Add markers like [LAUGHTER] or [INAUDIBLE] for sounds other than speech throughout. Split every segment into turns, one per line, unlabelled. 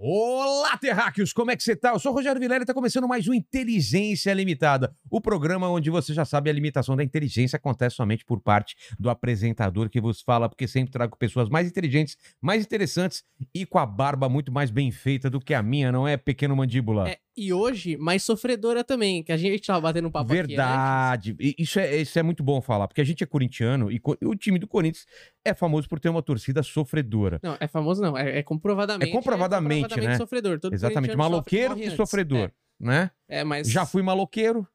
Olá, terráqueos! Como é que você tá? Eu sou o Rogério Vilela e tá começando mais um Inteligência Limitada, o programa onde você já sabe a limitação da inteligência acontece somente por parte do apresentador que vos fala, porque sempre trago pessoas mais inteligentes, mais interessantes e com a barba muito mais bem feita do que a minha, não é, pequeno mandíbula?
É, e hoje, mais sofredora também, que a gente tava batendo um papo aqui.
Verdade. E Isso é, isso é muito bom falar, porque a gente é corintiano e co- o time do Corinthians é famoso por ter uma torcida sofredora.
Né? Não, é famoso não, é, é comprovadamente.
É comprovadamente, né?
sofredor. Todo
Exatamente,
corintiano
maloqueiro
sofre,
e
morre
sofredor,
antes.
né?
É, é, mas.
Já fui maloqueiro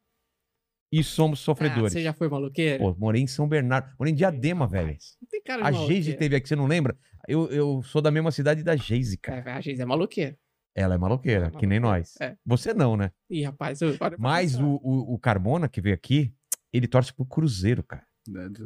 e somos
Ah,
sofredores.
você já foi maloqueiro?
Pô, morei em São Bernardo, morei em Diadema, velho.
Rapaz, Não tem cara de
A
maloqueiro.
Geise teve aqui, você não lembra? Eu, eu sou da mesma cidade da Geise, cara.
É, a Geise é maloqueira.
Ela é maloqueira,
É,
que nem nós. um.
é.
Você não, né?
Ih, rapaz, eu. olha pra
Mas
pensar.
o, o, o Carmona, que veio aqui, ele torce pro Cruzeiro, cara.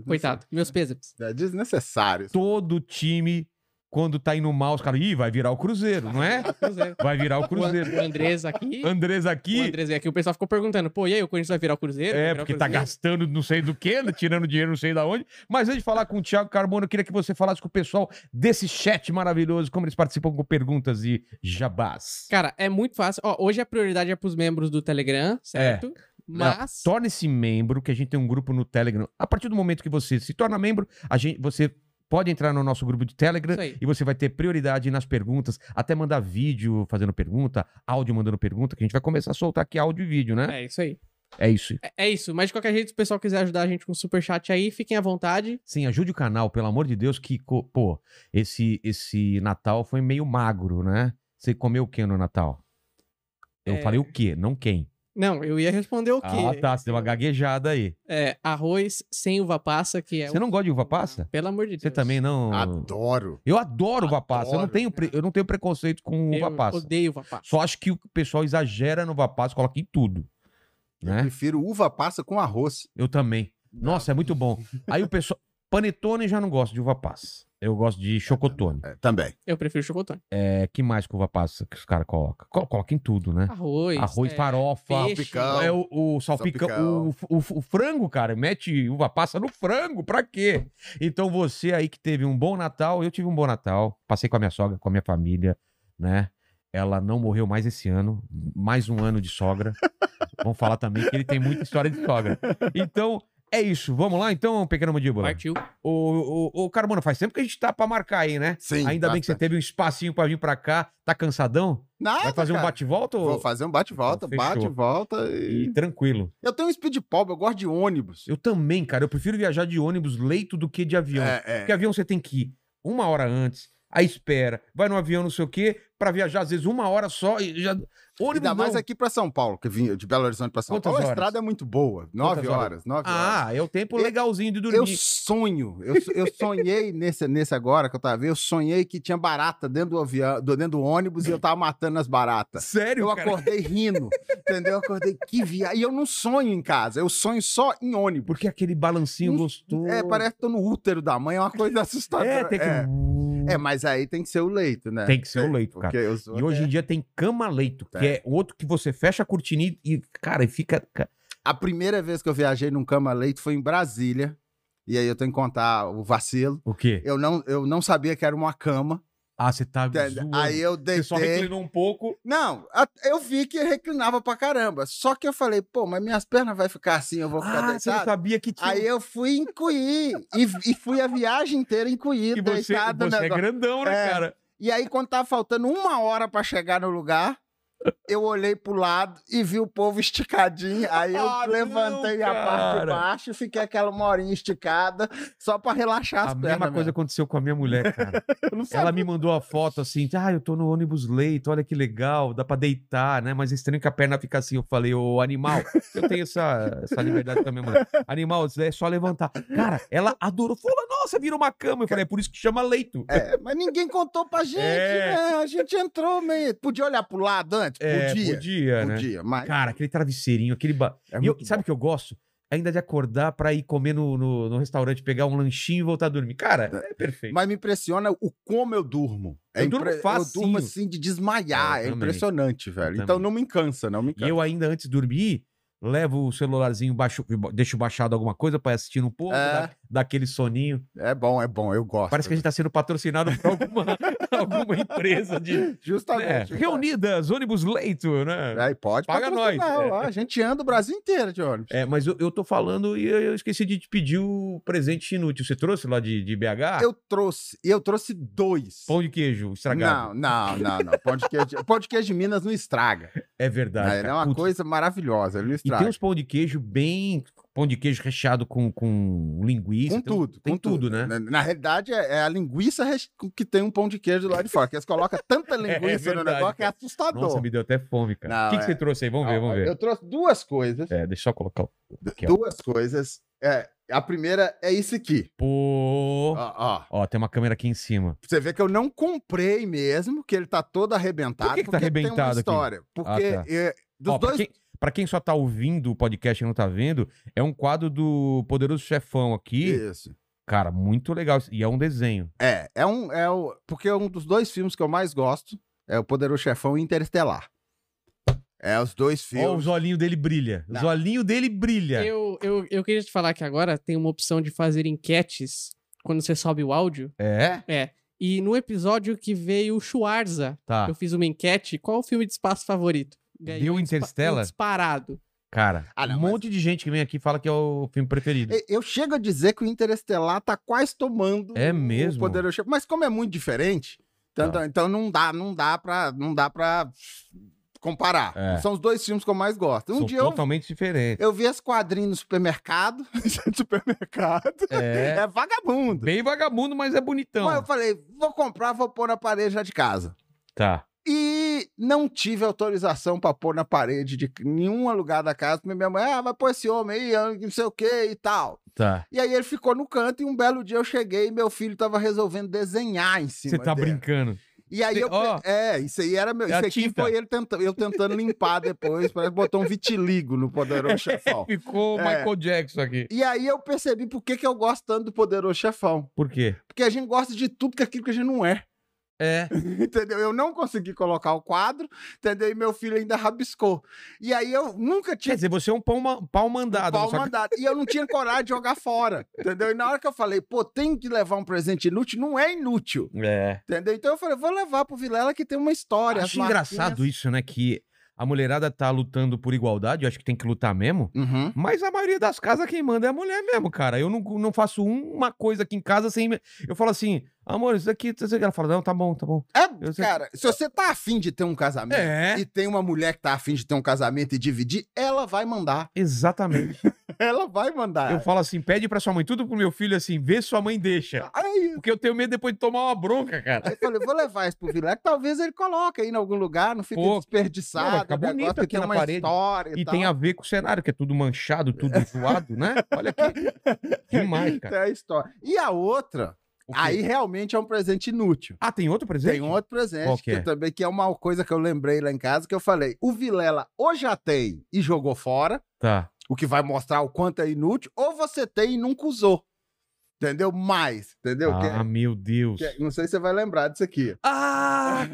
Coitado, meus pêsames.
É Né, desnecessário.
Todo time, quando tá indo mal, os caras, ih, vai virar o Cruzeiro, não é?
Cruzeiro.
Vai virar o
[LAUGHS] O An-
Cruzeiro.
o Andrés aqui.
[LAUGHS] Andrés
O
aqui,
Andrés veio aqui, o pessoal ficou perguntando, pô, e aí, o Corinthians vai virar o Cruzeiro? Vai
é,
virar o
porque tá
Cruzeiro?
gastando não sei do que, né, tirando dinheiro não sei da onde. Mas antes de falar com o Thiago Carmona, eu queria que você falasse com o pessoal desse chat maravilhoso, como eles participam com perguntas e jabás.
Cara, é muito fácil. Ó, hoje a prioridade é pros membros do
É.
Telegram, certo? Mas.
Torne-se membro, que a gente tem um grupo no Telegram. A partir do momento que você se torna membro, a gente, você pode entrar no nosso grupo de Telegram
é Isso aí.
e você vai ter prioridade nas perguntas, até mandar vídeo fazendo pergunta, áudio mandando pergunta, que a gente vai começar a soltar aqui áudio e vídeo, né?
É isso aí.
É, isso.
É- É isso, mas de qualquer jeito, se o pessoal quiser ajudar a gente com o superchat aí, fiquem à vontade.
Sim, ajude o canal, pelo amor de Deus, que, co- pô, esse, esse Natal foi meio magro, né? Você comeu o que no Natal? Eu
É.
falei o quê? Não quem.
Não, eu ia responder o quê?
Ah, tá, você deu uma gaguejada aí.
É, arroz sem uva passa, que é...
Você não gosta de uva passa?
Pelo amor de Deus.
Você também não...
Adoro.
Eu adoro uva passa. Eu não
Adoro.
tenho, pre- eu não tenho preconceito com
Eu
uva passa.
odeio uva passa.
Só acho que o pessoal exagera no uva passa, coloca em tudo.
Eu
Né?
prefiro uva passa com arroz.
Eu também. Nossa, é muito bom. Aí o pessoal. Panetone já não gosto de uva passa. Eu gosto de chocotone.
É, também.
Eu prefiro chocotone.
É, que mais que uva passa que os caras colocam? Co- Coloca em tudo, né?
Arroz.
Arroz,
é,
farofa.
peixe.
Salpicão.
É o, o salpicão,
Salpicão.
O, o- o frango, cara, mete uva passa no frango, pra quê? Então você aí que teve um bom Natal, eu tive um bom Natal, passei com a minha sogra, com a minha família, né? Ela não morreu mais esse ano, mais um ano de sogra. Vamos falar também que ele tem muita história de sogra. Então, é isso. Vamos lá então, pequeno mandíbula.
Partiu.
O, o, o Carmona, faz tempo que a gente tá pra marcar aí, né?
Sim.
Ainda bem que você
bastante.
teve um espacinho pra vir pra cá. Tá cansadão?
Nada,
Vai fazer um
cara.
bate-volta? ou-
Vou fazer um bate-volta,
Então, fechou.
bate-volta e...
E tranquilo.
Eu tenho um speed pop, eu gosto de ônibus.
Eu também, cara. Eu prefiro viajar de ônibus leito do que de avião.
É,
Porque
é.
avião você tem que ir uma hora antes, aí espera, vai no avião não sei o quê, pra viajar às vezes uma hora só e já... é Ônibus
Ainda mais
não.
aqui pra São Paulo, que vinha de Belo Horizonte pra São
Quantas
Paulo.
horas?
A estrada é muito boa. Nove
Quantas horas?
horas, nove horas.
Ah, é o tempo
Eu-
legalzinho de
Eu
dormir.
sonho, eu, so- eu sonhei [LAUGHS] nesse, nesse agora que eu tava vendo, eu sonhei que tinha barata dentro do avião, do- dentro do ônibus e eu tava matando as baratas.
Sério,
Eu
cara?
acordei rindo, entendeu? Eu acordei, que viagem. E eu não sonho em casa, eu sonho só em ônibus.
Porque aquele balancinho
Hum,
gostoso.
É, parece que tô no útero da mãe, é uma coisa [LAUGHS] assustadora.
É, tem que...
é. É, mas aí tem que ser o leito, né?
Tem que ser o leito, cara.
Porque eu sou-
E hoje em dia tem cama-leito, que é. outro que você fecha a cortina e, cara, e fica... ca-
A primeira vez que eu viajei num cama-leito foi em Brasília. E aí eu tenho que contar o vacilo.
O quê?
Eu não, eu não sabia que era uma cama.
Ah, você tá
entende?
zoando.
Aí eu
Você só
deitei.
reclinou um pouco.
Não, a- eu vi que reclinava pra caramba. Só que eu falei, pô, mas minhas pernas vai ficar assim, eu vou ficar
Ah, você não
deitado.
sabia que tinha...
Aí eu fui encuir e, e fui a viagem inteira encuído,
que você,
deitado.
você
no
é
negócio.
grandão, né,
É.
cara?
E aí, quando tava faltando uma hora pra chegar no lugar, eu olhei pro lado e vi o povo esticadinho. Aí eu
Ah, não,
levantei a parte
cara.
de baixo, fiquei aquela uma horinha esticada, só pra relaxar as
a
pernas.
mesma coisa
mesmo. É,
aconteceu com a minha mulher,
[LAUGHS]
cara.
Eu não
Ela me mandou a foto assim, ah, eu tô no ônibus leito, olha que legal, dá pra deitar, né? Mas é estranho que a perna fica assim. Eu falei, ô animal, eu tenho essa, essa liberdade com a minha mulher. Animal, é só levantar. Cara, ela adorou, falou, nossa, vira uma cama. Eu falei, é por isso que chama leito.
É, mas ninguém contou pra gente,
É.
né? A gente entrou meio. Podia olhar pro lado antes?
É,
podia.
podia, né?
Podia, mas.
Cara, aquele travesseirinho, aquele... Ba...
é
E eu-
muito
sabe o
bom.
que eu gosto? ainda de acordar pra ir comer no, no, no restaurante, pegar um lanchinho e voltar a dormir. Cara, é perfeito.
Mas me impressiona o como eu durmo. É
Eu durmo
impre- eu
facinho.
durmo assim de desmaiar.
É, eu
É,
também.
impressionante, velho.
Eu
Então
também.
não me cansa, não me
E
cansa.
eu ainda, antes de dormir, levo o celularzinho, baixo, deixo baixado alguma coisa pra ir assistindo um pouco,
É.
da, daquele soninho.
É bom, é bom, eu gosto.
Parece que a gente tá sendo patrocinado por alguma, [LAUGHS] alguma empresa de... né,
Justamente.
reunidas, ônibus leito, né?
Aí pode
Paga nós.
patrocinar,
É.
ó, A gente anda o Brasil inteiro de ônibus.
É, mas eu, eu tô falando e eu, eu esqueci de te pedir o presente inútil. Você trouxe lá de, de BH?
Eu trouxe, e eu trouxe dois.
Pão de queijo estragado.
Não, não, não, não. Pão de queijo, [LAUGHS] pão de queijo de Minas não estraga.
É verdade.
né? Ele
cara.
é uma
Putz,
coisa maravilhosa, ele não
E
estraga.
tem uns pão de queijo bem. Pão de queijo recheado com, com linguiça.
com
tem-
tudo,
tem
com
tudo, né?
Na, na realidade, é, é a linguiça res- que tem um pão de queijo do lado de fora. Porque eles colocam
[LAUGHS]
tanta linguiça no
verdade,
negócio que é
cara.
assustador.
Nossa, me deu até fome, cara.
Não,
o que, que
é.
você trouxe aí? Vamos ver, vamos ver.
Eu trouxe duas coisas.
É, deixa eu só colocar o. Aqui, ó.
duas coisas. É, a primeira é isso aqui.
Pô.
Ó, ó.
Ó, tem uma câmera aqui em cima.
Você vê que eu não comprei mesmo, que ele tá todo arrebentado.
Por que que tá
porque tem uma
arrebentado aqui?
história. Porque
Ah, tá.
é, dos
Ó, pra,
dois.
quem, pra quem só tá ouvindo o podcast e não tá vendo, é um quadro do Poderoso Chefão aqui.
Isso.
Cara, muito legal. E é um desenho.
É, é um. É o... Porque é um dos dois filmes que eu mais gosto é O Poderoso Chefão e Interestelar. É os dois
Ó,
filmes.
os olhinhos dele brilha. Os
Não.
olhinhos dele brilha.
Eu, eu, eu queria te falar que agora tem uma opção de fazer enquetes quando você sobe o áudio.
É?
E no episódio que veio o Schwarza,
Tá.
eu fiz uma enquete. Qual o filme de espaço favorito?
Deu
um dispa-
Interstellar?
um disparado.
Cara,
Ah, não,
um
mas-
monte de gente que vem aqui fala que é o filme preferido.
E- Eu chego a dizer que o Interestelar tá quase tomando
É
o-
mesmo?
o Poderoso Chefão. Mas como é muito diferente, então,
Tá.
então não dá, não dá pra. Não dá pra comparar.
É.
São os dois filmes que eu mais gosto. Um
São
dia eu,
totalmente diferentes.
eu vi esse quadrinho no supermercado. [LAUGHS] supermercado.
É.
É vagabundo.
Bem vagabundo, mas é bonitão.
Mas eu falei, vou comprar, vou pôr na parede lá de casa.
Tá.
E não tive autorização pra pôr na parede de nenhum lugar da casa, porque minha mãe, ah, vai pôr esse homem aí, ah, não sei o que e tal.
Tá.
E aí ele ficou no canto e um belo dia eu cheguei e meu filho tava resolvendo desenhar em cima
Você tá
dele.
brincando.
E é. aí
Cê-
eu...
ó.
é, isso aí era meu...
É
Isso
a
aqui
tinta.
foi ele tentando, eu tentando limpar depois, parece que botou um vitiligo no Poderoso Chefão.
Ficou
É.
Michael Jackson aqui.
E aí eu percebi por que, que eu gosto tanto do Poderoso Chefão.
Por quê?
Porque a gente gosta de tudo que aquilo que a gente não é. [LAUGHS]
É.
entendeu? Eu não consegui colocar o quadro, entendeu? E meu filho ainda rabiscou. E aí eu nunca
Quer
tinha
dizer, você é um pau, ma- pau mandado.
pau
só que-
mandado. E eu não tinha coragem de jogar fora, entendeu? E na hora que eu falei, pô, tem que levar um presente inútil, não é inútil,
É.
entendeu? Então eu falei, vou levar pro Vilela que tem uma história. as
Acho engraçado
marquinhas-
isso, né? Que a mulherada tá lutando por igualdade, eu acho que tem que lutar mesmo.
Uhum.
Mas a maioria das casas quem manda é a mulher mesmo, cara. Eu não, não faço uma coisa aqui em casa sem. Eu falo assim, amor, isso aqui. isso aqui." Ela fala, não, tá bom, tá bom.
É,
Eu sei-
cara, se você tá afim de ter um casamento
É.
e tem uma mulher que tá afim de ter um casamento e dividir, ela vai
[LAUGHS]
mandar.
Exatamente.
Ela vai mandar.
Eu falo assim, pede pra sua mãe tudo pro meu filho assim, vê se sua mãe deixa.
É isso.
Porque eu tenho medo depois de tomar uma bronca, cara.
Aí eu falei, vou levar isso pro Vilela, que talvez ele coloque aí em algum lugar, não fique
Pô, não, vai
desperdiçado.
ficar
o negócio
bonito
que
aqui
tem
na
uma
parede.
história e,
E
tal.
tem a ver com o cenário, que é tudo manchado,
[LAUGHS]
tudo zoado, né? Olha aqui. Demais, cara.
Tem a história. E a outra,
O quê?
aí realmente é um presente inútil.
Ah, tem outro presente?
Tem um outro presente
Qual que é?
também que é uma coisa que eu lembrei lá em casa que eu falei, o Vilela ou já tem e jogou fora,
Tá.
o que vai mostrar o quanto é inútil, ou você tem e nunca usou. Entendeu? Mais, entendeu? Que- é-
Ah, meu Deus.
que- é- não sei se você vai lembrar disso aqui.
Ah,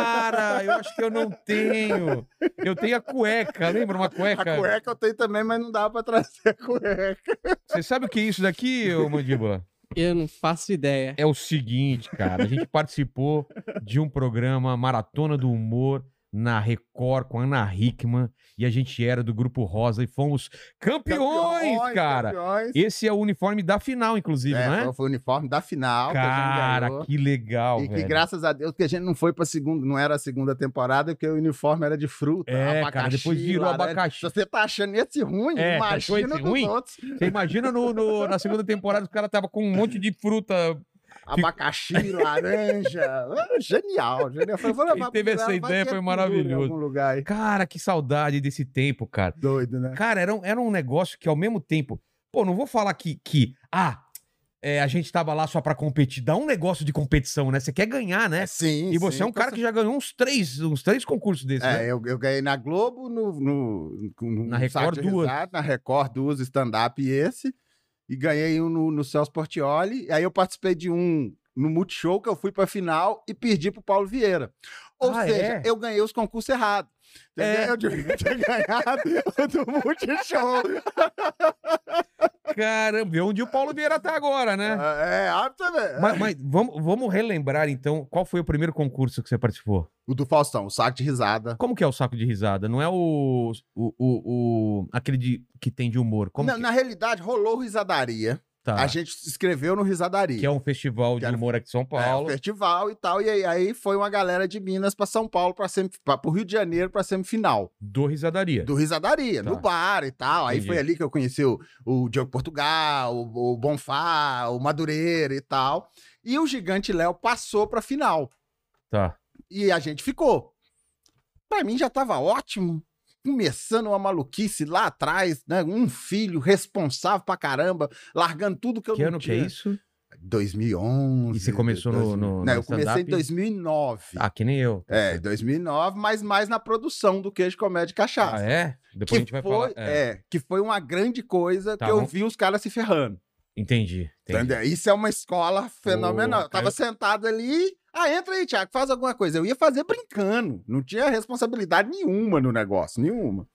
cara, eu acho que eu não tenho. Eu tenho a cueca, lembra uma
A
cueca?
cueca eu tenho também, mas não dá pra [LAUGHS] trazer a cueca.
Você sabe o que é isso daqui, ô mandíbula?
Eu não faço ideia.
É o seguinte, cara, a gente participou de um programa Maratona do Humor na Record com a Ana Hickman e a gente era do grupo Rosa e fomos campeões, cara.
Campeões.
Esse é o uniforme da final, inclusive,
É,
não é?
foi- foi o uniforme da final que a gente
Cara,
ganhou.
que legal,
E que
velho.
graças a Deus que a gente não foi pra segunda, não era a segunda temporada, porque o uniforme era de fruta,
É, cara, depois virou
laranja.
abacaxi.
Se você tá achando esse ruim,
É, tá achou
imagina
esse
dos
ruim?
outros.
Você imagina no- no- na segunda temporada os caras tava com um monte de fruta
Abacaxi, [LAUGHS] laranja. Ah, genial, genial. Foi, vou levar
Quem teve
pro
essa
Vilela, vai
ideia
que
foi
ele
maravilhoso.
pendura em algum lugar aí.
Cara, que saudade desse tempo, cara.
Doido, né?
Cara, era um, era um negócio que ao mesmo tempo. Pô, não vou falar que. que ah, é, a gente tava lá só pra competir. Dá um negócio de competição, né? Você quer ganhar, né?
Sim.
E você
sim,
é um
com
cara que já ganhou uns três, uns três concursos desses, né?
É, eu, eu ganhei na Globo, no, no, no-
Na
no
Record,
Site de
duas.
Risada, na Record duas, stand-up e esse. E ganhei um no, no Celso Portioli. Aí eu participei de um no Multishow, que eu fui pra final e perdi pro Paulo Vieira. Ou
Ah,
seja,
é?
eu ganhei os concursos errados.
É.
Entendeu? Eu devia ter [LAUGHS] ganhado do Multishow.
Caramba, e onde o Paulo Vieira tá agora, né?
[LAUGHS] É, óbvio também.
Mas, mas vamos, vamos relembrar, então, qual foi o primeiro concurso que você participou?
O do Faustão, o saco de risada.
Como que é o saco de risada? Não é o. o, o, o- aquele de, que tem de humor. Como
na,
que
na realidade, rolou Risadaria.
tá?
A gente se inscreveu no Risadaria.
Que é um festival de
Quero-
humor aqui de São
É, o
Paulo.
festival e tal. E aí, aí foi uma galera de Minas pra São Paulo, para o Rio de Janeiro, pra semifinal.
Do risadaria.
Do Risadaria,
Tá.
no bar e tal. Aí
Entendi.
foi ali que eu conheci o, o Diogo Portugal, o, o Bonfá, o Madureira e tal. E o Gigante Léo passou pra final.
Tá.
E a gente ficou. Pra mim já tava ótimo. Começando uma maluquice lá atrás, né? Um filho responsável pra caramba, largando tudo que eu
Que
não
ano que
tinha.
é isso?
2011.
E você começou no- no- no
Não, eu comecei em
stand-up?
2009.
Ah, que nem eu.
É, 2009, mas mais na produção do Queijo Comédia e Cachaça.
Ah, é? Depois
Tá. Que
a gente vai
foi,
falar. É.
é. que foi uma grande coisa
Tá,
que eu
vamos-
vi os caras se ferrando.
Entendi. entendi.
Entendeu? Isso é uma escola fenomenal.
Boa,
eu tava
cara.
sentado ali. Ah, entra aí, Thiago, faz alguma coisa. Eu ia fazer brincando. Não tinha responsabilidade nenhuma no negócio, nenhuma.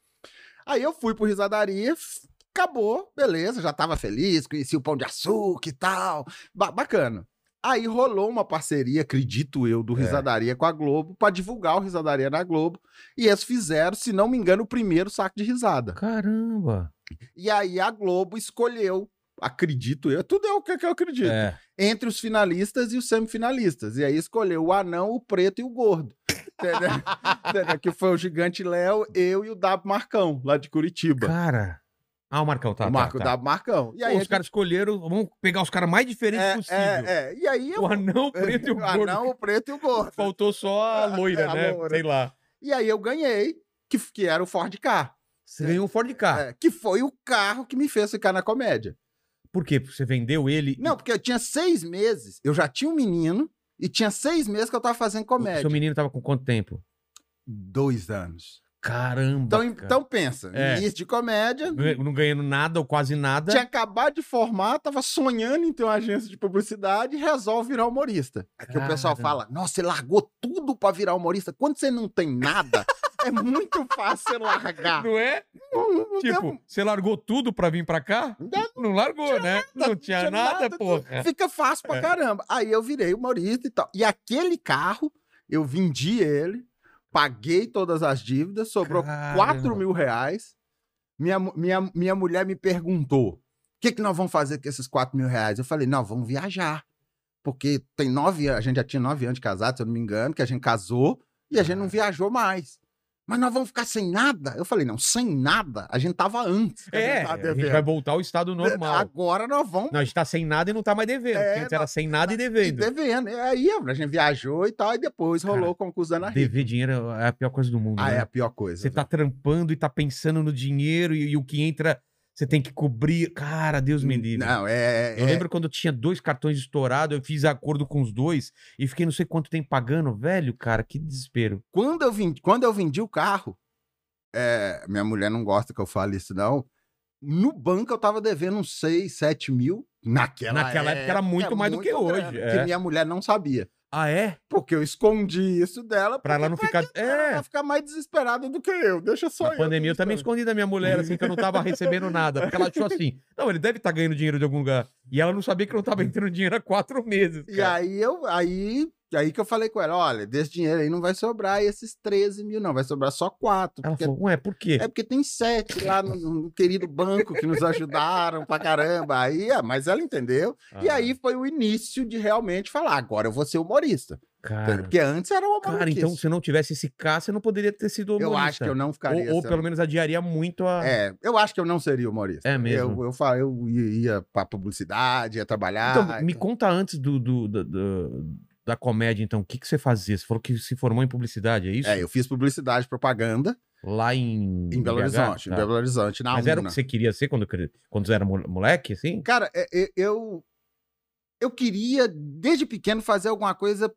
Aí eu fui pro risadaria, f- acabou, beleza, já tava feliz, conheci o pão de açúcar e tal. ba- bacana. Aí rolou uma parceria, acredito eu, do
É.
Risadaria com a Globo pra divulgar o Risadaria na Globo. E eles fizeram, se não me engano, o primeiro saco de risada.
Caramba.
E aí a Globo escolheu, acredito eu, tudo é o que que eu acredito
É.
entre os finalistas e os semifinalistas. E aí escolheu o anão, o preto e o gordo.
[LAUGHS]
Entendeu? Entendeu? Que foi o gigante Léo, eu e o W Marcão, lá de Curitiba.
Cara. Ah, o Marcão tá.
o Marco
tá, tá.
W Marcão. E
Pô,
aí
os caras escolheram. Vamos pegar os caras mais diferentes
é,
possível.
é, é. E aí eu...
O
[LAUGHS]
anão, o preto e o
o
gordo.
anão, o preto e o gordo.
Faltou só a loira,
É, [LAUGHS] a
né?
loira.
Sei lá.
E aí eu ganhei, que, que era o Ford K.
Você ganhou um Ford K.
é, que foi o carro que me fez ficar na comédia.
Por quê? Porque você vendeu ele. e-
Não, porque eu tinha seis meses, eu já tinha um menino, e tinha seis meses que eu tava fazendo
O
comédia.
seu menino tava com quanto tempo?
Dois anos.
Caramba.
Então,
cara.
então pensa,
É.
início de comédia,
Ganha- Não ganhando nada ou quase nada.
tinha acabado de formar, tava sonhando em ter uma agência de publicidade e resolve virar humorista. É que o pessoal
Caramba.
fala, nossa, você largou tudo pra virar humorista. Quando você não tem nada, é muito fácil você largar.
Não é?
[LAUGHS] Não- não- não
tipo,
tem-
você largou tudo pra vir pra cá?
Não,
Não largou, né? não tinha,
tinha
nada,
nada,
porra.
é. Fica fácil pra caramba. Aí eu virei humorista e tal. E aquele carro, eu vendi ele, paguei todas as dívidas, sobrou
Caramba.
4 mil reais. Minha, mu- minha, minha mulher me perguntou: o que, que nós vamos fazer com esses 4 mil reais? Eu falei: não, vamos viajar. Porque tem nove anos, a gente já tinha nove anos de casado, se eu não me engano, que a gente casou e a gente
Ah.
não viajou mais. Mas nós vamos ficar sem nada? Eu falei, não, sem nada. A gente tava antes. que a gente
É,
tava
a gente
devendo.
vai voltar ao
É,
estado normal.
Agora nós vamos
Não, a gente tá sem nada e não tá mais devendo.
É,
porque antes era
não,
sem nada e
E
devendo.
devendo. E aí a gente viajou e tal, e depois rolou
Cara,
o concurso da Ana Rita.
Dever dinheiro é a pior coisa do mundo.
Ah,
né?
é a pior coisa.
Você tá trampando e tá pensando no dinheiro e, e o que entra você tem que cobrir. Cara, Deus me livre.
né? Não, é. é-
Eu lembro quando eu tinha dois cartões estourados, eu fiz acordo com os dois e fiquei não sei quanto tempo pagando, velho, cara, que desespero.
Quando eu vendi, quando eu vendi o carro, é, minha mulher não gosta que eu fale isso, não. No banco eu tava devendo uns 6, 7 mil. Naquela,
Naquela época era muito mais do que hoje,
grana,
é.
Que minha mulher não sabia.
Ah, é?
Porque eu escondi isso dela.
Pra ela
porque
não ficar.
Ela
É.
vai ficar mais desesperada do que eu. Deixa só
Na
eu.
pandemia eu também
desesperada.
escondi da minha mulher, assim, que eu não tava recebendo nada. Porque ela achou assim: não, ele deve estar ganhando dinheiro de algum lugar. E ela não sabia que não tava entrando dinheiro há quatro meses.
E
cara.
aí eu aí, aí que eu falei com ela: olha, desse dinheiro aí não vai sobrar esses 13 mil, não, vai sobrar só 4.
Ela
Porque
falou: ué, por quê?
é porque tem sete lá no, no querido banco que nos ajudaram pra caramba. Aí, ah, mas ela entendeu. é, E
Ah,
aí foi o início de realmente falar: agora eu vou ser humorista.
Ah, Cara,
Porque antes era uma
cara
maluquice.
então se não tivesse esse K, você não poderia ter sido
Eu
humorista.
acho que eu não ficaria.
Ou, ou
sendo-
pelo menos adiaria muito a.
É, eu acho que eu não seria humorista.
É mesmo.
Eu, eu, fa- eu ia, ia pra publicidade, ia trabalhar.
Então, me
então.
conta antes do, do- do- do- da comédia, então, o que, que você fazia? Você falou que se formou em publicidade, é isso?
É, eu fiz publicidade, propaganda
Lá em.
em Belo
BH?
Horizonte.
Tá.
Em Belo Horizonte, né? na
Mas era o
UNA.
que você queria ser quando, cre- quando você era mo- moleque, assim?
Cara, é, é, eu eu queria, desde pequeno, fazer alguma coisa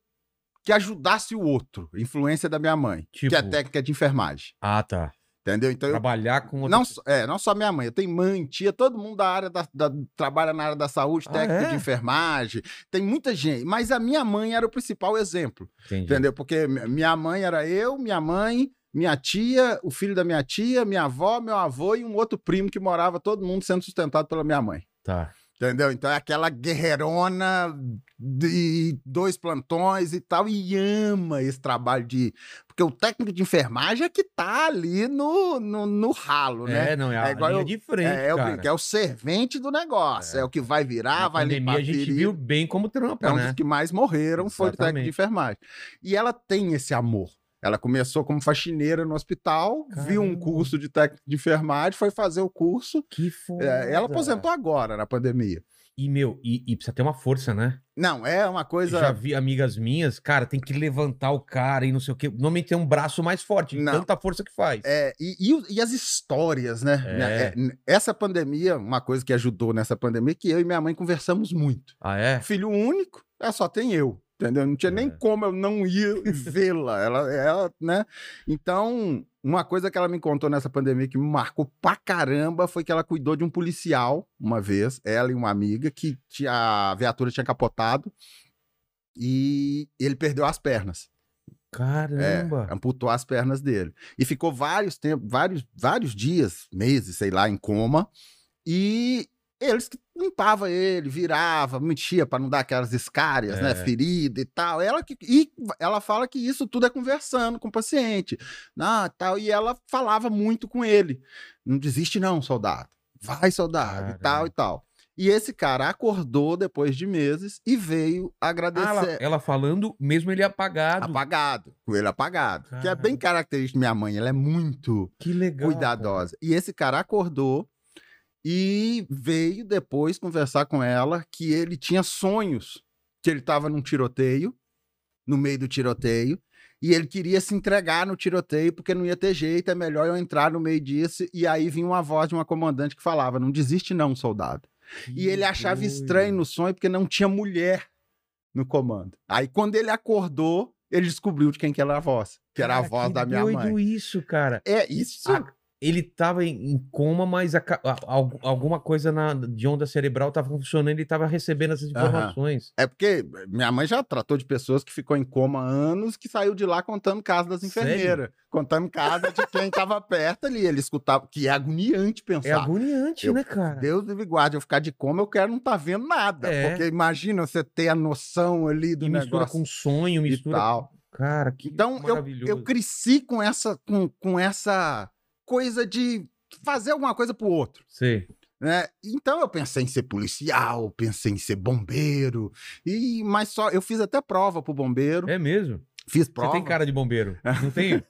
que ajudasse o outro. Influência da minha mãe,
Tipo?
que é técnica de enfermagem.
Ah, tá.
Entendeu? Então eu.
Trabalhar com outra
Não, só- é, não só minha mãe, eu tenho mãe, tia, todo mundo da área da, da- trabalha na área da saúde,
Ah,
técnico
é?
de enfermagem, tem muita gente, mas a minha mãe era o principal exemplo.
Entendi.
Entendeu? Porque mi- minha mãe era eu, minha mãe, minha tia, o filho da minha tia, minha avó, meu avô e um outro primo que morava, todo mundo sendo sustentado pela minha mãe.
Tá.
Entendeu? Então é aquela guerreirona de dois plantões e tal, e ama esse trabalho de. Porque o técnico de enfermagem é que tá ali no, no, no ralo, né?
É, não, é, a
É igual
linha
eu-
de frente,
É, é o,
cara.
que é o servente do negócio,
É.
é, o que vai virar,
Na
vai limpar
pandemia a gente
ferida.
viu bem como trampa,
É um
né?
dos que mais morreram foi o técnico
Exatamente.
de enfermagem. E ela tem esse amor. Ela começou como faxineira no hospital, viu um
Caramba.
curso de técnico de enfermagem, foi fazer o curso.
Que foda.
É, Ela aposentou agora na pandemia.
E, meu, e, e precisa ter uma força, né?
Não, é uma
Eu
coisa.
já vi amigas minhas, cara, tem que levantar o cara e não sei o quê. Normalmente tem um braço mais forte, de
Não.
tanta força que faz.
É, e, e o- e as histórias, né?
É.
Minha- é, n- essa pandemia, uma coisa que ajudou nessa pandemia, é que eu e minha mãe conversamos muito.
Ah, é?
Filho único, é só tem eu. Entendeu? Não tinha
É.
nem como eu não ir vê-la. Ela, ela, né? Então, uma coisa que ela me contou nessa pandemia que me marcou pra caramba foi que ela cuidou de um policial uma vez, ela e uma amiga, que tinha- a viatura tinha capotado e ele perdeu as pernas. É,
Caramba.
amputou as pernas dele. E ficou vários tempos, vários, vários dias, meses, sei lá, em coma. E eles que limpava ele, virava, mentia para não dar aquelas escárias,
É.
né, ferida e tal. Ela que e ela fala que isso tudo é conversando com o paciente. Ah, tal, e ela falava muito com ele. Não desiste não, soldado. Vai, soldado, e tal
Caramba.
e tal. E esse cara acordou depois de meses e veio
Ah,
agradecer
ela, ela falando, mesmo ele apagado.
apagado, coelho apagado, que é
Caramba.
bem característico da minha mãe, ela é muito
Que legal.
cuidadosa. E esse cara acordou e veio depois conversar com ela que ele tinha sonhos, que ele estava num tiroteio, no meio do tiroteio, e ele queria se entregar no tiroteio porque não ia ter jeito, é melhor eu entrar no meio disso. E aí vinha uma voz de uma comandante que falava: "Não desiste não, soldado".
cara.
E ele
Que
achava
doido.
estranho no sonho porque não tinha mulher no comando. Aí quando ele acordou, ele descobriu de quem que era a voz, que era a
Cara,
voz
que
da minha
doido
mãe.
isso, cara.
É isso.
Ah, Ele tava em, em coma, mas a ca- a- al- alguma coisa na- de onda cerebral tava funcionando e ele tava recebendo essas
Aham.
informações.
É porque minha mãe já tratou de pessoas que ficou em coma anos, que saiu de lá contando caso das
Sério?
enfermeiras, contando caso de quem estava perto ali, ele escutava, que é agoniante pensar.
É agoniante,
Eu-
né, cara?
Deus me guarde, eu ficar de coma, eu quero não estar vendo nada.
É.
Porque imagina você ter a noção ali do
E mistura
negócio
com sonho,
e
mistura.
tal.
Cara, que
Então, eu,
maravilhoso.
eu cresci com essa, com, com essa coisa de fazer alguma coisa pro outro,
Sei.
né? Então eu pensei em ser policial, pensei em ser bombeiro, e mas só eu fiz até prova pro bombeiro,
É mesmo?
fiz
Você
prova.
tem cara de bombeiro. Não
[LAUGHS]
tem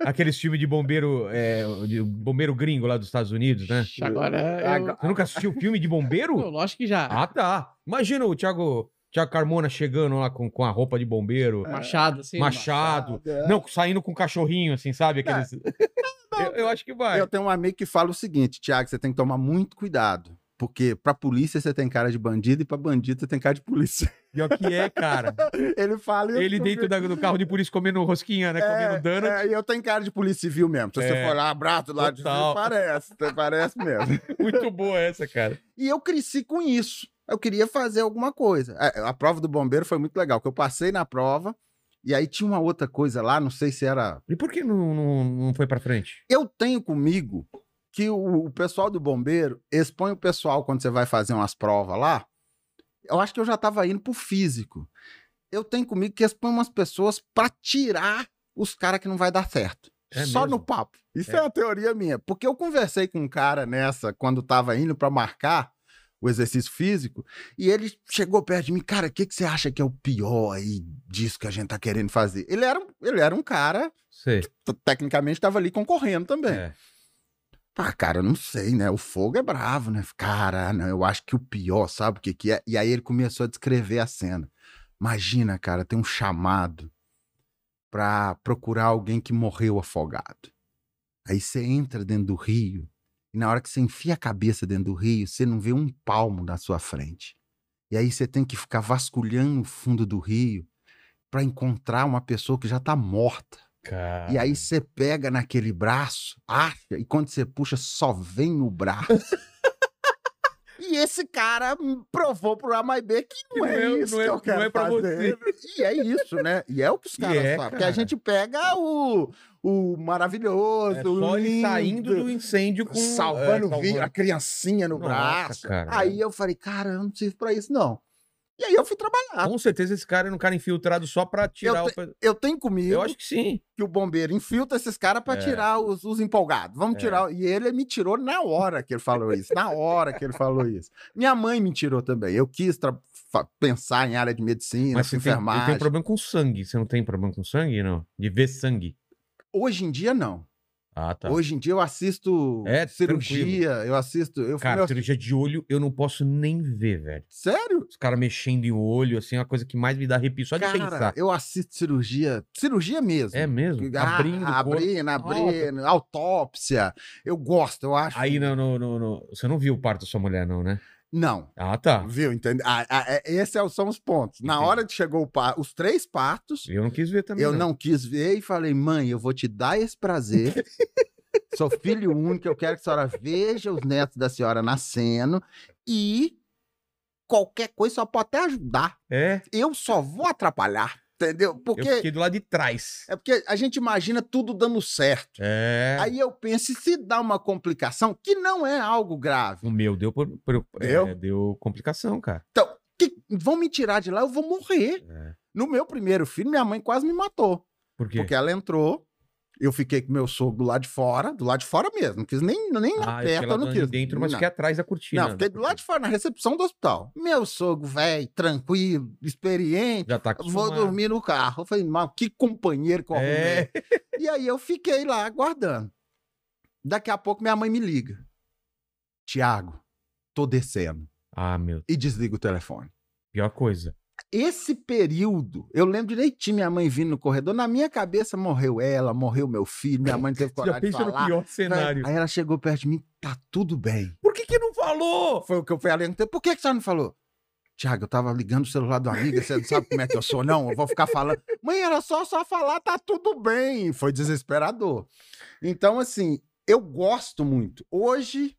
aqueles filmes de bombeiro, é, de bombeiro gringo lá dos Estados Unidos, né?
Ixi, Agora. Eu...
Agora-
Você nunca assistiu filme de bombeiro?
[LAUGHS]
Pô, lógico que já.
Ah, tá. Imagina o Thiago, Thiago Carmona chegando lá com, com a roupa de bombeiro,
Machado, assim.
Ah, machado.
É.
Não, saindo com um cachorrinho, assim, sabe?
[LAUGHS]
Aqueles... eu, eu acho que vai.
Eu tenho um amigo que fala o seguinte, Tiago, você tem que tomar muito cuidado. Porque pra polícia você tem cara de bandido e pra bandido você tem cara de polícia. [LAUGHS]
Pior que é, cara.
Ele fala e eu
Ele
fico
dentro da- do carro de polícia comendo rosquinha, né? Comendo dano.
É, e eu tenho cara de polícia civil mesmo. Se
É.
você for lá, abraço lá de
Total.
civil, parece. Parece mesmo.
Muito boa essa, cara.
E eu cresci com isso. Eu queria fazer alguma coisa. É, A, a prova do bombeiro foi muito legal, que eu passei na prova e aí tinha uma outra coisa lá, não sei se era.
E por que não, não, não foi pra frente?
Eu tenho comigo que o, o pessoal do bombeiro expõe o pessoal quando você vai fazer umas provas lá. Eu acho que eu já estava indo pro físico. Eu tenho comigo que expõe umas pessoas pra tirar os caras que não vai dar certo.
É
Só
mesmo?
no papo. Isso
É.
é. uma teoria minha. Porque eu conversei com um cara nessa quando tava indo pra marcar o exercício físico, e ele chegou perto de mim, cara, o que, que você acha que é o pior aí disso que a gente tá querendo fazer? Ele era, um- ele era um cara,
Sei.
t- tecnicamente tava ali concorrendo também.
É.
Ah, cara, eu não sei, né? O fogo é bravo, né? Cara, não, eu acho que o pior, sabe o que que é? E aí ele começou a descrever a cena. Imagina, cara, tem um chamado pra procurar alguém que morreu afogado. Aí você entra dentro do rio e na hora que você enfia a cabeça dentro do rio, você não vê um palmo na sua frente. E aí você tem que ficar vasculhando o fundo do rio para encontrar uma pessoa que já tá morta.
Cara.
E aí você pega naquele braço, acha, e quando você puxa, só vem o braço. [LAUGHS] e esse cara provou pro A mais B que não
Que
é,
não é-
isso
não é-
que eu
não
quero
é pra
fazer. E é isso, né? E é o que os
[LAUGHS] E
caras
é,
fazem. Porque
cara.
a gente pega o, o maravilhoso,
É
o
só ele
lindo,
saindo do incêndio com.
salvando
é,
o vinho, a criancinha no
Nossa,
braço.
cara.
Aí eu falei, cara, eu não sirvo pra isso, não. E aí eu fui trabalhar.
Com certeza esse cara é um cara infiltrado só pra tirar
Eu
o. pe-
Eu tenho comigo.
Eu acho que sim.
que o bombeiro infiltra esses caras pra
É.
tirar os, os empolgados. Vamos
É.
tirar. E ele me tirou na hora que ele falou isso. Na hora que ele falou isso. Minha mãe me tirou também. Eu quis tra- fa- pensar em área de medicina,
Mas você tem, eu
enfermagem.
tenho problema com sangue. Você não tem problema com sangue, não? De ver sangue.
Hoje em dia, não.
Ah, tá.
Hoje em dia eu assisto
É,
cirurgia, eu assisto. Eu fui
cara,
meu-
cirurgia de olho eu não posso nem ver, velho.
Sério?
Os caras mexendo em olho, assim, é uma coisa que mais me dá arrepio só de
Cara,
pensar.
eu assisto cirurgia. Cirurgia mesmo.
É mesmo?
Ah,
Abrindo o corpo.
abrindo, abrindo, autópsia. Eu gosto, eu acho.
Aí né? no, no- no- no- Você não viu o parto da sua mulher, não, né?
Não.
Ah, tá.
Viu? Entende? Ah, ah, é- esses é o- são os pontos. Na
Entendi.
hora que chegou o par- os três partos,
Eu não quis ver também.
eu não quis ver e falei, mãe, eu vou te dar esse prazer.
[LAUGHS]
Sou filho único, eu quero que a senhora veja os netos da senhora nascendo e qualquer coisa só pode até ajudar.
É?
Eu só vou atrapalhar, entendeu? Porque
Eu fiquei do lado de trás.
é porque a gente imagina tudo dando certo.
É.
Aí eu penso, e se dá uma complicação que não é algo grave,
O meu deu, por- por- é,
Deu?
deu complicação, cara.
que vão me tirar de lá, eu vou morrer.
É.
No meu primeiro filho, minha mãe quase me matou.
Por quê?
Porque ela entrou, eu fiquei com meu sogro do lado de fora, do lado de fora mesmo, não quis nem, nem
Ah,
na
eu fiquei
perto,
lá
eu não quis.
dentro, mas
não.
fiquei atrás da cortina.
Não, fiquei do lado de fora, na recepção do hospital. Meu sogro, velho, tranquilo, experiente,
Já tá
vou
acostumado.
dormir no carro. Eu falei, mas que companheiro que eu
É.
arrumei. E aí eu fiquei lá aguardando. Daqui a pouco minha mãe me liga. Tiago, tô descendo.
Ah, meu.
E desliga o telefone.
Pior coisa.
Esse período, eu lembro direitinho minha mãe vindo no corredor, na minha cabeça morreu ela, morreu meu filho, minha mãe não teve
Você [LAUGHS] já
coragem de
pensa no
falar. né?
pior cenário.
Aí ela chegou perto de mim, tá tudo bem.
Por que que não falou?
Foi o que eu falei, então, por que que você não falou? Tiago, eu tava ligando o celular do amigo, você não sabe como é que eu sou, não? Eu vou ficar falando. Mãe, era só só falar, tá tudo bem. Foi desesperador. Então, assim, eu gosto muito. Hoje,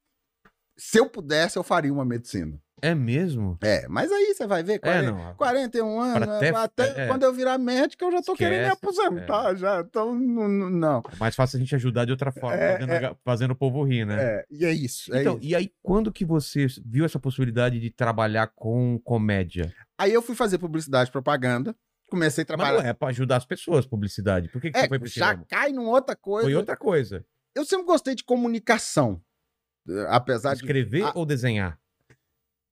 se eu pudesse, eu faria uma medicina.
É mesmo?
É, mas aí você vai ver.
É,
40
não.
41 anos,
Pra até-
até
é.
quando eu virar médico, eu já tô querendo me
Esquece,
aposentar, já. Então, não. não- não.
É mais fácil a gente ajudar de outra forma,
É,
fazendo, fazendo o povo rir, né?
É, e é isso. é
Então,
isso.
e aí, quando que você viu essa possibilidade de trabalhar com comédia?
Aí eu fui fazer publicidade e propaganda, comecei a
Mas
trabalhar.
não é pra ajudar as pessoas, publicidade. Por que, que
É,
você foi pro
já
cinema?
cai numa outra coisa.
Foi outra coisa.
Eu sempre gostei de comunicação. eh, Apesar de
Escrever
Ah.
ou desenhar?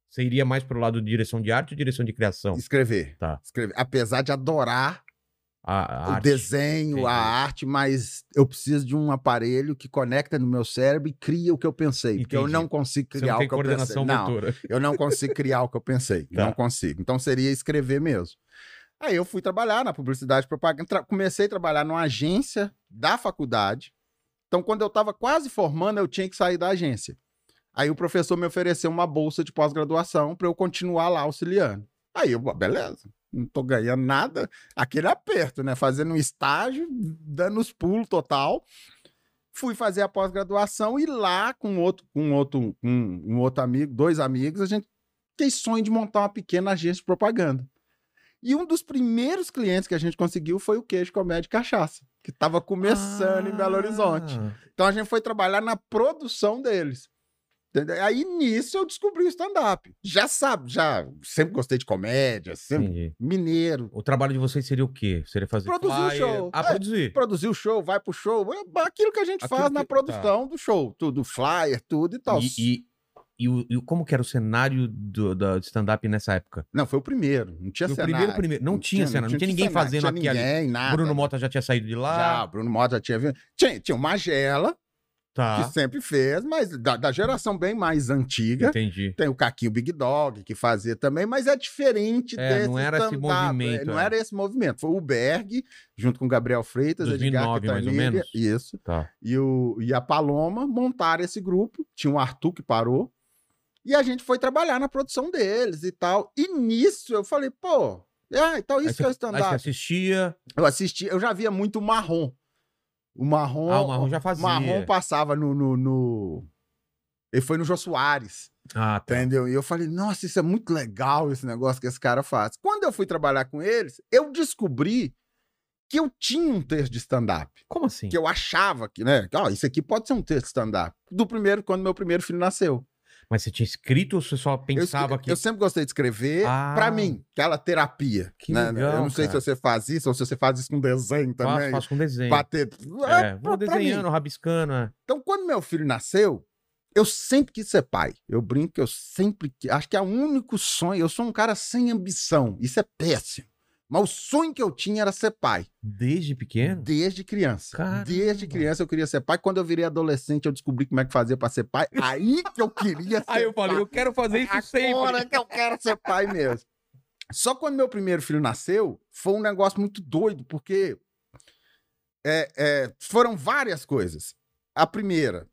Você iria mais pro lado de direção de arte ou direção de criação?
escrever.
Tá.
escrever. Apesar de adorar
A, a
o
arte.
desenho,
Entendi.
a arte, mas eu preciso de um aparelho que conecta no meu cérebro e cria o que eu pensei. Porque eu
Entendi.
não consigo
Você
criar
não tem
o que eu pensei.
coordenação
Não,
motora.
Eu não consigo criar o que eu pensei.
Tá.
Não consigo. Então seria escrever mesmo. Aí eu fui trabalhar na publicidade e propaganda. Tra- comecei a trabalhar numa agência da faculdade. Então, quando eu estava quase formando, eu tinha que sair da agência. Aí o professor me ofereceu uma bolsa de pós-graduação para eu continuar lá auxiliando. Aí eu, "Bom, beleza, não tô ganhando nada. Aquele aperto, né? Fazendo um estágio, dando os pulos total fui fazer a pós-graduação e lá com outro, com outro, um, um outro amigo, dois amigos, a gente tem sonho de montar uma pequena agência de propaganda. E um dos primeiros clientes que a gente conseguiu foi o Queijo Comédia e Cachaça, que estava começando em Belo Horizonte.
Ah,
Então a gente foi trabalhar na produção deles. Entendeu? Aí nisso eu descobri o stand-up. Já sabe, já sempre gostei de comédia, sempre
Entendi.
mineiro.
O trabalho de vocês seria o quê? Seria fazer
Produzir o
flyer?
show.
Ah,
É,
produzir.
Produzir o show, vai pro show, é aquilo que a gente
Aquilo
faz
que- tá.
na produção do show, tudo, flyer, tudo e tal.
E, e, e o, e o- como que era o cenário do, da- de stand-up nessa época?
Não, foi o primeiro. Não tinha
o
cenário.
primeiro, primeiro. Não, tinha cenário, não tinha ninguém
cenário,
fazendo
não
aqui
tinha
ali.
ninguém, nada.
Bruno Ah. Mota já tinha saído de
Já,
lá.
Bruno Mota já tinha vindo. Tinha, tinha o Magela,
Tá.
que sempre fez, mas da, da geração bem mais antiga.
Entendi.
Tem o Caquinho Big Dog, que fazia também, mas é diferente
É,
desse
não era esse
stand-up, é,
movimento,
Não
é.
era esse movimento. Foi o Berg, junto com o Gabriel Freitas, Edgar
2009, mais ou
Quintanilha,
menos?
isso,
Tá.
e, o, e a Paloma montaram esse grupo. Tinha o Arthur que parou. E a gente foi trabalhar na produção deles e tal. E nisso eu falei, pô, ah, então
Aí
isso
você-
que é o
Aí você
stand-up.
assistia.
Eu assisti, eu já via muito marrom. O marrom.
Ah, o Marrom já fazia.
Marrom passava no. no, no- Ele foi no Jô Soares,
Ah, tá.
entendeu? E eu falei, nossa, isso é muito legal, esse negócio que esse cara faz. Quando eu fui trabalhar com eles, eu descobri que eu tinha um texto de stand-up.
Como assim?
Que eu achava que, né? Ó, isso aqui pode ser um texto de stand-up. Do primeiro, quando meu primeiro filho nasceu.
Mas você tinha escrito ou você só
Eu
pensava
escre-
que.
Eu sempre gostei de escrever
Ah.
pra mim, aquela terapia.
Que
né?
legal,
eu não sei
cara.
se você faz isso ou se você faz isso com desenho
faço,
também.
faço com desenho.
pra ter-
É,
É,
vou
pra- pra mim.
desenhando, rabiscando. é.
Então, quando meu filho nasceu, eu sempre quis ser pai. Eu brinco que eu sempre. que- Acho que é o único sonho. Eu sou um cara sem ambição. Isso é péssimo. Mas o sonho que eu tinha era ser pai.
Desde pequeno?
Desde criança.
Caramba.
Desde criança eu queria ser pai. Quando eu virei adolescente, eu descobri como é que fazia pra ser pai. Aí que eu queria ser
Aí eu falei,
pai.
eu quero fazer isso sempre.
Agora é que eu quero ser pai mesmo. Só quando meu primeiro filho nasceu, foi um negócio muito doido, porque é, é, foram várias coisas. A primeira,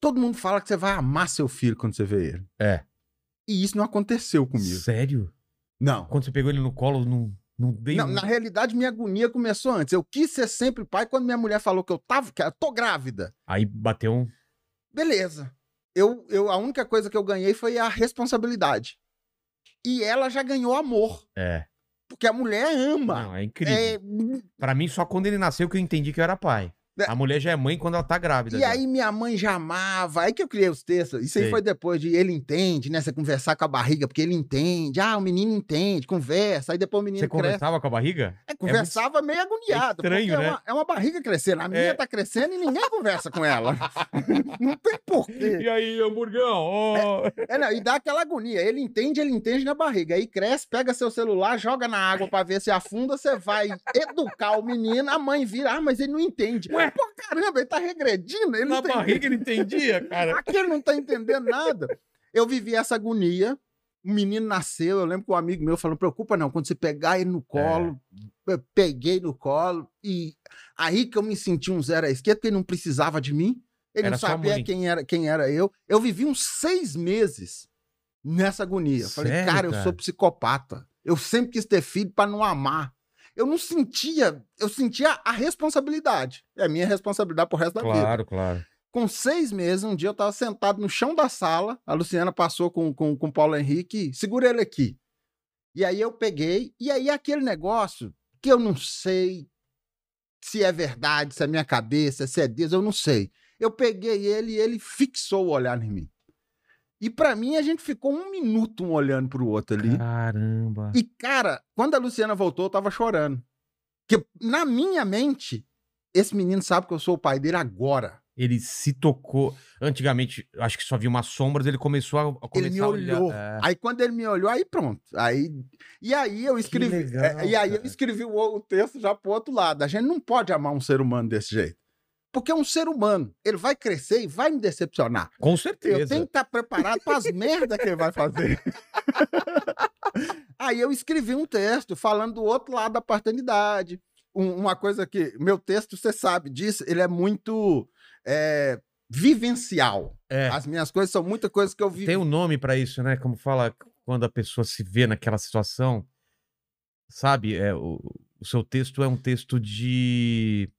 todo mundo fala que você vai amar seu filho quando você vê ele.
É.
E isso não aconteceu comigo.
Sério?
Não.
Quando você pegou ele no colo, não, não dei
Não,
um-
na realidade, minha agonia começou antes. Eu quis ser sempre pai quando minha mulher falou que eu tava, que eu tô grávida.
Aí bateu um.
Beleza. Eu, eu, a única coisa que eu ganhei foi a responsabilidade. E ela já ganhou amor.
É.
Porque a mulher ama.
Não, é incrível.
É,
Pra mim, só quando ele nasceu que eu entendi que eu era pai.
É.
A mulher já é mãe quando ela tá grávida.
e
já.
aí minha mãe já amava. Aí que eu criei os textos. Isso aí
Sei.
foi depois de ele entende, né? Você conversar com a barriga, porque ele entende. Ah, o menino entende, conversa. Aí depois o menino
Você
cresce.
conversava com a barriga?
É, conversava meio agoniado.
é estranho,
porque
né?
é, uma, é uma barriga crescendo. A minha
É.
tá crescendo e ninguém conversa com ela. [LAUGHS] não tem porquê.
E aí, hamburgão? Ó.
É, não, e dá aquela agonia. Ele entende, ele entende na barriga. Aí cresce, pega seu celular, joga na água pra ver se afunda. Você vai educar o menino. A mãe vira, ah, mas ele não entende.
Ué?
Pô, caramba, ele tá regredindo. Ele
Na
não tá
barriga ele entendia,
[LAUGHS]
cara.
Aqui ele não tá entendendo nada. Eu vivi essa agonia. O menino nasceu, eu lembro que um amigo meu falou: preocupa não, quando você pegar ele no colo,
É.
eu peguei no colo, e aí que eu me senti um zero à esquerda, porque ele não precisava de mim, ele
Era
não
sua
sabia
mãe.
quem era, quem era eu. Eu vivi uns seis meses nessa agonia. Eu falei,
Sério,
cara, eu
cara?
sou psicopata. Eu sempre quis ter filho para não amar. Eu não sentia, eu sentia a responsabilidade. É a minha responsabilidade pro resto da vida.
Claro, claro.
Com seis meses, um dia eu tava sentado no chão da sala, a Luciana passou com, com, com o Paulo Henrique, e, segura ele aqui. E aí eu peguei, e aí aquele negócio que eu não sei se é verdade, se é minha cabeça, se é Deus, eu não sei. Eu peguei ele e ele fixou o olhar em mim. E pra mim, a gente ficou um minuto um olhando pro outro ali.
Caramba.
E, cara, quando a Luciana voltou, eu tava chorando. Porque, na minha mente, esse menino sabe que eu sou o pai dele agora.
Ele se tocou. Antigamente, acho que só via umas sombras, ele começou a, a
Ele
começar
me
a olhar.
olhou.
É.
Aí quando ele me olhou, aí pronto. Aí, e aí eu escrevi.
legal,
é, e aí eu
cara.
escrevi o, o texto já pro outro lado. A gente não pode amar um ser humano desse jeito. Porque é um ser humano. Ele vai crescer e vai me decepcionar.
Com
Eu
certeza.
tenho que estar preparado para as merdas que ele vai fazer.
[LAUGHS]
Aí eu escrevi um texto falando do outro lado da paternidade. Um- uma coisa que. Meu texto, você sabe disso, ele é muito é, vivencial.
É.
As minhas coisas são muita coisa que eu vivi.
Tem um nome pra isso, né? Como fala quando a pessoa se vê naquela situação. Sabe? É, o, o seu texto é um texto de.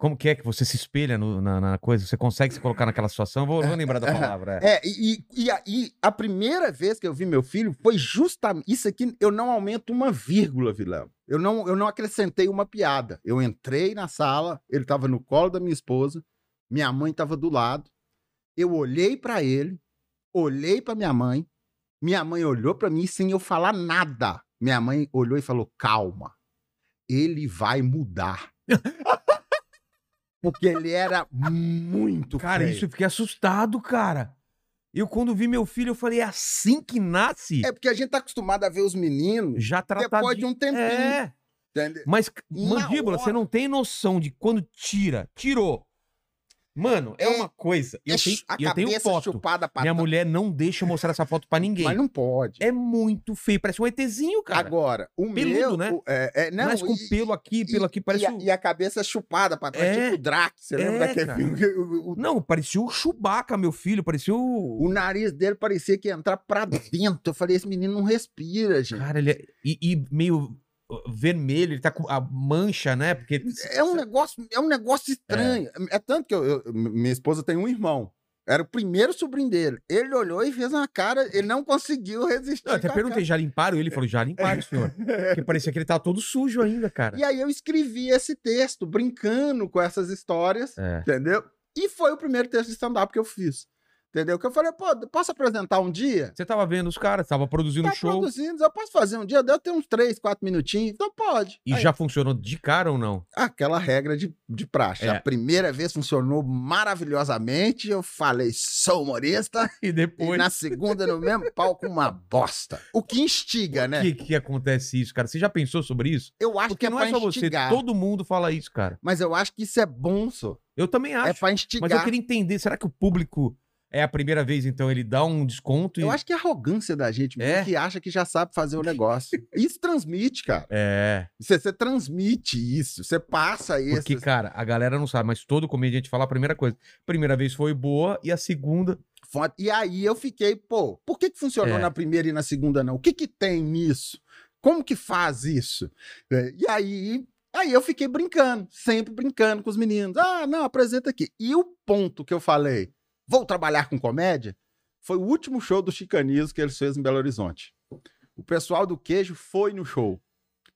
Como que é que você se espelha no- na, na coisa? Você consegue se colocar naquela situação? Vou, vou lembrar da palavra. é.
É, e, e, e aí, a primeira vez que eu vi meu filho foi justamente. Isso aqui, eu não aumento uma vírgula, vilão. Eu não, eu não acrescentei uma piada. Eu entrei na sala, ele estava no colo da minha esposa, minha mãe estava do lado. Eu olhei para ele, olhei para minha mãe, minha mãe olhou para mim sem eu falar nada. Minha mãe olhou e falou: calma, ele
[LAUGHS]
vai mudar. Porque ele era muito
Cara,
feio.
isso eu fiquei assustado, cara. Eu, quando vi meu filho, eu falei, é assim que nasce?
É porque a gente tá acostumado a ver os meninos
Já tratado.
depois de um tempinho.
É.
entende?
Mas,
Na
mandíbula,
hora.
você não tem noção de quando tira. Tirou. Mano, é
É.
uma coisa. Eu, tenho,
a
eu tenho
cabeça
foto.
chupada pra
Minha
trás.
mulher não deixa eu mostrar essa foto pra ninguém.
Mas não pode.
É muito feio. Parece um ETzinho, cara.
Agora, o
Peludo,
meu...
né?
o- é, é, não,
Mas com
e-
pelo aqui, pelo aqui, parece.
e, a,
um-
e a cabeça chupada pra trás,
É.
tipo o Drac. Você lembra
É,
daquele
cara.
filme? [LAUGHS] que o- o- o-
Não, parecia o Chewbacca, meu filho. Parecia o.
o nariz dele parecia que ia entrar pra dentro. Eu falei, esse menino não respira, gente.
Cara, ele é. E, e meio uh, vermelho, ele tá com a mancha, né? Porque.
É um negócio, é um negócio estranho. É, tanto que eu- eu- minha esposa tem um irmão. Era o primeiro sobrinho dele. Ele olhou e fez uma cara, ele não conseguiu resistir.
Não, eu até
com a
perguntei, já limparam ele? Ele falou, já limparam, senhor. Porque parecia que ele tava todo sujo ainda,
cara.
cara.
É. E aí eu escrevi esse texto, brincando com essas histórias,
É.
entendeu? E foi o primeiro texto de stand-up que eu fiz. Entendeu? Que eu falei, pô, posso apresentar um dia?
Você tava vendo os caras, tava produzindo
tá
o show.
produzindo, eu posso fazer um dia, deu até uns três, quatro minutinhos, então pode.
E
Aí,
já funcionou de cara ou não?
Aquela regra de, de praxe.
É.
A primeira vez funcionou maravilhosamente, eu falei, sou humorista,
E
[LAUGHS] e
depois.
na segunda, no mesmo palco, uma bosta. O que instiga,
O
né?
que, que acontece isso, cara? Você já pensou sobre isso?
Eu acho
Porque
que é
não
pra
é só você,
instigar.
todo mundo fala isso, cara.
Mas eu acho que isso é bom, só.
Eu também acho.
É pra
mas eu
instigar.
queria entender, será que o público é a primeira vez, então ele dá um desconto e.
Eu acho que é a arrogância da gente mesmo,
É?
que acha que já sabe fazer o negócio. Isso transmite, cara.
É,
Você, você transmite isso, você passa isso.
porque, cara, a galera não sabe, mas todo comediante fala a primeira coisa. Primeira vez foi boa e a segunda.
Foda. E aí eu fiquei, pô, por que, que funcionou
É.
na primeira e na segunda não? O que, que tem nisso? Como que faz isso? É, E aí, aí eu fiquei brincando, sempre brincando com os meninos. Ah, não, apresenta aqui. E o ponto que eu falei, vou trabalhar com comédia, foi o último show do Chicanizo que eles fez em Belo Horizonte. O pessoal do Queijo foi no show.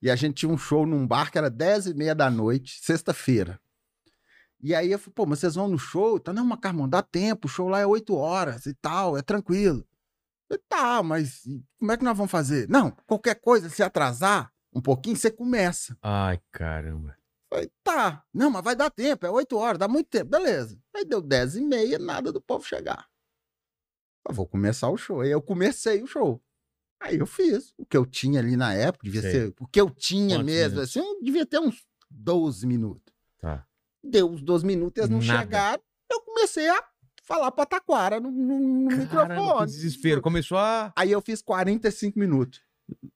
E a gente tinha um show num bar que era 10 e meia da noite, sexta-feira. E aí eu falei, pô, mas vocês vão no show? Então, não, Macarmão, dá tempo, o show lá é 8 horas e tal, é tranquilo. Eu, tá, mas como é que nós vamos fazer? Não, qualquer coisa, se atrasar um pouquinho, você começa.
Ai, caramba.
Eu Falei, tá, não, mas vai dar tempo, é 8 horas, dá muito tempo, beleza. Aí deu 10 e meia, nada do povo chegar. Eu vou começar o show. Aí eu comecei o show. Aí eu fiz o que eu tinha ali na época, devia
Sei.
ser o que eu tinha
Quantos
mesmo,
minutos?
assim, devia ter uns 12 minutos
Tá.
deu os dois minutos, eles não
Nada.
chegaram. Eu comecei a falar pataquara no, no- no
Caramba, que
microfone.
desespero. Começou a.
Aí eu fiz 45 minutos.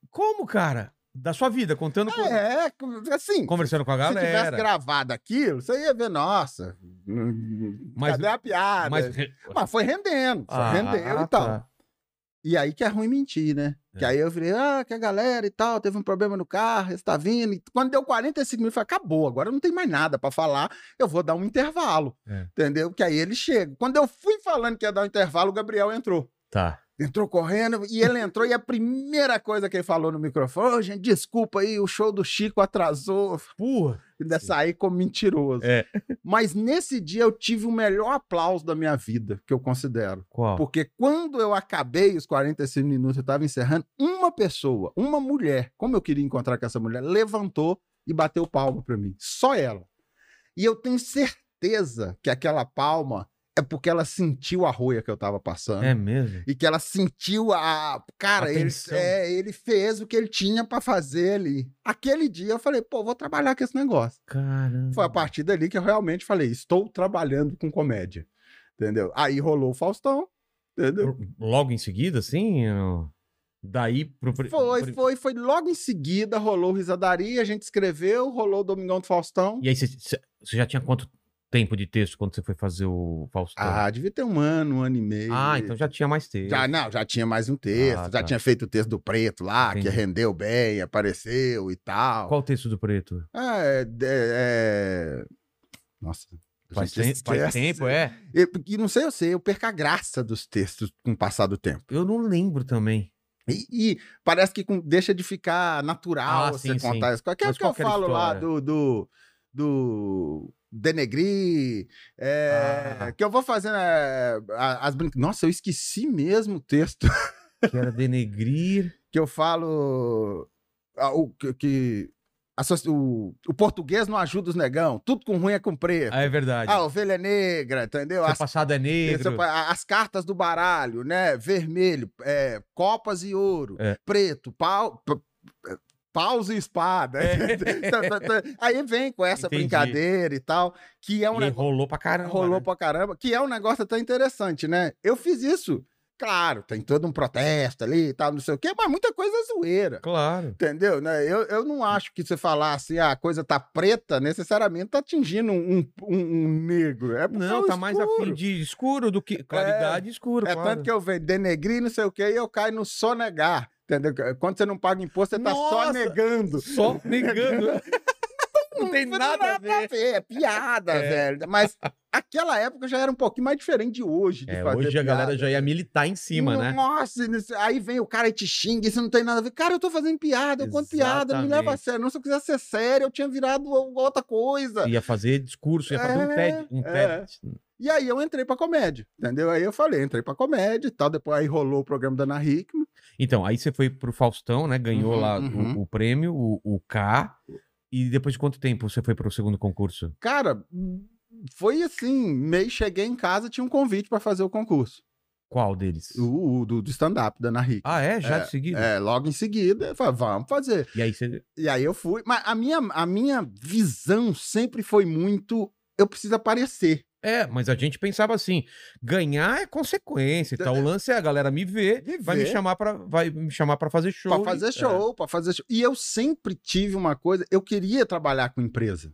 Como, cara? Da sua vida, contando com.
É, assim,
Conversando com a
se tivesse
galera.
gravado aquilo, você ia ver, nossa, hum,
Mas-
cadê a piada?
Mas...
Mas, foi rendendo, então. foi
Ah,
rendeu e tal.
tá.
E aí que é ruim mentir, né?
É.
Que aí eu falei, ah, que a galera e tal, teve um problema no carro, está vindo. E quando deu 45 minutos, eu falei, acabou, agora não tem mais nada pra falar, eu vou dar um intervalo.
É.
Entendeu? Que aí ele chega. Quando eu fui falando que ia dar um intervalo, o Gabriel entrou.
Tá.
Entrou correndo e ele entrou e a primeira coisa que ele falou no microfone, "Ô, gente, desculpa aí, o show do Chico atrasou.
Porra.
Ainda saí como mentiroso.
É.
Mas nesse dia eu tive o melhor aplauso da minha vida, que eu considero.
Qual?
Porque quando eu acabei os 45 minutos, eu estava encerrando, uma pessoa, uma mulher, como eu queria encontrar com essa mulher, levantou e bateu palma para mim. Só ela. E eu tenho certeza que aquela palma é porque ela sentiu a roia que eu estava passando.
É mesmo?
E que ela sentiu a. Cara,
A
ele,
tensão.
é, ele fez o que ele tinha para fazer ali. Aquele dia eu falei, pô, vou trabalhar com esse negócio.
Caramba.
Foi a partir dali que eu realmente falei: estou trabalhando com comédia. Entendeu? Aí rolou o Faustão. Entendeu?
Por- Logo em seguida, assim? eu- Daí pro. pri-
Foi,
pri-
foi, foi. Logo em seguida rolou o Risadaria, a gente escreveu, rolou o Domingão do Faustão.
E aí, você- você você já tinha quanto tempo de texto quando você foi fazer o Faustão?
Ah, devia ter um ano, um ano e meio.
Ah, então já tinha mais texto.
Já, não, já tinha mais um texto,
Ah,
já
tá.
tinha feito o texto do Preto lá,
Entendi.
que rendeu bem, apareceu e tal.
Qual o texto do Preto?
Ah, é, é- é- Nossa. a
Faz, tem-
gente
faz
esquece.
tempo, é?
E, e não sei, eu sei, eu perco a graça dos textos com o passar do tempo.
Eu não lembro também.
E, e parece que com- deixa de ficar natural
Ah,
você
sim, sim.
contar isso. Que é o
Mas
que eu
qual que era a
falo lá
história?
do, do, do Denegri, é,
Ah.
que eu vou fazendo é, a- as brin... Nossa, eu esqueci mesmo o texto [LAUGHS]
Que era denegrir.
que eu falo ah, o, que, que a soci- o, o português não ajuda os negão, tudo com ruim é com preto.
Ah, é verdade.
A ovelha é negra, entendeu?
Seu
As
passado é negro.
Pensa, a- As cartas do baralho, né? Vermelho, é, copas e ouro,
É.
preto, pau, p- p- paus e espada. [LAUGHS] Tá, tá, tá. Aí vem com essa
É. Entendi.
brincadeira e tal, que é um
E
negócio.
rolou pra caramba.
Rolou
né?
pra caramba, que é um negócio até interessante, né? Eu fiz isso. Claro, tem todo um protesto ali e tal, não sei o quê, mas muita coisa é zoeira.
Claro.
Entendeu? né? Eu, eu não acho que você falar assim, ah, a coisa tá preta, necessariamente tá atingindo um, um- um negro. É porque é
Não,
um
tá mais a fim
escuro.
de escuro do que claridade e escuro.
É
claro.
tanto que eu venho denegrir, não sei o quê, e eu caio no sonegar. Entendeu? eh, Quando você não paga imposto, você tá só
Nossa!
negando. [LAUGHS]
Só negando. Não tem nada a ver.
É piada,
É.
velho. Mas aquela época já era um pouquinho mais diferente de hoje. De
É,
fazer
hoje a galera
piada.
já ia militar em cima, né?
Nossa, isso- aí vem o cara e te xinga, isso não tem nada a ver. Cara, eu tô fazendo piada, eu conto piada, não me leva a
Exatamente.
sério. Não, se eu quisesse ser sério, eu tinha virado outra coisa.
Ia fazer discurso, ia fazer um
É,
TED. Um
é.
TED.
E aí eu entrei pra comédia, entendeu? Aí eu falei, entrei pra comédia e tal. Depois aí rolou o programa da Ana Hickman.
Então, aí você foi pro Faustão, né? Ganhou
Uhum,
lá o-
uhum.
O, prêmio, o, o K. E depois de quanto tempo você foi pro segundo concurso?
Cara, foi assim, meio cheguei em casa, tinha um convite pra fazer o concurso.
Qual deles?
O, o do, do stand-up da Ana Hickman.
Ah, é? Já
É,
de seguida?
É, logo em seguida, eu falei, vamos fazer.
E aí você.
E aí eu fui. Mas a minha, a minha visão sempre foi muito. Eu preciso aparecer.
É, mas a gente pensava assim: ganhar é consequência e tal. O lance é a galera me ver,
Me
vai me
ver.
chamar para vai me chamar para fazer show. É.
Pra fazer show, pra fazer show. E eu sempre tive uma coisa. Eu queria trabalhar com empresa.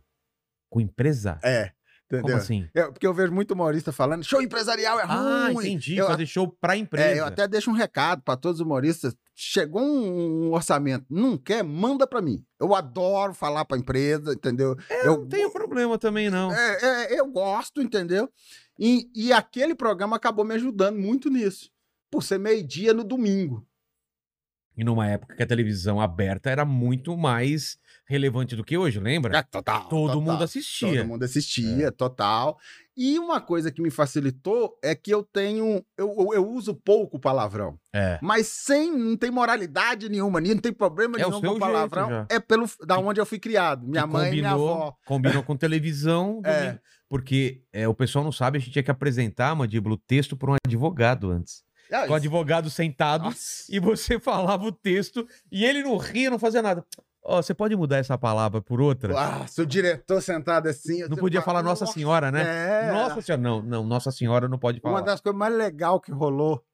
Com empresa?
É.
Como
Entendeu?
assim?
Eu- porque eu vejo muito humorista falando, show empresarial é
Ah,
ruim.
entendi.
Eu,
fazer show pra empresa.
é, eu até deixo um recado pra todos os humoristas. Chegou um, um orçamento, não quer, manda pra mim. Eu adoro falar pra empresa, entendeu?
Eu não tenho problema também, não.
É, é, eu gosto, entendeu? E, e aquele programa acabou me ajudando muito nisso. Por ser meio-dia no domingo.
E numa época que a televisão aberta era muito mais relevante do que hoje, lembra?
É, total.
Todo
Ah, total.
mundo assistia.
Todo mundo É. assistia, total. E uma coisa que me facilitou é que eu tenho. Eu, eu, eu uso pouco palavrão.
É.
Mas sem. Não tem moralidade nenhuma, nem- não tem problema
É o
nenhum
seu
com
jeito
palavrão.
já.
é pelo da onde eu fui criado. Minha
que
mãe e minha avó.
Combinou com televisão.
[LAUGHS] É.
domingo. Porque é, o pessoal não sabe, a gente tinha que apresentar, Mandíbula, o texto para um advogado antes.
Ah,
Com o advogado sentado
Nossa.
e você [LAUGHS] falava o texto e ele não ria, não fazia nada. Ó, você pode mudar essa palavra por outra?
Ah, se o diretor sentado assim. eu
não
sempre
podia
falo,
falar Nossa Senhora, né?
É.
Nossa Senhora, não, não, Nossa Senhora não pode falar.
Uma das coisas mais legais que rolou.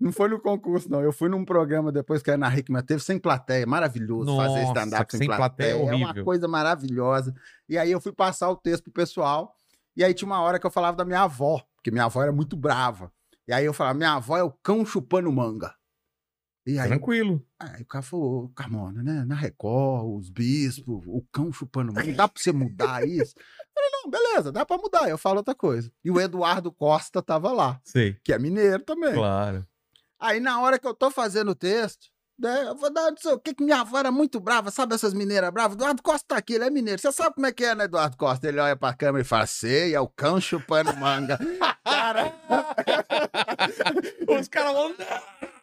Não foi no concurso, não. Eu fui num programa depois que a Ana Hickman teve sem plateia. Maravilhoso fazer
Nossa,
stand-up
sem
sem,
plateia é
plateia. É uma
horrível.
coisa maravilhosa. E aí eu fui passar o texto pro pessoal. E aí tinha uma hora que eu falava da minha avó, porque minha avó era muito brava. E aí eu falava, minha avó é o cão chupando manga. Ah, E aí,
Tranquilo.
aí o cara falou, Carmona, né? Na Record, os bispos, o cão chupando manga. Dá pra você mudar isso? Eu falei, não, beleza, dá pra mudar. Eu falo outra coisa. E o Eduardo Costa tava lá
Sei.
que é mineiro também.
Claro.
Aí na hora que eu tô fazendo o texto, né, eu vou dar não sei o que, que minha avó era muito brava, sabe essas mineiras bravas? Eduardo Costa tá aqui, ele é mineiro. Você sabe como é que é, né, Eduardo Costa? Ele olha pra câmera e fala, sei, é o cão chupando manga. Cara,
Os caras vão.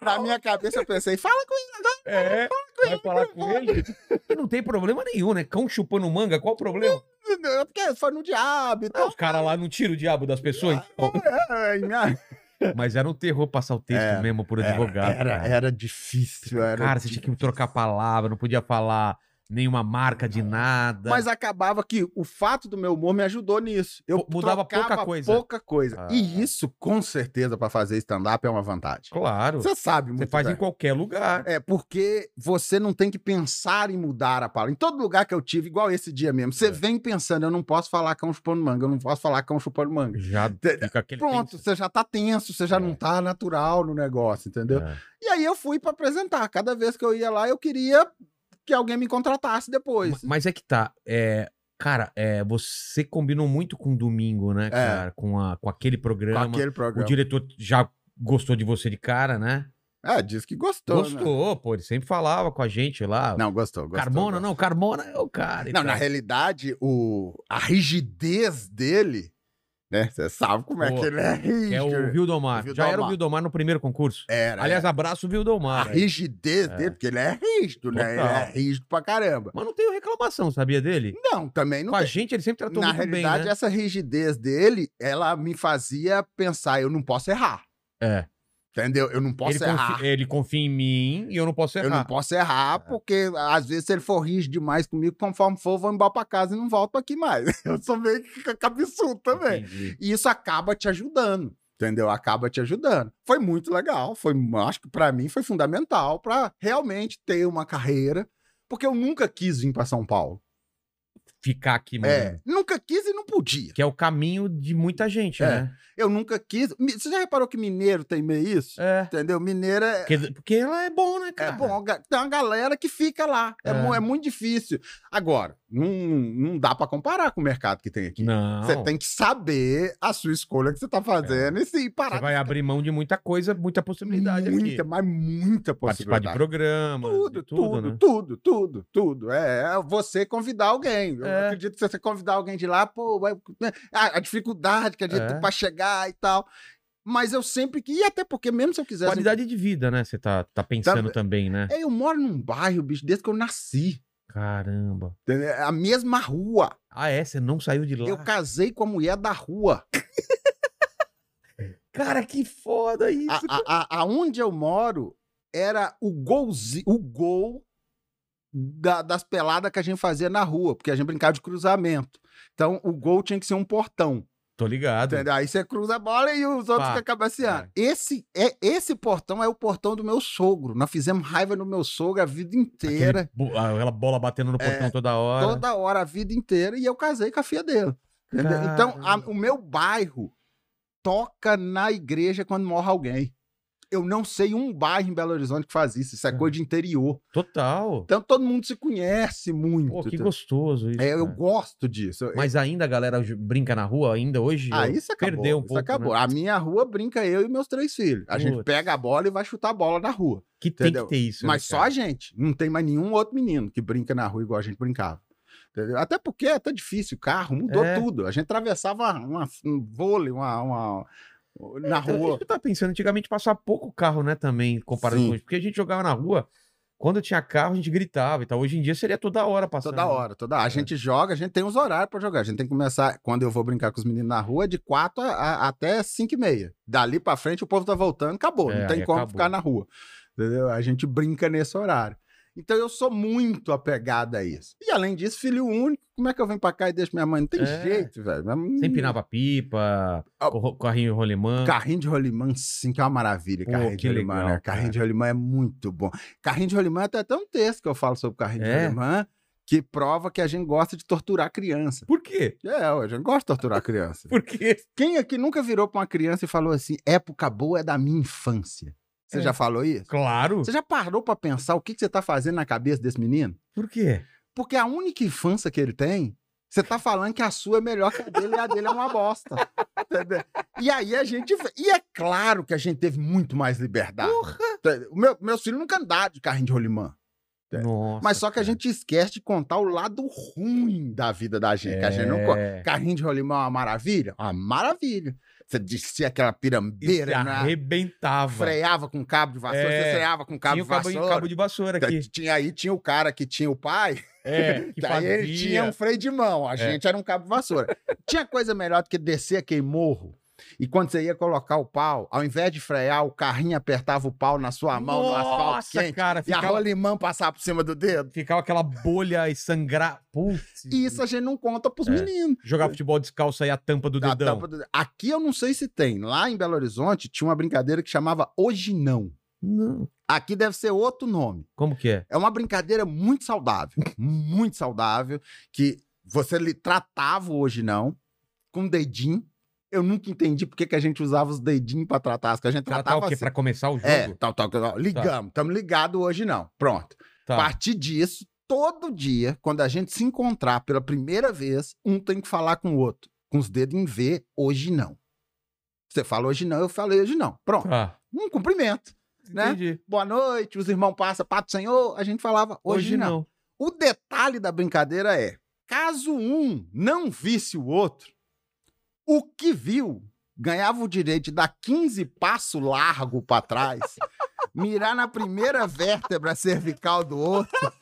na minha cabeça eu pensei, fala com
É, vai falar com ele. Que não tem problema nenhum, né? Cão chupando manga, qual o problema?
ele, porque foi no diabo e
Ah,
tal.
os caras lá não tiram o diabo das pessoas. então.
Ai, minha-
Mas era um terror passar o texto
É,
mesmo por advogado.
Era,
cara.
era difícil, era
Cara, você tinha que trocar palavra, não podia falar nenhuma marca de nada.
Mas acabava que o fato do meu humor me ajudou nisso. Eu
Pô, mudava
trocava
pouca coisa.
pouca coisa.
Ah.
E isso, com certeza, pra fazer stand-up é uma vantagem.
Claro.
Você sabe muito
Você faz
bem.
em qualquer lugar.
É, porque você não tem que pensar em mudar a palavra. Em todo lugar que eu tive, igual esse dia mesmo, você
É.
vem pensando, eu não posso falar cão chupando manga, eu não posso falar cão chupando manga.
Já
Te-
fica aquele.
Pronto,
tenso.
você já tá tenso, você já
É.
não tá natural no negócio, entendeu?
É.
E aí eu fui pra apresentar. Cada vez que eu ia lá, eu queria que alguém me contratasse depois.
Mas é que tá. é, Cara, é, você combinou muito com o domingo, né, cara? Com, a- com aquele
É. Com
programa.
aquele
O
programa.
diretor já gostou de você de cara, né?
É, disse que gostou. né?
Gostou, pô. Ele sempre falava com a gente lá.
Não, gostou, gostou.
Carmona,
gostou.
não, Carmona é o cara. e
Não,
tal.
na realidade, o... a rigidez dele, né? Você sabe como é
Pô,
que ele é rígido.
É o Vildomar.
O
Já era o
Vildomar. É.
Vildomar no primeiro concurso.
Era.
Aliás, abraço
a
Vildomar. aí.
rigidez
É.
dele, porque ele é rígido, né? Ele
Total.
é rígido pra caramba.
Mas não tenho reclamação, sabia dele?
Não, também não
com a
tem.
gente ele sempre tratou
Na
muito bem,
realidade,
né?
essa rigidez dele, ela me fazia pensar, eu não posso errar.
É.
Entendeu? Eu não posso
ele,
errar.
confia, ele confia em mim e eu não posso errar.
Eu
[LAUGHS]
não posso
É.
errar, porque às vezes se ele for rígido demais comigo, conforme for, eu vou embora pra casa e não volto aqui mais. [LAUGHS] Eu sou meio que ca- cabeçudo também.
Entendi.
E isso acaba te ajudando, entendeu? Acaba te ajudando. Foi muito legal, foi, acho que pra mim foi fundamental pra realmente ter uma carreira, porque eu nunca quis vir pra São Paulo.
Ficar aqui, mano.
É, nunca quis e não podia.
Que é o caminho de muita gente,
É.
né?
Eu nunca quis. Mi- Você já reparou que mineiro tem meio isso?
É.
Entendeu? Mineiro é,
Porque, porque ela é bom, né,
É
cara?
bom, ga- tem uma galera que fica lá. É,
É.
mu- é muito difícil. Agora, não, não dá pra comparar com o mercado que tem aqui.
Não. É.
Você tem que saber a sua escolha que você tá fazendo e se parar.
Você vai abrir mão de muita coisa, muita possibilidade
muita,
aqui.
mas muita
Participar de
possibilidade.
programas, de
Tudo, tudo,
né?
tudo, tudo, tudo. É, é você convidar alguém. Eu
É.
acredito que se você convidar alguém de lá, pô, vai- né, a, a dificuldade que a gente
É.
tem pra chegar e tal. Mas eu sempre que. E até porque, mesmo se eu quisesse.
Qualidade de vida, né? Você tá, tá pensando também, né?
Eu moro num bairro, bicho, desde que eu nasci.
Caramba.
entendeu? É A mesma rua.
Ah, é? Você não saiu de lá?
Eu casei com a mulher da rua.
Cara, que foda isso.
A, a, a- aonde eu moro era o golzi, o gol da- das peladas que a gente fazia na rua, porque a gente brincava de cruzamento. Então o gol tinha que ser um portão.
Tô ligado.
Entendeu? Aí você cruza a bola e os outros
Pá.
ficam cabeceando. Esse, é, esse portão é o portão do meu sogro. Nós fizemos raiva no meu sogro a vida inteira.
Aquele bo- Aquela bola batendo no portão toda hora.
É, toda hora, a vida inteira, e eu casei com a filha dele. entendeu?
Caramba.
Então, a- o meu bairro toca na igreja quando morre alguém. Eu não sei um bairro em Belo Horizonte que faz isso, isso é
Cara.
coisa de interior.
Total.
Então, todo mundo se conhece muito.
Pô, que
tá?
gostoso né? isso.
É, eu
cara.
gosto disso. Eu-
Mas ainda a galera ju- brinca na rua, ainda hoje?
Ah,
Eu-
isso acabou.
perdeu um
isso
pouco,
acabou.
né?
A minha rua brinca eu e meus três filhos. A gente
Putz.
pega a bola e vai chutar a bola na rua.
Que tem
entendeu?
que ter isso.
Mas
né,
só
cara?
a gente. Não tem mais nenhum outro menino que brinca na rua igual a gente brincava. Entendeu? Até porque é até difícil, o carro mudou
É.
tudo. A gente atravessava uma- um vôlei, uma, uma- na
Então, isso
rua.
que eu tava pensando, antigamente passava pouco carro, né, também, comparado
Sim.
com hoje. Porque a gente jogava na rua, quando tinha carro, a gente gritava e tal. Hoje em dia seria toda hora passando. né? É.
Toda hora, toda hora. A gente joga, a gente tem uns horários pra jogar. A gente tem que começar, quando eu vou brincar com os meninos na rua, de 4 até 5 e meia. Dali pra frente o povo tá voltando, acabou.
É,
não tem
aí
como
acabou.
ficar na rua. Entendeu? A gente brinca nesse horário. Então eu sou muito apegado a isso. E além disso, filho único, como é que eu venho pra cá e deixo minha mãe? Não tem
É.
jeito, velho. Minha mãe-
Sem pinava pipa,
Ah.
corro- carrinho rolemã.
Carrinho de rolimã, sim, que é uma maravilha.
Pô,
carrinho
que
de rolimã,
legal,
né? Carrinho
cara.
de rolimã é muito bom. Carrinho de rolimã tem até um texto que eu falo sobre carrinho de
É?
rolimã que prova que a gente gosta de torturar criança.
Por quê?
É, a gente gosta de torturar criança.
[LAUGHS] Por quê?
Quem aqui nunca virou pra uma criança e falou assim, época boa é da minha infância? Você
É.
já falou isso?
Claro.
Você já parou pra pensar o que, que você tá fazendo na cabeça desse menino?
Por quê?
Porque a única infância que ele tem, você tá falando que a sua é melhor que a dele e a dele é uma bosta. Entendeu? E aí a gente. vê- E é claro que a gente teve muito mais liberdade. Entendeu? O meu, meus filhos nunca andaram de carrinho de rolimã. É.
Nossa.
Mas só que a
cara.
gente esquece de contar o lado ruim da vida da gente. Que a gente não conta.
É.
Carrinho de rolimã é uma maravilha? Uma maravilha. Você descia aquela
E se
pirambeira, né?
arrebentava.
Freava com cabo de vassoura,
É.
você freava com cabo
tinha
de
o cabo,
vassoura.
cabo de vassoura aqui.
[LAUGHS] Tinha aí, tinha o cara que tinha o pai,
É, que
Aí
fazia. É.
ele tinha um freio de mão, a gente era um cabo de vassoura. [LAUGHS] tinha coisa melhor do que descer aquele morro e quando você ia colocar o pau, ao invés de frear, o carrinho apertava o pau na sua mão, no asfalto
Nossa,
quente,
cara,
e a
ficava,
rola limão passava por cima do dedo.
ficava aquela bolha e sangrar. Putz.
E isso a gente não conta pros
É.
meninos.
Jogar futebol descalço aí a tampa do
A
dedão.
tampa do- Aqui eu não sei se tem. Lá em Belo Horizonte tinha uma brincadeira que chamava Hoje Não.
Não.
Aqui deve ser outro nome.
Como que é?
É uma brincadeira muito saudável, muito saudável, que você lhe tratava o hoje não, com dedinho. Eu nunca entendi por que que a gente usava os dedinhos pra tratar, as que a gente
Tratar
tratava
o quê?
assim.
Pra começar o jogo?
É, tal, tal, tal. Ligamos, estamos ligados hoje não. Pronto.
Tá.
A partir disso, todo dia, quando a gente se encontrar pela primeira vez, um tem que falar com o outro, com os dedos em V, hoje não. Você fala hoje não, eu falei hoje não. Pronto.
Tá.
Um cumprimento, né?
Entendi.
boa noite, os irmãos passam, pato senhor, a gente falava, hoje, não. O detalhe da brincadeira é, caso um não visse o outro, o que viu ganhava o direito de dar 15 passos [LAUGHS] largo para trás, mirar na primeira vértebra cervical do outro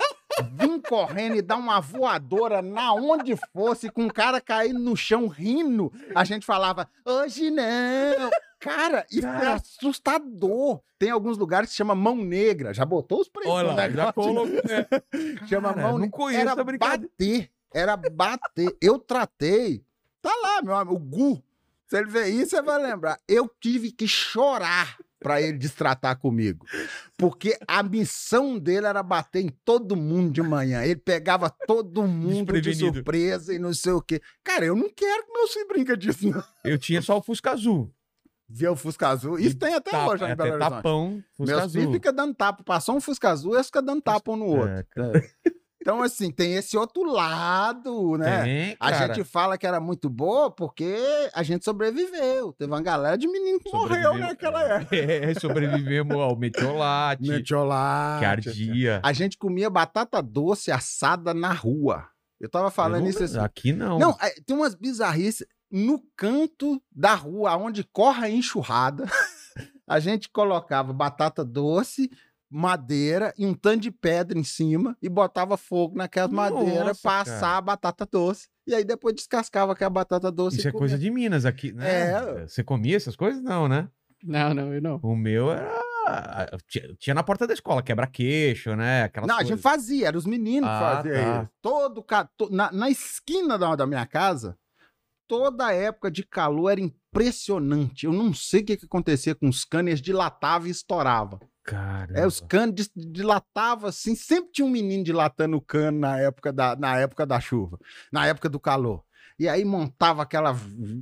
Vim correndo e dar uma voadora na onde fosse, com o cara caindo no chão rindo. A gente falava, hoje não. Cara, e foi
Cara.
assustador. Tem alguns lugares que chama mão negra. Já botou os preços.
Olha
no
lá, já
um negócio.
colocou.
[LAUGHS]
é.
Chama
Cara,
mão
não
negra.
conheço
era
essa brincadeira.
bater. Era bater. Eu tratei. Tá lá, meu amigo. O Gu. Se ele ver isso, você vai lembrar. Eu tive que chorar pra ele destratar comigo. Porque a missão dele era bater em todo mundo de manhã. Ele pegava todo mundo de
Desprevenido.
surpresa e não sei o quê. Cara, eu não quero que meu filho brinca disso, não.
Eu tinha só o Fusca Azul.
Ver o Fusca Azul. Isso tem até
Tapa-
Tá hoje lá
é,
em Belo
até
Horizonte.
tapão, Fusca
Meus filhos
Azul.
ficam dando tapa. Passou um Fusca Azul, eles ficam dando tapa um no outro.
É,
Então, assim, tem esse outro lado, né?
Tem,
A
cara.
gente fala que era muito boa porque a gente sobreviveu. Teve uma galera de menino que morreu
Sobreviveu-
naquela
[LAUGHS]
época.
É, sobrevivemos ao metiolate, que
Metiolate.
ardia.
A gente comia batata doce assada na rua. Eu tava
Eu
falando
não-
isso assim.
Aqui não.
Não, é, tem umas bizarrices no canto da rua, onde corre a enxurrada. [LAUGHS] A gente colocava batata doce, madeira e um tanto de pedra em cima e botava fogo naquelas
Nossa,
madeiras pra assar
cara.
a batata doce. E aí depois descascava com a batata doce
Isso
e
é
comia.
coisa de Minas aqui, né?
É.
Você comia essas coisas? Não, né?
Não, não, eu não.
O meu era. ah, Tinha, tinha na porta da escola, quebra-queixo, né? Aquelas
Não, a
coisas.
gente fazia, eram os meninos que
Ah,
faziam
tá.
isso. Todo, ca- to- na, na esquina da, da minha casa, toda época de calor era impressionante. Eu não sei o que, que acontecia com os cânions, dilatava e estourava.
Cara.
É, os canos dis- dilatavam assim, sempre tinha um menino dilatando o cano na época da, na época da chuva, na época do calor. E aí montava aquela. v-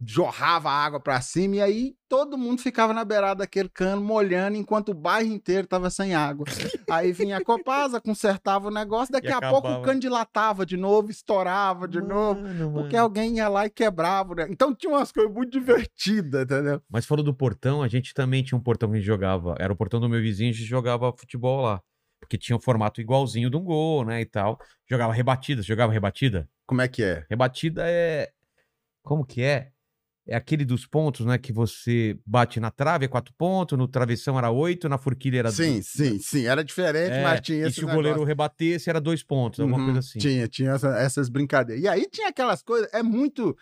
jorrava água pra cima, e aí todo mundo ficava na beirada daquele cano molhando, enquanto o bairro inteiro tava sem água. aí vinha a Copasa, consertava o [LAUGHS] negócio, daqui
E
a pouco
acabava.
o cano dilatava de novo, estourava de novo. Porque é alguém ia lá e quebrava, né? Então tinha umas coisas muito divertidas, entendeu?
Mas falou do portão, a gente também tinha um portão que a gente jogava. Era o portão do meu vizinho, a gente jogava futebol lá. Porque tinha o formato igualzinho de um gol, né? E tal. Jogava rebatida. Você jogava rebatida?
Como é que é?
Rebatida é. Como que é? É aquele dos pontos, né? Que você bate na trave, é quatro pontos, no travessão era oito, na forquilha era
Sim, sim, sim. Era diferente,
né? É,
mas tinha
e
esse
se o goleiro
negócio.
rebatesse, era dois pontos, alguma
Uhum,
coisa assim.
Tinha, tinha essa- essas brincadeiras. E aí tinha aquelas coisas, é muito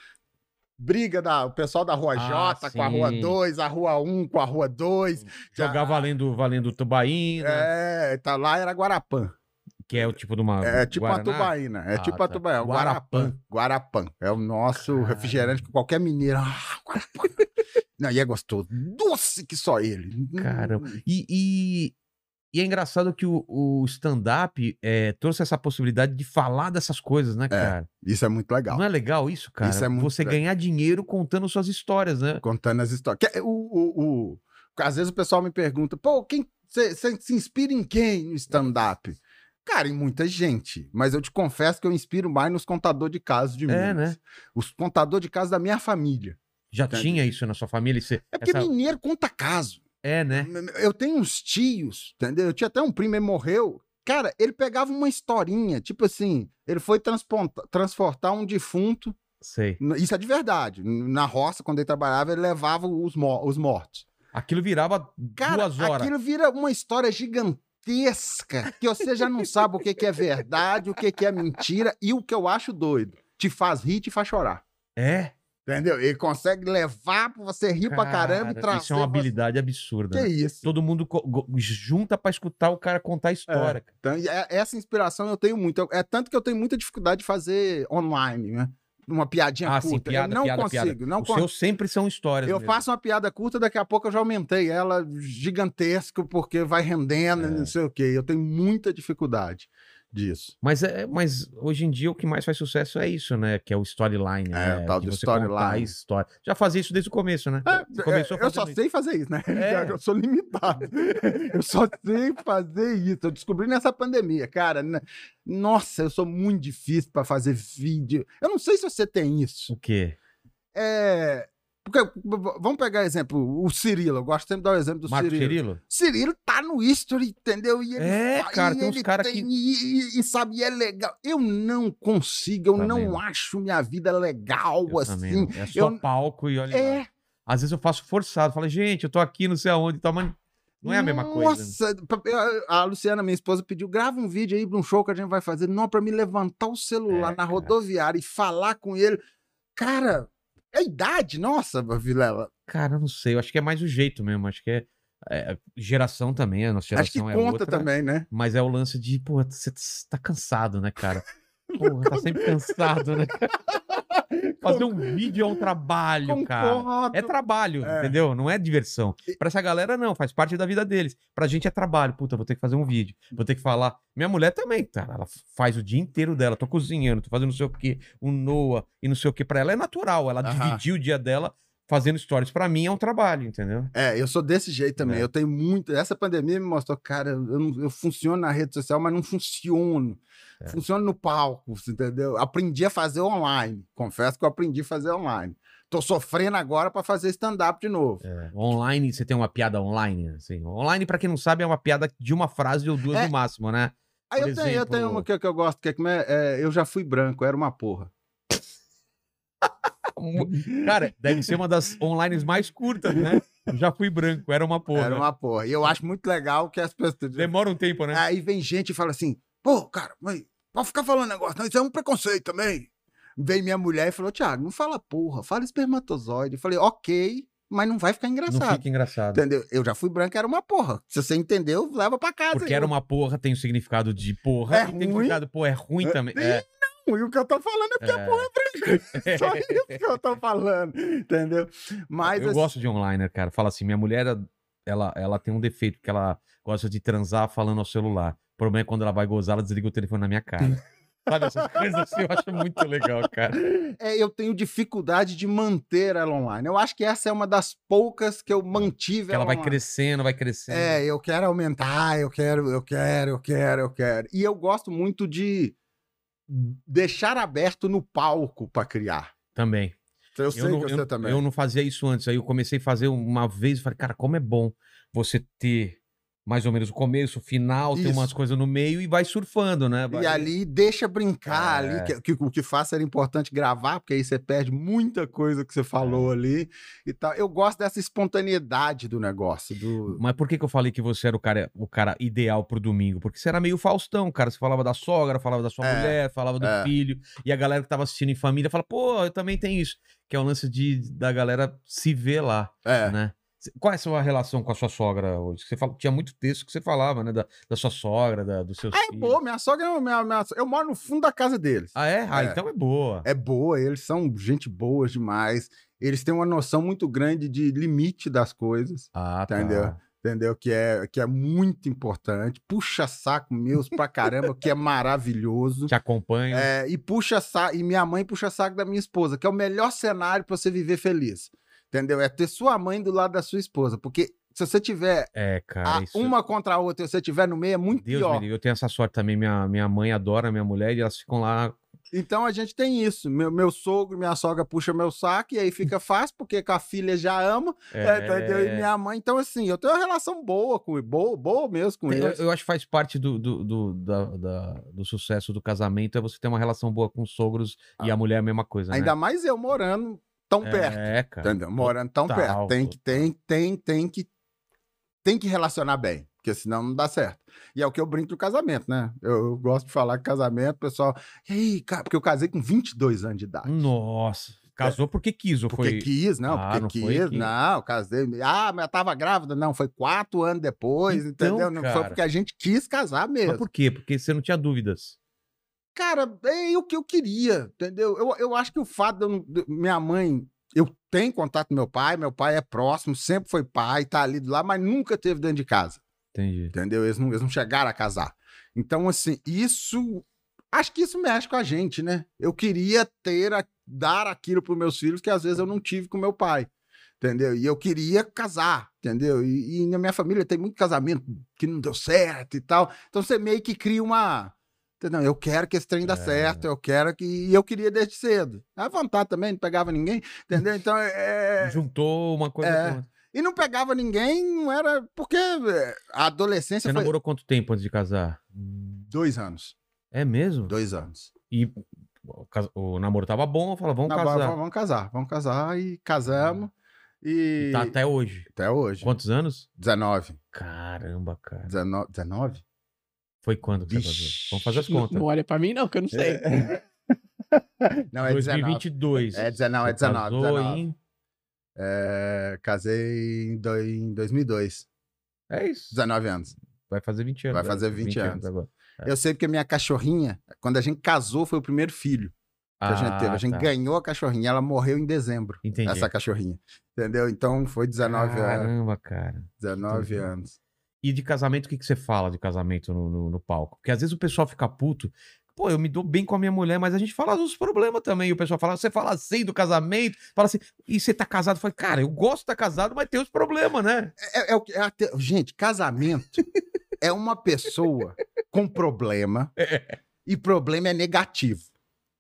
briga da o pessoal da rua
Ah,
J com a
sim.
rua 2, a rua 1 com a rua 2.
Jogar valendo, valendo tubaína,
Ah.
né?
É, tá lá era Guarapã.
que é o tipo de uma.
É tipo
Guaraná.
a tubaína, é
Ah,
tipo a
tá.
tubaína, Guarapã. Guarapã, é o nosso
Caramba.
refrigerante que qualquer mineiro. Ah, Guarapã. [LAUGHS] Não, e é gostoso, doce que só ele.
Caramba. E, e- e é engraçado que o, o stand-up é, trouxe essa possibilidade de falar dessas coisas, né, cara?
Isso é muito legal.
Não é legal isso, cara?
Isso é muito
Você
legal.
ganhar dinheiro contando suas histórias, né?
contando as histórias. Que é O, o, o- às vezes o pessoal me pergunta, pô, quem você se inspira em quem no stand-up? Cara, em muita gente, mas eu te confesso que eu inspiro mais nos contadores de casos de
É,
Minas.
né?
Os contadores de casos da minha família.
Já
Entendi.
tinha isso na sua família? Você,
É porque
essa-
mineiro conta caso.
É, né?
Eu tenho uns tios, entendeu? Eu tinha até um primo, ele morreu. Cara, ele pegava uma historinha, tipo assim, ele foi transponta- transportar um defunto
Sei.
Isso é de verdade. Na roça, quando ele trabalhava, ele levava os, mor- os mortos.
Aquilo virava
Cara,
duas horas.
aquilo vira uma história gigantesca que você já não sabe o que, que é verdade, o que, que é mentira e o que eu acho doido. Te faz rir, te faz chorar.
É?
Entendeu? Ele consegue levar pra você rir pra caramba e
Cara,
trazer.
Isso é uma habilidade absurda.
Você... Que
né?
isso.
Todo mundo co- go- junta pra escutar o cara contar a história. cara.
Então, e é- essa inspiração eu tenho muito. Eu- É tanto que eu tenho muita dificuldade de fazer online, né? Uma piadinha
Ah,
curta.
sim, piada,
eu não
piada,
consigo,
piada.
não
Os
consigo.
seus sempre são histórias.
Eu
mesmo.
faço uma piada curta, daqui a pouco eu já aumentei ela gigantesco, porque vai rendendo,
É.
não sei o quê. Eu tenho muita dificuldade disso.
Mas, é, mas hoje em dia o que mais faz sucesso é isso, né? Que é o storyline.
É,
né?
o tal
De
do
você contar
storyline.
a História. Já fazia isso desde o começo, né? Você começou
É, eu só
fazendo isso.
sei fazer isso, né? [LAUGHS]
É.
Eu sou limitado. [LAUGHS] eu só sei fazer isso. Eu descobri nessa pandemia, cara. né? Nossa, eu sou muito difícil pra fazer vídeo. Eu não sei se você tem isso.
O quê?
É. Porque, v- v- vamos pegar exemplo, o Cirilo. Eu gosto sempre de dar o exemplo do
Marco
Cirilo.
Cirilo?
Cirilo tá no history, entendeu? E ele
É,
fa-
cara,
e
tem uns
ele
cara
tem-
que-
E, e- e sabe, e é legal. Eu não consigo, eu
Também
não
não.
acho minha vida legal
Tá Eu também
assim.
não. É só
eu-
palco e olha lá.
É,
Às vezes eu faço forçado. Falo, gente, eu tô aqui não sei aonde. Tá, mas Não é a mesma coisa. né?
Nossa, pra- eu- a Luciana, minha esposa, pediu: grava um vídeo aí de um show que a gente vai fazer. Não, pra me levantar o celular
É,
na
cara.
rodoviária e falar com ele. Cara, é a idade, nossa, Vilela.
Cara, eu não sei. Eu acho que é mais o jeito mesmo. Acho que é, é, geração também. A nossa
Acho que
geração é
conta
outra.
também, né?
Mas é o lance de, pô, você tá cansado, né,
[LAUGHS]
cara? Porra, tá sempre cansado, né? cara? Fazer um vídeo é um trabalho, cara.
Concordo.
É trabalho,
É.
entendeu? Não é diversão. Pra essa galera, não, faz parte da vida deles. Pra gente é trabalho. Puta, vou ter que fazer um vídeo. Vou ter que falar. Minha mulher também, cara. Ela faz o dia inteiro dela. Tô cozinhando, tô fazendo não sei o quê, um Noah e não sei o quê. Pra ela é natural. Ela
Aham.
dividiu o dia dela fazendo stories. Pra mim é um trabalho, entendeu?
É, eu sou desse jeito também.
É.
Eu tenho muito. Essa pandemia me mostrou, cara, eu, não- eu funciono na rede social, mas não funciono.
É.
Funciono no palco, você entendeu? Aprendi a fazer online. Confesso que eu aprendi a fazer online. Tô sofrendo agora pra fazer stand-up de novo.
Online, você tem uma piada online, assim. Online, pra quem não sabe, é uma piada de uma frase ou duas
É.
no máximo, né?
Aí
Por
eu, tenho, eu tenho
exemplo-
uma que, que eu gosto, que é, como é, é, eu já fui branco, era uma porra.
Cara, deve ser uma das online mais curtas, né? Já fui branco, era uma porra.
Era uma porra. E eu acho muito legal que as pessoas.
Demora um tempo, né?
Aí vem gente e fala assim: pô, cara, mas pode ficar falando negócio, não, isso é um preconceito também. Vem minha mulher e falou: Thiago, não fala porra, fala espermatozoide. Eu falei: ok, mas não vai ficar
Não
engraçado.
fica engraçado.
Entendeu? Eu já fui branco, era uma porra. Se você entendeu, leva pra casa.
Porque era uma porra, tem o significado de porra.
um É
e tem o
ruim.
significado, pô, é ruim
É,
também.
sim,
É,
E o que eu tô falando é porque
É.
a porra é branca. [LAUGHS] Só isso que eu tô falando. Entendeu? Mas
eu
assim,
gosto de online, cara. Fala assim, minha mulher, ela, ela tem um defeito, que ela gosta de transar falando ao celular. O problema é quando ela vai gozar, ela desliga o telefone na minha cara. [LAUGHS] Sabe, essas coisas assim, eu acho muito legal, cara.
é, eu tenho dificuldade de manter ela online. Eu acho que essa é uma das poucas que eu mantive
Que ela vai
online.
crescendo, vai crescendo.
É, eu quero aumentar, eu quero, eu quero, eu quero, eu quero. E eu gosto muito de deixar aberto no palco pra criar. Então,
Também.
Eu, sei que você
eu,
também.
eu não fazia isso antes. Aí eu comecei a fazer uma vez e falei, cara, como é bom você ter mais ou menos o começo, o final, ter
Isso.
umas coisas no meio e vai surfando, né? Vai-
E ali deixa brincar
É.
ali, que, que o que faça era importante gravar, porque aí você perde muita coisa que você
É.
falou ali e tal. Eu gosto dessa espontaneidade do negócio, do
Mas por que, que eu falei que você era o cara, o cara ideal pro domingo? Porque você era meio Faustão, cara. Você falava da sogra, falava da sua
É,
mulher, falava do
é.
filho. E a galera que tava assistindo em família fala, pô, eu também tenho isso. Que é o lance de, da galera se ver lá,
é,
né? Cê- Qual é a sua relação com a sua sogra hoje? Você fala, tinha muito texto que você falava, né? Da, da sua sogra, da, dos seus
Ah, é boa, minha sogra, é uma- minha, minha, eu moro no fundo da casa deles.
Ah, é? Ah,
É.
então é boa.
é boa, eles são gente boa demais. Eles têm uma noção muito grande de limite das coisas,
Ah, tá.
Entendeu? entendeu? Que é, que é muito importante. Puxa saco meus pra caramba, que é maravilhoso.
Te acompanho.
É, e puxa saco, e minha mãe puxa saco da minha esposa, que é o melhor cenário pra você viver feliz. Entendeu? É ter sua mãe do lado da sua esposa, porque se você tiver
É, cara.
a-
isso...
Ah, uma contra a outra e você tiver no meio é muito
Deus me
pior.
livre. Eu tenho essa sorte também. Minha, minha mãe adora minha mulher e elas ficam lá
Então a gente tem isso. Meu, meu sogro, minha sogra puxa meu saco e aí
[LAUGHS]
fica fácil, porque com a filha já ama. É, entendeu? E minha mãe, então assim, eu tenho uma relação boa com boa, boa mesmo com
Tem- Eu,
eles.
eu acho que faz parte do, do, do, da- da- do sucesso do casamento é você ter uma relação boa com os sogros e a mulher é a mesma coisa, né?
Ah, Ainda mais eu morando tão perto,
É, cara.
entendeu? Morando tão
total,
perto, tem que tem tem tem que tem que relacionar bem, porque senão não dá certo. E é o que eu brinco do casamento, né? Eu, eu gosto de falar que casamento, o pessoal, e aí, cara, porque eu casei com 22 anos de idade.
Nossa. Casou porque quis ou
Porque
foi...
quis, não,
Ah,
porque
não foi
quis,
que-
não, casei. Ah, mas eu tava grávida, não, foi quatro anos depois,
Então,
entendeu? Não foi
cara.
porque a gente quis casar mesmo.
Mas por quê? Porque você não tinha dúvidas.
Cara, é o que eu queria, entendeu? Eu, eu acho que o fato de eu não- de- minha mãe. Eu tenho contato com meu pai, meu pai é próximo, sempre foi pai, tá ali do lado, mas nunca teve dentro de casa,
Entendi.
entendeu? Eles não, eles não chegaram a casar. Então, assim, isso. Acho que isso mexe com a gente, né? Eu queria ter, a- dar aquilo para meus filhos que às vezes eu não tive com meu pai, entendeu? E eu queria casar, entendeu? E, e na minha família tem muito casamento que não deu certo e tal. Então você meio que cria uma. Entendeu? Eu quero que esse trem dê
É.
certo, eu quero que. E eu queria desde cedo. A vontade também, não pegava ninguém, entendeu?
[LAUGHS]
Então, é.
Juntou uma coisa
É.
com...
E não pegava ninguém, não era. Porque é, a adolescência
Você
foi.
namorou quanto tempo antes de casar?
Dois anos.
É mesmo?
Dois anos.
E o, cas- o namoro tava bom, eu falava, vamos
Não,
casar.
Vamos, vamos casar, vamos casar e casamos. E.
Tá até hoje.
Até hoje.
Quantos anos?
19.
Caramba, cara.
19? 19?
Foi quando que você casou?
Vixe.
Vamos fazer as
Não,
contas.
não olha pra mim, não, que eu não sei.
Não, é 19.
2022.
É 19, é
Você
19.
casou
19.
em-
É, casei em, do, em 2002.
É isso.
19 anos.
Vai fazer 20 anos.
Vai fazer
agora.
20 anos.
agora. É.
Eu sei porque minha cachorrinha, quando a gente casou, foi o primeiro filho que a gente teve. A gente
tá.
ganhou a cachorrinha. Ela morreu em dezembro,
Entendi.
essa cachorrinha. Entendeu? Então foi 19 anos.
Caramba, cara.
19
Entendi.
anos.
E de casamento, o que, que você fala de casamento no, no- no palco? Porque às vezes o pessoal fica puto. Pô, eu me dou bem com a minha mulher, mas a gente fala dos problemas também. E o pessoal fala, você fala assim do casamento, fala assim, e você tá casado? Eu falo, cara, eu gosto de estar casado, mas tem os problemas, né?
É, é o que- é até- gente, casamento é uma pessoa com problema. E problema é negativo.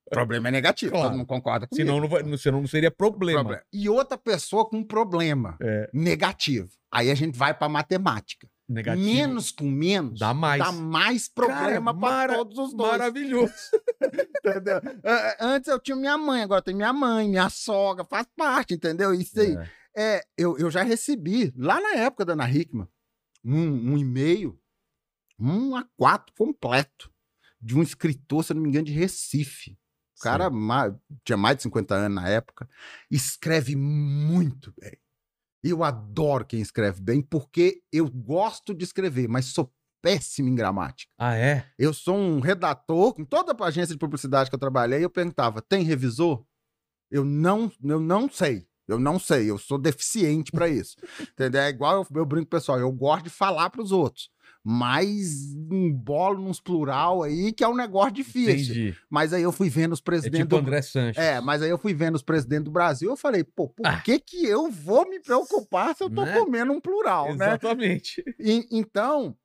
Problema é negativo.
Claro.
Todo mundo concorda comigo.
Senão não, vai, não- senão não seria problema.
Problema. E outra pessoa com problema
É.
negativo. Aí a gente vai pra matemática.
Negativo.
Menos com menos
Dá mais.
dá mais problema
Cara,
pra
mara-
todos os dois.
Maravilhoso.
entendeu? Ah, ah, Antes eu tinha minha mãe, agora eu tenho minha mãe, minha sogra, faz parte, entendeu? Isso aí.
É.
É, eu, eu já recebi, lá na época da Ana Hickman, um, um e-mail, um a quatro completo, de um escritor, se eu não me engano, de Recife. O cara ma- tinha mais de 50 anos na época, escreve muito bem. Eu adoro quem escreve bem, porque eu gosto de escrever, mas sou péssimo em gramática.
Ah, é?
Eu sou um redator, com toda a agência de publicidade que eu trabalhei, eu perguntava: tem revisor? Eu não, eu não sei. Eu não sei, eu sou deficiente para
[LAUGHS]
isso. Entendeu? É igual eu, eu brinco, com o pessoal, eu gosto de falar para os outros, mas embolo nos plural aí que é um negócio difícil.
Entendi.
Mas aí eu fui vendo os
É
presidentes
tipo
do
André Sanches.
é, mas aí eu fui vendo os presidentes do Brasil, eu falei, pô, por
Ah.
que que eu vou me preocupar se eu tô
Né?
comendo um plural, né?
Exatamente.
E- então,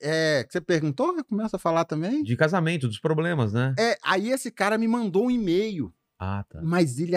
é, que você perguntou, começa a falar também?
De casamento, dos problemas, né?
É, aí esse cara me mandou um e-mail,
Ah, tá.
mas ele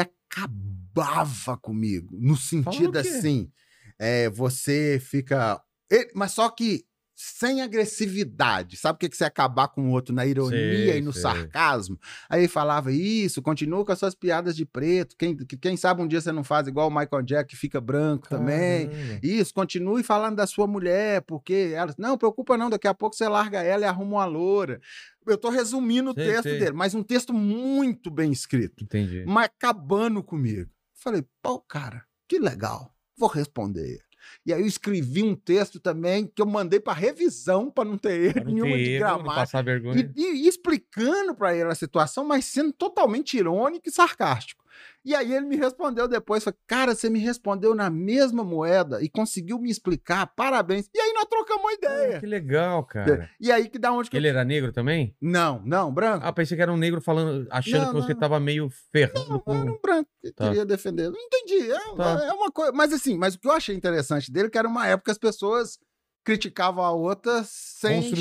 acabava comigo, no
Falando
sentido
o quê?
assim, é, você fica... Ele- mas só que sem agressividade, sabe o que que você acabar com o outro na ironia
Sei,
e no
sei.
sarcasmo? Aí ele falava isso, continua com as suas piadas de preto, quem, que- quem sabe um dia você não faz igual o Michael Jack, que fica branco também.
Caramba.
Isso, continue falando da sua mulher, porque ela. Não, preocupa não, daqui a pouco você larga ela e arruma uma loura. Eu tô resumindo o
Sei,
texto
sei.
dele, mas um texto muito bem escrito,
Entendi.
mas acabando comigo. Falei, pô, cara, que legal, vou responder ele. E aí eu escrevi um texto também que eu mandei pra revisão pra não ter
Pra
erro
não
nenhum
ter
de
erro, Não
gramática.
passar vergonha.
E, e explicando pra ele a situação, mas sendo totalmente irônico e sarcástico. E aí ele me respondeu depois, falou, cara, você me respondeu na mesma moeda e conseguiu me explicar, parabéns. E aí nós trocamos uma
Ah,
ideia.
Que legal, cara.
E aí que dá onde que eu-
Ele era negro também?
Não, não, branco.
Ah, pensei que era um negro falando, achando
Não,
que você
não.
tava meio ferrando
Não, era
com.
um branco que
Ah, Tá.
queria defender. Não entendi. É,
Tá.
é uma coisa. Mas assim, mas o que eu achei interessante dele é que era uma época que as pessoas criticavam a outra sem xingar.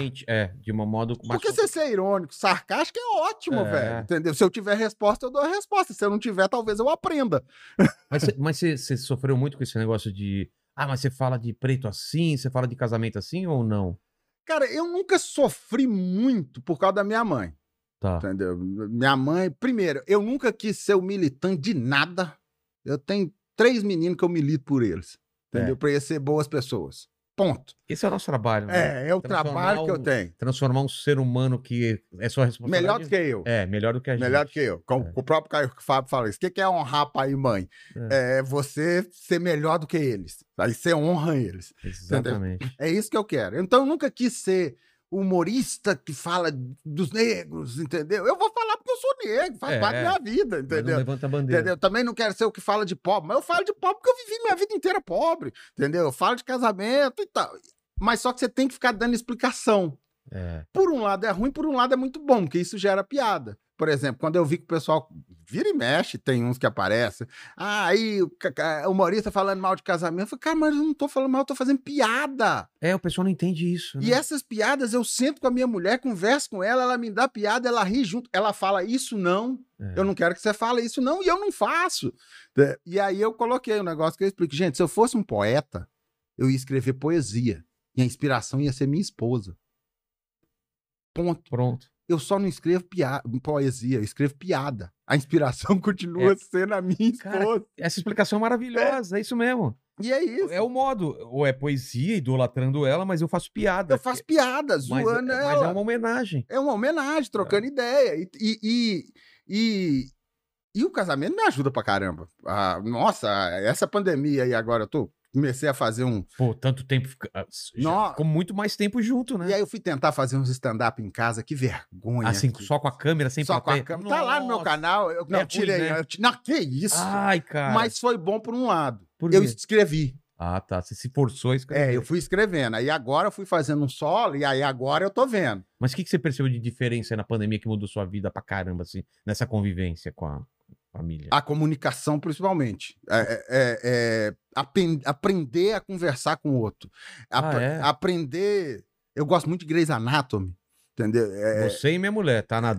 Construtivamente. É, de um modo mais.
Porque você ser irônico, sarcástico é ótimo,
É.
velho. Entendeu? Se eu tiver resposta, eu dou a resposta. Se eu não tiver, talvez eu aprenda.
Mas, você, mas você, você sofreu muito com esse negócio de. Ah, mas você fala de preto assim, você fala de casamento assim ou não?
Cara, eu nunca sofri muito por causa da minha mãe.
Tá.
Entendeu? Minha mãe, primeiro, eu nunca quis ser o militante de nada. Eu tenho três meninos que eu milito por eles.
É.
Entendeu? Pra eles ser boas pessoas. Ponto.
Esse é o nosso trabalho, né?
É, é o
Transformar
trabalho que eu
o-
tenho.
Transformar um ser humano que é sua responsabilidade.
Melhor do que eu.
É, melhor do que a gente.
Melhor do que eu. Com,
É.
com o próprio Caio Fábio fala isso. O que, que é honrar pai e mãe? É. você ser melhor do que eles. Aí você honra eles. [LAUGHS]
Exatamente.
É isso que eu quero. Então eu nunca quis ser humorista que fala dos negros, entendeu? Eu vou falar porque eu sou negro, faz
É,
parte da
é.
minha vida,
Mas Não
entendeu?
levanta a bandeira.
Entendeu? Também não quero ser o que fala de pobre, mas eu falo de pobre porque eu vivi minha vida inteira pobre, entendeu? Eu falo de casamento e tal. Mas só que você tem que ficar dando explicação
É.
por um lado é ruim, por um lado é muito bom, porque isso gera piada. Por exemplo, quando eu vi que o pessoal vira e mexe, tem uns que aparecem. Ah, aí o ca- ca- o humorista falando mal de casamento. Eu falei, cara, mas eu não tô falando mal, eu tô fazendo piada.
É, o pessoal não entende isso. Né?
E é essas piadas eu sento com a minha mulher, converso com ela, ela me dá piada, ela ri junto. Ela fala, isso não,
É.
eu não quero que você fale isso não, e eu não faço. Né? E aí eu coloquei um negócio que eu explico. Gente, se eu fosse um poeta, eu ia escrever poesia. E a inspiração ia ser minha esposa. Ponto.
Pronto.
Eu só não escrevo pia- poesia, eu escrevo piada. A inspiração [LAUGHS] continua sendo a minha
É. Cara,
esposa.
Essa explicação é maravilhosa, é isso mesmo.
E é isso.
É o modo. Ou é poesia, idolatrando ela, mas eu faço piada.
Eu faço piada,
mas,
zoando
mas
ela.
é uma homenagem.
É uma homenagem, trocando ideia. E, e, e, e- e o casamento me ajuda pra caramba. Ah, nossa, essa pandemia aí agora, eu tô, comecei a fazer um.
Pô, tanto tempo. fica- ah, já
Nó-
Ficou muito mais tempo junto, né?
E aí eu fui tentar fazer uns stand-up em casa, que vergonha.
assim,
que-
só com a câmera, sem
só com a
plateia.
câmera. Tá lá no meu
Nossa.
canal. Eu não
ruim,
tirei.
né?
eu ti- Não, que isso?
Ai, cara.
Mas foi bom por um lado.
Por
Eu
quê?
escrevi.
Ah, tá. Você se forçou a escrever.
É, eu fui escrevendo. Aí agora eu fui fazendo um solo, e aí agora eu tô vendo.
Mas o que, que você percebeu de diferença na pandemia que mudou sua vida pra caramba, assim, nessa convivência com a família?
A comunicação, principalmente. É, é, é, apen- aprender a conversar com o outro. Apre-
Ah, é?
Aprender. Eu gosto muito de Grey's Anatomy. Entendeu? É,
Você e minha mulher, tá na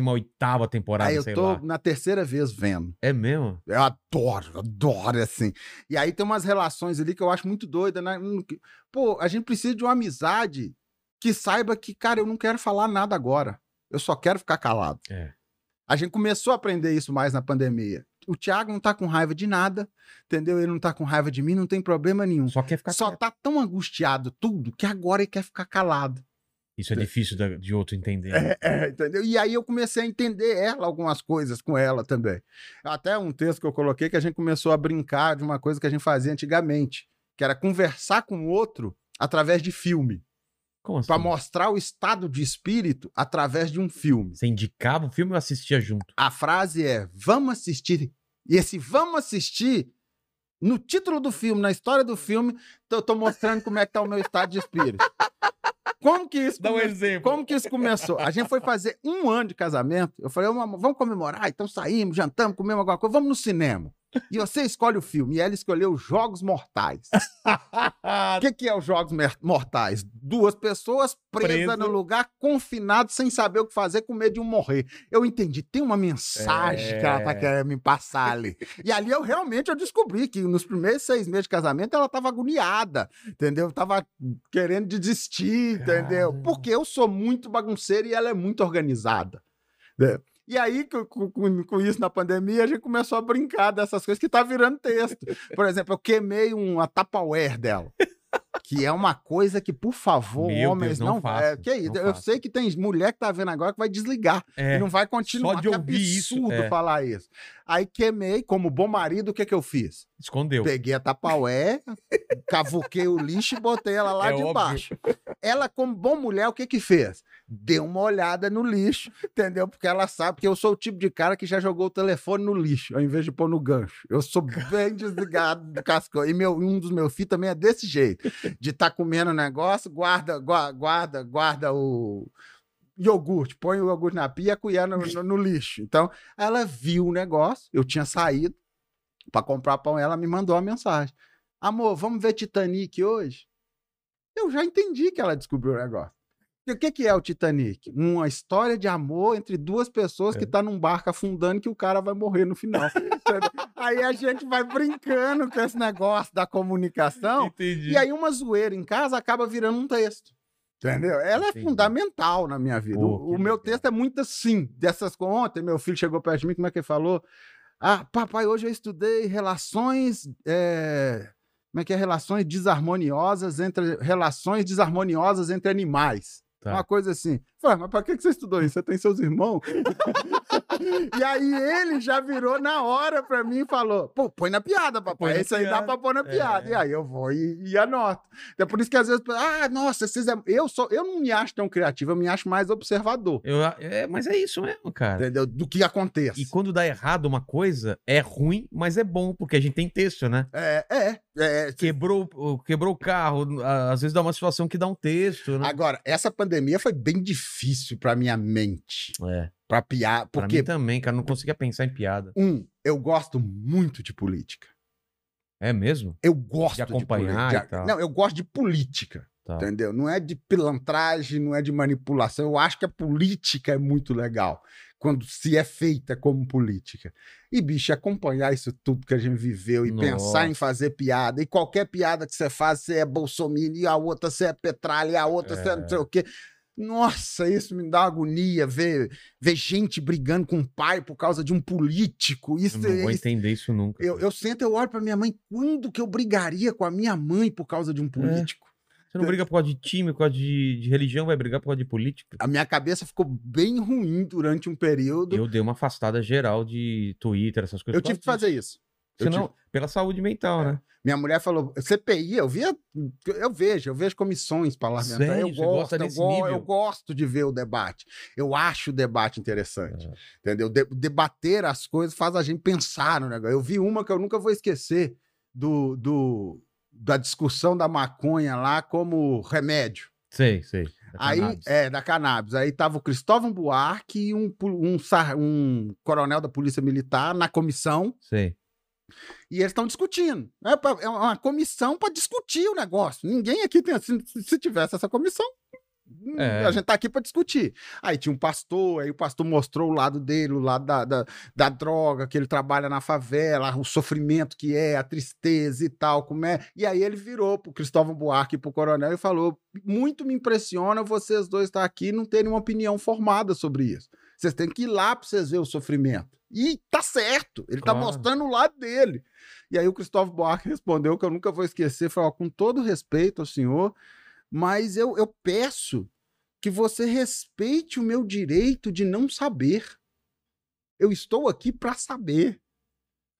18ª temporada,
aí eu
sei
tô
lá.
na terceira vez vendo.
É mesmo?
Eu adoro, adoro, assim. E aí tem umas relações ali que eu acho muito doida, né? Hum, que- Pô, a gente precisa de uma amizade que saiba que, cara, eu não quero falar nada agora. Eu só quero ficar calado.
É.
A gente começou a aprender isso mais na pandemia. O Thiago não tá com raiva de nada, entendeu? Ele não tá com raiva de mim, não tem problema nenhum.
Só quer ficar
Só
quieto.
tá tão angustiado tudo que agora ele quer ficar calado.
Isso é difícil da- de outro entender. né?
É, entendeu? E aí eu comecei a entender ela, algumas coisas com ela também. Até um texto que eu coloquei que a gente começou a brincar de uma coisa que a gente fazia antigamente, que era conversar com o outro através de filme,
Como assim?
Pra mostrar o estado de espírito através de um filme.
Você indicava o filme ou assistia junto?
A frase é: "Vamos assistir". E esse "vamos assistir" no título do filme, na história do filme, eu tô mostrando como é que tá o meu estado de espírito. Como que isso
um
começou?
exemplo.
Como que isso começou? A gente foi fazer um ano de casamento. Eu falei, "Ô, mamãe, vamos comemorar? Então saímos, jantamos, comemos alguma coisa, vamos no cinema. E você escolhe o filme. E ela escolheu
[LAUGHS]
Jogos Mortais. O que, que é os Jogos Mer- Mortais? Duas pessoas presas
Preso.
no lugar, confinadas, sem saber o que fazer, com medo de um morrer. Eu entendi. Tem uma mensagem
É.
que ela tá querendo me passar ali. E ali eu realmente eu descobri que nos primeiros seis meses de casamento ela tava agoniada, entendeu? Tava querendo desistir, entendeu?
Caramba.
Porque eu sou muito bagunceiro e ela é muito organizada. né? E aí, com, com- com- com isso na pandemia, a gente começou a brincar dessas coisas que tá virando texto. Por exemplo, eu queimei uma Tupperware dela. Que é uma coisa que, por favor,
Meu
homens,
Deus, não
não,
faça,
é, que isso?
não
eu
faça.
sei que tem mulher que tá vendo agora que vai desligar
É,
e não vai continuar.
de
que
ouvir isso,
absurdo
é.
falar isso. Aí queimei, como bom marido, o que que eu fiz?
escondeu.
Peguei a tapaué, cavuquei o lixo e botei ela lá
É
de
óbvio.
baixo. Ela, como bom mulher, o que que fez? Deu uma olhada no lixo, entendeu? Porque ela sabe que eu sou o tipo de cara que já jogou o telefone no lixo, ao invés de pôr no gancho. Eu sou
[LAUGHS]
bem desligado do cascão. E meu, um dos meus filhos também é desse jeito. De estar comendo um negócio, guarda, gua- guarda, guarda o iogurte, põe o iogurte na pia e a colher no, no- no lixo. Então, ela viu o negócio, eu tinha saído para comprar pão, ela me mandou uma mensagem. Amor, vamos ver Titanic hoje? Eu já entendi que ela descobriu o negócio. E o que, que é o Titanic? Uma história de amor entre duas pessoas que tá num barco afundando que o cara vai morrer no final. [LAUGHS] Entendeu? aí a gente vai brincando com esse negócio da comunicação.
Entendi.
E aí uma zoeira em casa acaba virando um texto. Entendeu? Ela
Entendi.
é fundamental na minha vida.
Pô,
O-
que
o meu
legal.
texto é muito assim, dessas coisas. Ontem meu filho chegou perto de mim, como é que ele falou? Ah, papai, hoje eu estudei relações... é, Como é que é? Relações desarmoniosas entre... Relações desarmoniosas entre animais.
Tá.
Uma coisa assim. Falei, mas pra que que você estudou isso? Você tem seus irmãos? [LAUGHS] e aí ele já virou na hora pra mim e falou, pô, põe na piada,
Põe
papai.
na
Isso aí dá
piada.
pra pôr na
É.
piada. E aí eu vou e, e anoto. É por isso que às vezes, ah, nossa, vocês é... eu sou, eu não me acho tão criativo, eu me acho mais observador,
Eu- é, mas é isso mesmo, cara.
entendeu? Do que acontece.
E quando dá errado uma coisa, é ruim, mas é bom, porque a gente tem texto, né?
É, é, é.
Quebrou, o- quebrou o carro, a- às vezes dá uma situação que dá um texto, né?
Agora, essa pandemia foi bem difícil pra minha mente,
É,
pra piar,
pra
porque
mim também, cara, não conseguia pensar em piada.
um, eu gosto muito de política.
É mesmo?
Eu gosto de
acompanhar
política.
e tal.
Não, eu gosto de política.
Tá.
Entendeu? Não é de pilantragem, não é de manipulação. Eu acho que a política é muito legal quando se é feita como política. E, bicho, acompanhar isso tudo que a gente viveu e
Nossa.
pensar em fazer piada. E qualquer piada que você faz, você é bolsominion, e a outra você é petralha, e a outra você é não sei o quê. Nossa, isso me dá agonia ver, ver gente brigando com o pai por causa de um político. Isso, é
Eu não vou
isso-
entender isso nunca.
eu, eu sento, eu olho pra minha mãe, quando que eu brigaria com a minha mãe por causa
É.
de um político?
Você não briga por causa de time, por causa de, de religião, vai brigar por causa de política.
A minha cabeça ficou bem ruim durante um período. Eu,
Eu dei uma afastada geral de Twitter, essas coisas.
tive que fazer isso. eu É.
Senão, pela saúde mental, né?
Minha mulher falou, CPI, eu via, eu vejo, eu vejo comissões parlamentares,
Sério?
eu
Você
gosto,
gosta
eu,
desse
go-
nível?
eu gosto de ver o debate. Eu acho o debate interessante,
É.
entendeu? De- debater as coisas faz a gente pensar no negócio. Eu vi uma que eu nunca vou esquecer do, do- da discussão da maconha lá como remédio.
Sei, sei.
Aí,
Cannabis.
é, da cannabis. Aí tava o Cristóvão Buarque e um, pol- um sar- um coronel da Polícia Militar na comissão
Sei.
e eles estão discutindo. É pra- é uma comissão para discutir o negócio. Ninguém aqui tem. Se, se tivesse essa comissão, hum,
É.
a gente tá aqui para discutir. Aí tinha um pastor, aí o pastor mostrou o lado dele, o lado da, da, da droga, que ele trabalha na favela, o sofrimento que é, a tristeza e tal, como é. E aí ele virou pro Cristóvão Buarque e pro coronel e falou: muito me impressiona vocês dois estar aqui e não terem uma opinião formada sobre isso. Vocês têm que ir lá para vocês verem o sofrimento. E tá certo, ele tá
Claro.
mostrando o lado dele. E aí o Cristóvão Buarque respondeu que eu nunca vou esquecer, falou, "Ó, com todo respeito ao senhor, mas eu, eu peço que você respeite o meu direito de não saber. Eu estou aqui para saber.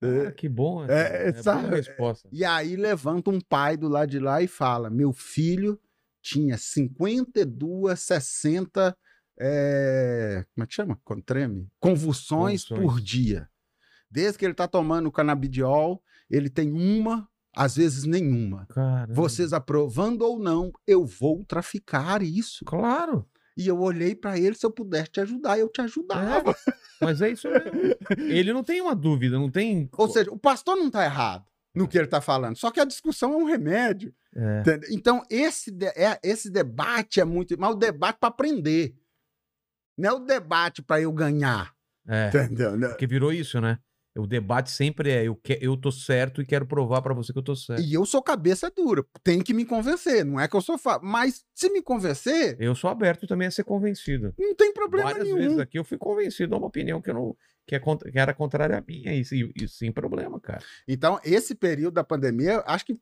Cara, Ah, que bom. essa-
é,
É,
sabe,
boa resposta.
E aí levanta um pai do lado de lá e fala: Meu filho tinha 52, 60. é, como é que chama? Quando treme? Convulsões,
Convulsões.
por dia. Desde que ele está tomando o canabidiol, ele tem uma, às vezes nenhuma.
Caramba.
Vocês aprovando ou não, eu vou traficar isso.
Claro. é.
E eu olhei para ele, se eu pudesse te ajudar, eu te ajudava. [LAUGHS]
Mas é isso mesmo. Ele não tem uma dúvida, não tem.
Ou seja, o pastor não está errado no que ele está falando, só que a discussão é um remédio.
É.
Entende? Então, esse, de- é- esse debate é muito. Mas o debate para aprender. Não é o debate para eu ganhar.
é.
Entendeu? Né?
Porque virou isso, né? O debate sempre é eu, que, eu tô certo e quero provar pra você que eu tô certo.
E eu sou cabeça dura. Tem que me convencer. Não é que eu sou fácil. Mas se me convencer,
Eu sou aberto também a ser convencido.
não tem problema
Várias
nenhum.
vezes né? aqui eu fui convencido a uma opinião que eu não que, é contra- que era contrária à minha e, se- e sem problema, cara.
Então, esse período da pandemia, eu acho que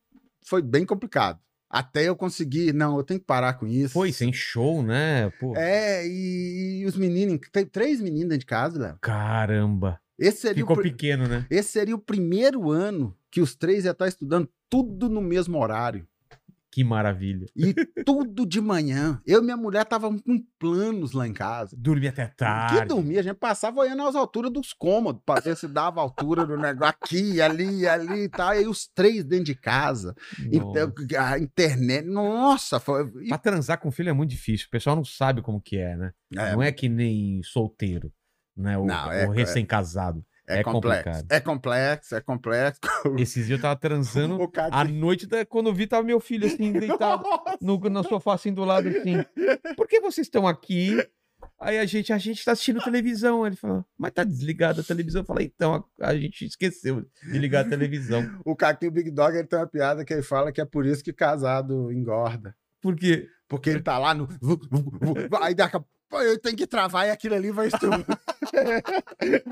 foi bem complicado. Até eu conseguir, não, eu tenho que parar com isso.
Foi sem show, né? Pô,
É, e, e os meninos, tem três meninos dentro de casa, Léo.
Caramba.
Esse seria, o,
Ficou
pri-
pequeno, né?
esse seria o primeiro ano que os três iam estar estudando tudo no mesmo horário.
Que maravilha.
E tudo de manhã. Eu e minha mulher estavam com planos lá em casa.
Dormi até tarde.
Que dormia, a gente passava olhando as alturas dos cômodos, pra ver se dava a altura do negócio aqui, ali, ali e tal. E aí os três dentro de casa,
Nossa.
então, a internet, nossa, foi. e-
Pra transar com filho é muito difícil. O pessoal não sabe como que é, né?
É,
Não é que nem solteiro, né? O,
Não, é- [LAUGHS]
recém-casado.
é
é
complexo.
complicado.
É complexo, é complexo.
Esses dias eu tava transando
[LAUGHS] O cara
À noite, da- quando eu vi, tava meu filho
[LAUGHS]
assim, deitado no, no sofá, assim, do lado, assim. Por que vocês estão aqui? Aí a gente, a gente tá assistindo televisão. Ele falou, mas tá desligada a televisão. Eu falei, então, a, a gente esqueceu de ligar a televisão.
O Caquinho Big Dog ele tem uma piada que ele fala que é por isso que casado engorda.
Por quê?
Porque ele tá lá no. vu, vu, vu, vu, Aí daqui a pouco eu tenho que travar e aquilo ali vai [LAUGHS] estufar.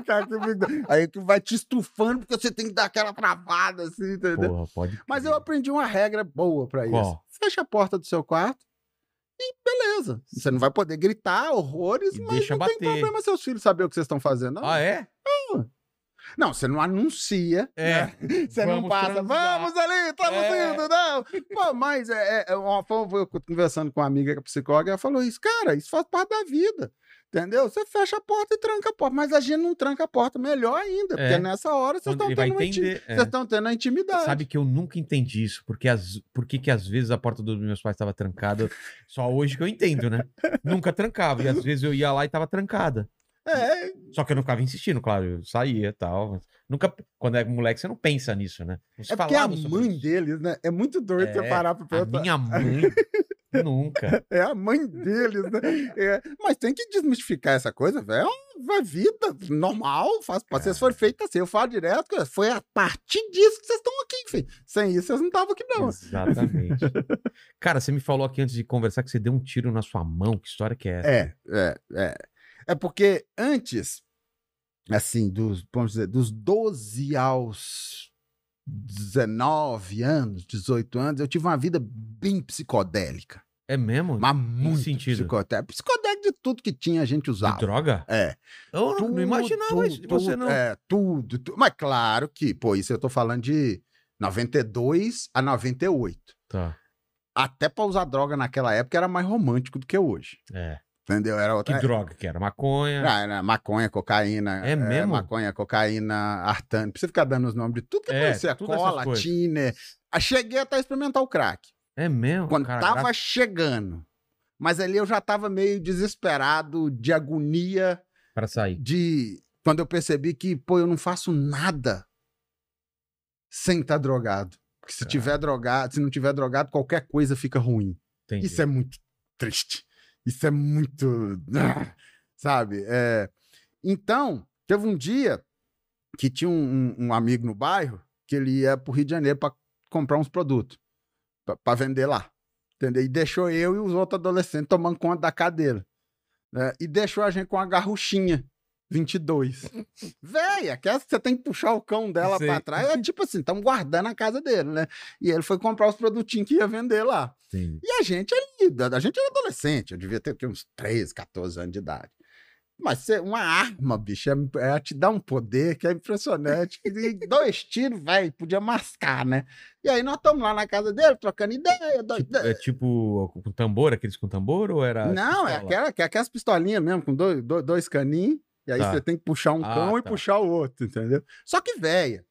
Cara, que briga. Aí que vai te estufando porque você tem que dar aquela travada, assim, entendeu?
Porra, pode. crer.
Mas eu aprendi uma regra boa pra isso.
Qual?
Fecha a porta do seu quarto e beleza. Você não vai poder gritar horrores,
E
mas
deixa
não tem
bater.
problema seus filhos saber o que vocês estão fazendo. Não,
Ah, é?
não você não anuncia.
É.
né? Você não
Vamos
passa,
transar.
vamos ali, estamos
É.
indo, não. Pô, mas é, é, é uma forma, eu conversando com uma amiga que é psicóloga, ela falou isso, cara, isso faz parte da vida. Entendeu? Você fecha a porta e tranca a porta, mas a gente não tranca a porta, melhor ainda,
É.
porque nessa hora vocês
Quando
estão
ele vai
tendo, uma inti-
entender. é.
vocês estão tendo a intimidade.
Sabe que eu nunca entendi isso, porque as, por que que às vezes a porta dos meus pais estava trancada. Só hoje que eu entendo, né? Nunca trancava. E às vezes eu ia lá e tava trancada.
É,
Só que eu não ficava insistindo, claro, eu saía e tal. mas nunca, quando é moleque, você não pensa nisso, né? Não se
é porque a
falava sobre
mãe
isso.
deles, né? É muito doido
É,
você parar pra
A
perguntar.
minha mãe
[LAUGHS]
Nunca.
É a mãe deles, né? É, mas tem que desmistificar essa coisa, velho. É uma vida normal, faz pra
É.
vocês foram feitas assim. Eu falo direto, que foi a partir disso que vocês estão aqui, filho. Sem isso, vocês não estavam aqui, não.
Exatamente. Cara, você me falou aqui antes de conversar que você deu um tiro na sua mão. Que história que é essa?
É, é, é. É porque antes, assim, dos, vamos dizer, dos 12 aos 19 anos, 18 anos, eu tive uma vida bem psicodélica.
É mesmo?
Mas muito
sentido?
psicodélica. Psicodélica de tudo que tinha, a gente
De
usava.
droga?
É.
Eu não- não
Tudo,
imaginava isso de
tudo,
você, não.
É, tudo, tudo. Mas claro que, pô, isso eu tô falando de 92 a 98.
Tá.
Até pra usar droga naquela época era mais romântico do que hoje.
É.
Entendeu? Era
Que
outra.
droga que era? Maconha.
Ah, era maconha, cocaína.
É mesmo?
Maconha, cocaína, artane. Precisa ficar dando os nomes de tudo que
É,
aparecia.
tudo essas
Cola,
coisas.
tiner. Ah, Cheguei até a experimentar o crack.
É mesmo?
Quando
cara,
tava
graças-
chegando. Mas ali eu já tava meio desesperado, de agonia,
Pra sair.
de... Quando eu percebi que, pô, eu não faço nada sem estar drogado. Porque se
Cara.
tiver drogado, se não tiver drogado, qualquer coisa fica ruim.
Entendi.
Isso é muito triste. Isso é muito. [LAUGHS] Ah, Sabe? É, Então, teve um dia que tinha um, um- um amigo no bairro que ele ia pro Rio de Janeiro para comprar uns produtos para vender lá. Entendeu? E deixou eu e os outros adolescentes tomando conta da cadeira. né? E deixou a gente com a garruchinha 22. Véia, que é essa que você tem que puxar o cão dela
Sei.
para trás. É tipo assim, estamos guardando a casa dele, né? E ele foi comprar os produtinhos que ia vender lá.
Entendi.
E a gente ali, a gente era adolescente, eu devia ter o quê? uns 13, 14 anos de idade. Mas ser uma arma, bicho, é, é, te dá um poder que é impressionante. E dois tiros, velho, podia mascar, né? E aí nós estamos lá na casa dele, trocando ideia. dois-
Tipo- é tipo com tambor, aqueles com tambor ou era.
Não, é
pistola?
aquela, que é aquelas pistolinhas mesmo, com dois, dois, dois caninhos, e aí
Tá.
você tem que puxar um
Ah,
cão e
tá.
puxar o outro, entendeu? Só que velha.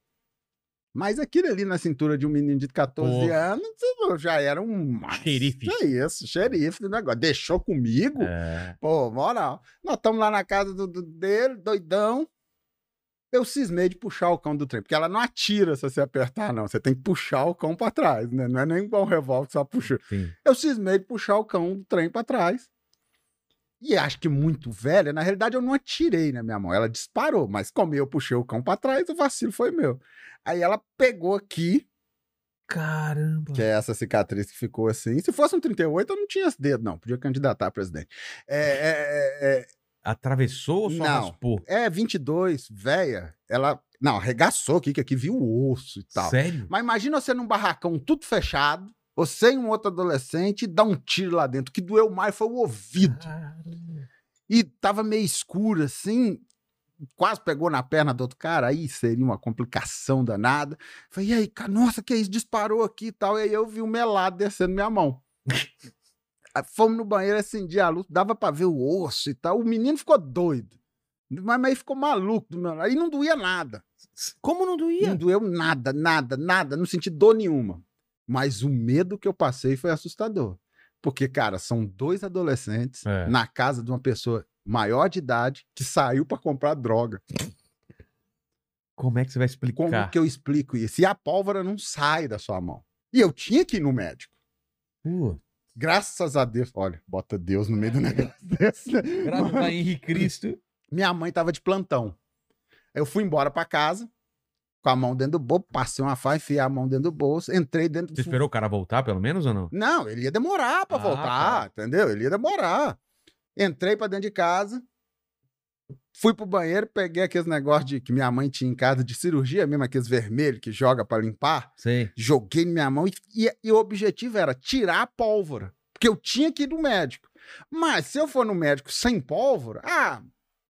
Mas aquilo ali na cintura de um menino de 14
Pô.
anos eu já era um.
Xerife.
Que isso, xerife do negócio. Deixou comigo?
É.
Pô, moral. Nós estamos lá na casa do, do- dele, doidão. Eu cismei de puxar o cão do trem, porque ela não atira se você apertar, não. Você tem que puxar o cão pra trás, né? Não é nem igual um revólver que só puxa.
Sim.
Eu cismei de puxar o cão do trem pra trás. E acho que muito velha, na realidade eu não atirei na minha mão, ela disparou, mas como eu puxei o cão pra trás, o vacilo foi meu. Aí ela pegou aqui,
Caramba.
que é essa cicatriz que ficou assim. Se fosse um 38, eu não tinha esse dedo, não, podia candidatar a presidente. É, é,
Atravessou ou só
Não.
raspou?
é, é, é 22, velha, ela. Não, arregaçou aqui, que aqui viu o osso e tal.
Sério?
Mas imagina você num barracão tudo fechado, você e um outro adolescente, e dá um tiro lá dentro. O que doeu mais foi o ouvido.
Caramba.
E tava meio escuro assim, quase pegou na perna do outro cara, aí seria uma complicação danada. Falei, e aí, cara, nossa, que é isso? Disparou aqui e tal. E aí eu vi um melado descendo minha mão. Aí Fomos no banheiro, acendi a luz, dava pra ver o osso e tal. O menino ficou doido. Mas mas aí ficou maluco do meu lado. Aí não doía nada.
Como não doía?
Não doeu nada, nada, nada. Não senti dor nenhuma. Mas o medo que eu passei foi assustador. Porque, cara, são dois adolescentes
É.
na casa de uma pessoa maior de idade que saiu pra comprar droga.
Como é que você vai
Como
explicar?
que eu explico isso? E a pólvora não sai da sua mão. E eu tinha que ir no médico.
Pô,
Graças a Deus. Olha, bota Deus no meio do negócio [LAUGHS] desse. né?
graças a Henrique Cristo.
Minha mãe tava de plantão. Eu fui embora pra casa, com a mão dentro do bolso, passei uma faia, enfiei a mão dentro do bolso, entrei dentro
Você
do
esperou o cara voltar, pelo menos, ou não?
Não, ele ia demorar pra
Ah,
voltar,
tá.
entendeu? Ele ia demorar. Entrei pra dentro de casa, fui pro banheiro, peguei aqueles negócios de- que minha mãe tinha em casa de cirurgia mesmo, aqueles vermelhos que joga pra limpar,
Sei.
joguei na minha mão e, e- e o objetivo era tirar a pólvora, porque eu tinha que ir no médico. Mas se eu for no médico sem pólvora, ah,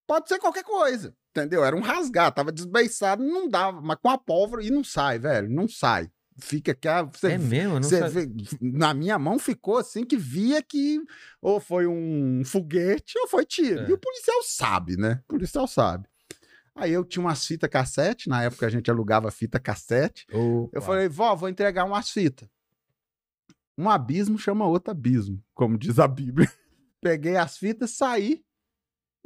pode ser qualquer coisa, entendeu? Era um rasgar, tava desbeiçado, não dava, mas com a pólvora e não sai, velho, não sai. Fica aqui, ah, você
é mesmo? Eu não
Cê
sabia.
vê- na minha mão ficou assim que via que ou foi um foguete ou foi tiro.
É.
E o policial sabe, né? O policial sabe. Aí eu tinha umas fitas cassete, na época a gente alugava fita cassete.
Opa.
Eu falei, vó, vou entregar umas fitas. Um abismo chama outro abismo, como diz a Bíblia. [LAUGHS] Peguei as fitas, saí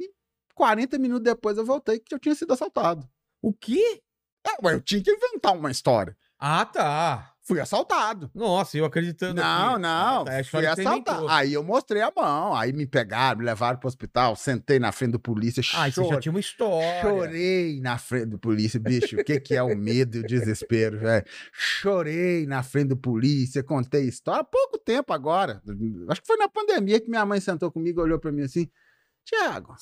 e 40 minutos depois eu voltei que eu tinha sido assaltado.
O quê?
É, ué, eu tinha que inventar uma história.
Ah, tá.
Fui assaltado.
Nossa, eu acreditando.
Não,
aqui.
não.
Tá, a
fui
história que você
assaltado. Ah,
inventou.
Aí eu mostrei a mão. Aí me pegaram, me levaram pro hospital, sentei na frente do polícia,
Ah, isso
chorei.
já tinha uma história.
Chorei na frente do polícia, bicho. O que, que é o medo e o desespero, velho? Chorei na frente do polícia, contei história há pouco tempo agora. Acho que foi na pandemia que minha mãe sentou comigo e olhou pra mim assim: Tiago,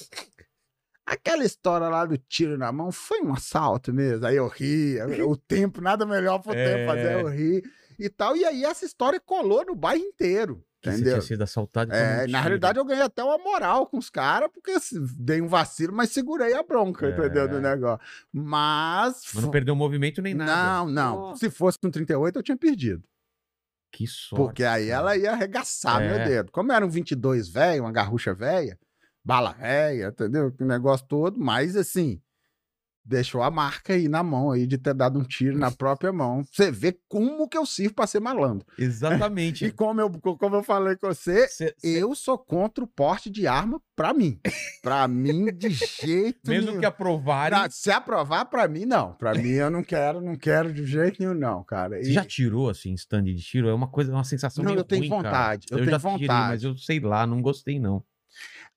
aquela história lá do tiro na mão foi um assalto mesmo. Aí eu ri, o tempo, nada melhor pro
É.
tempo fazer eu ri e tal. E aí essa história colou no bairro inteiro.
Que você
entendeu?
tinha sido assaltado. e tomou um
É, na
tiro.
realidade eu ganhei até uma moral com os caras, porque se- dei um vacilo, mas segurei a bronca,
É.
entendeu? Do negócio. Mas.
Mas não perdeu o movimento nem nada.
Não, não.
Nossa.
Se fosse um com 38, eu tinha perdido.
Que sorte.
porque aí
cara.
ela ia arregaçar
É.
meu dedo. Como era um 22 velho, uma garrucha velha, bala velha, entendeu? O negócio todo, mas assim. Deixou a marca aí na mão aí de ter dado um tiro
[LAUGHS]
na própria mão. Você vê como que eu sirvo pra ser malandro. [LAUGHS] E
Exatamente.
como eu, como eu falei com você,
Cê- cê-
eu sou contra o porte de arma pra
[LAUGHS]
mim. Pra mim, de jeito
Mesmo
nenhum.
que aprovarem.
Não, se aprovar, pra mim, não. Pra mim, eu não quero, não quero de jeito nenhum, não, cara. E-
Você já tirou, assim, stand de tiro? É uma coisa, uma sensação
Não,
meio
eu tenho
ruim, cara.
vontade. Eu,
Eu,
tenho
já tirei, mas
vontade.
eu sei lá, não gostei, não.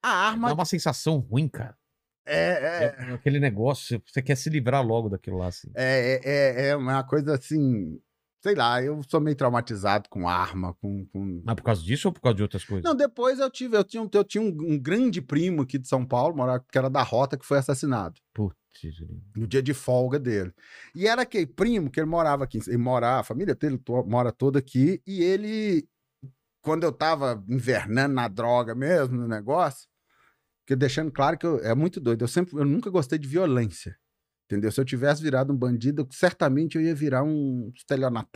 A
Dá
arma
uma sensação ruim, cara.
é, é,
É aquele negócio, você quer se livrar logo daquilo lá, assim.
é, é, é uma coisa assim. Sei lá, eu sou meio traumatizado com arma, com. com-
Mas por causa disso ou por causa de outras coisas?
Não, depois eu tive, eu tinha, um- eu tinha um, um grande primo aqui de São Paulo, morava, que era da Rota, que foi assassinado.
Putz,
no dia de folga dele. E era aquele primo que ele morava aqui, ele mora, a família dele to- mora toda aqui, e ele, quando eu tava invernando na droga mesmo, no negócio, que deixando claro que eu, é muito doido, eu sempre, eu nunca gostei de violência, entendeu? Se eu tivesse virado um bandido, certamente eu ia virar um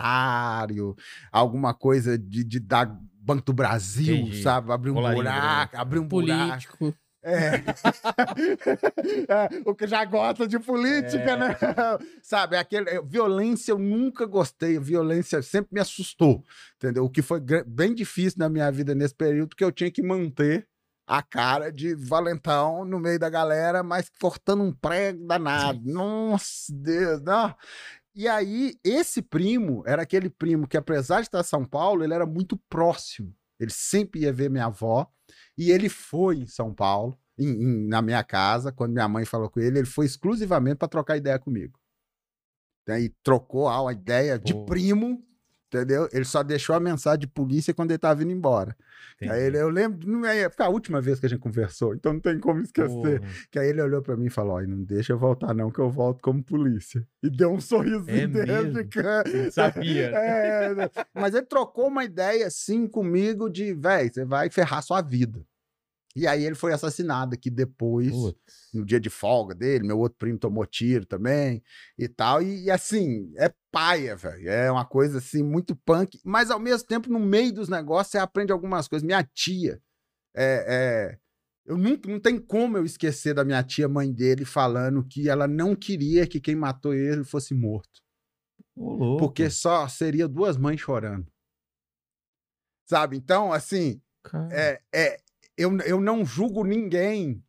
estelionatário, alguma coisa de, de dar Banco do Brasil,
Entendi.
sabe? Abrir um
Colarinho
buraco, abrir um buraco.
político.
É. [LAUGHS] É, O que já gosta de política,
É.
né? [LAUGHS] Sabe, aquele, é, violência eu nunca gostei, violência sempre me assustou, entendeu? O que foi gra- bem difícil na minha vida nesse período, que eu tinha que manter a cara de valentão no meio da galera, mas cortando um prego danado. Nossa, Deus, não. E aí, esse primo era aquele primo que, apesar de estar em São Paulo, ele era muito próximo. Ele sempre ia ver minha avó. E ele foi em São Paulo, em- em- na minha casa, quando minha mãe falou com ele, ele foi exclusivamente para trocar ideia comigo. Daí trocou a uma ideia de
Pô.
primo, entendeu? Ele só deixou a mensagem de polícia quando ele estava indo embora. Aí ele, eu lembro, não é, foi a última vez que a gente conversou, então não tem como esquecer. Que aí ele olhou pra mim e falou: "Ai, não deixa eu voltar, não, que eu volto como polícia. E deu um sorrisinho
É
dele
mesmo?
de [LAUGHS] cara.
Sabia.
[LAUGHS] É, né? mas ele trocou uma ideia assim comigo de, véi, você vai ferrar sua vida. E aí ele foi assassinado aqui depois,
Putz.
no dia de folga dele, meu outro primo tomou tiro também e tal. E, e, assim, é paia, velho. É uma coisa assim muito punk, mas ao mesmo tempo, no meio dos negócios, você aprende algumas coisas. Minha tia é, é, eu nunca, não tem como eu esquecer da minha tia mãe dele falando que ela não queria que quem matou ele fosse morto.
Ô, louco.
Porque só seria duas mães chorando. Sabe? Então, assim,
Cara,
é, é, eu, eu não julgo ninguém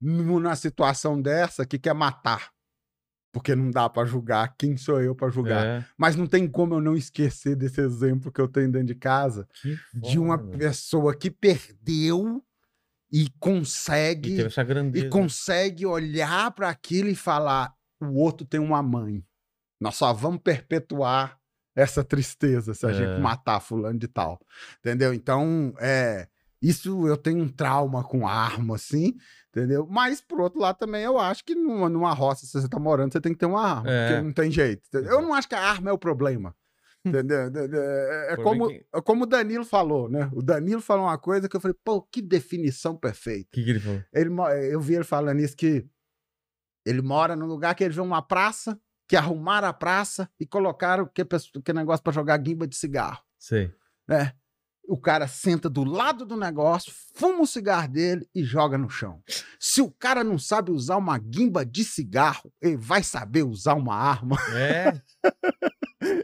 numa situação dessa que quer matar. Porque não dá pra julgar. Quem sou eu pra julgar?
é,
Mas não tem como eu não esquecer desse exemplo que eu tenho dentro de casa
que
de uma
foda.
pessoa que perdeu e
E
consegue
teve essa grandeza.
e consegue olhar para aquilo e falar: o outro tem uma mãe. Nós só vamos perpetuar essa tristeza se a
É.
gente matar fulano de tal. Entendeu? Então, é, isso eu tenho um trauma com arma, assim, entendeu? Mas, por outro lado, também eu acho que numa, numa roça, se você tá morando, você tem que ter uma arma,
É.
porque não tem jeito. entendeu? Eu não acho que a arma é
[LAUGHS]
o problema. Entendeu? É, é
Foi
como,
bem que-
é como o Danilo falou, né? O Danilo falou uma coisa que eu falei, pô, que definição perfeita.
O que, que ele falou?
Ele, mo- eh, eu vi ele falando isso que ele mora num lugar que ele vê uma praça, que arrumaram a praça e colocaram que, pesso- que negócio pra jogar guimba de cigarro. [LAUGHS]
Sei.
né? O cara senta do lado do negócio, fuma o cigarro dele e joga no chão. Se o cara não sabe usar uma guimba de cigarro, ele vai saber usar uma arma. [LAUGHS]
É,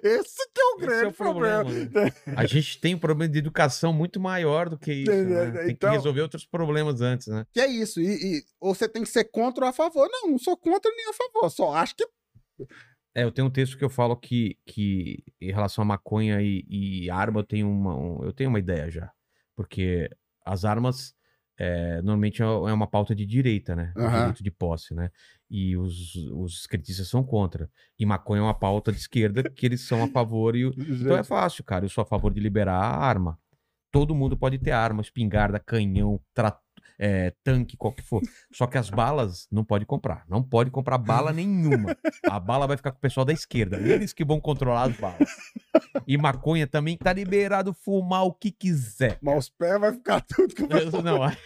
Esse que é o
esse
grande
é o
problema.
problema. né? A gente tem um problema de educação muito maior do que isso. né? Tem
Então-
que resolver outros problemas antes, né?
Que é isso. E, e- ou você tem que ser contra ou a favor. Não, não sou contra nem a favor. Só acho que
É, eu tenho um texto que eu falo que, que em relação a maconha e, e arma, eu tenho uma, um- eu tenho uma ideia já. Porque as armas, é, normalmente, é é uma pauta de direita, né? O
Aham.
Direito de posse, né? E os, os esquerdistas são contra. E maconha é uma pauta de esquerda que eles são a favor e o- então é fácil, cara. Eu sou a favor de liberar a arma. Todo mundo pode ter arma, espingarda, canhão, tra- é, tanque, qual que for. Só que as balas não pode comprar. Não pode comprar
[LAUGHS]
bala nenhuma. A bala vai ficar com o pessoal da esquerda. Eles que vão controlar as balas. E maconha também tá liberado fumar o que quiser.
Mas os pés vai ficar [LAUGHS] tudo com
Eu- é. Não, a...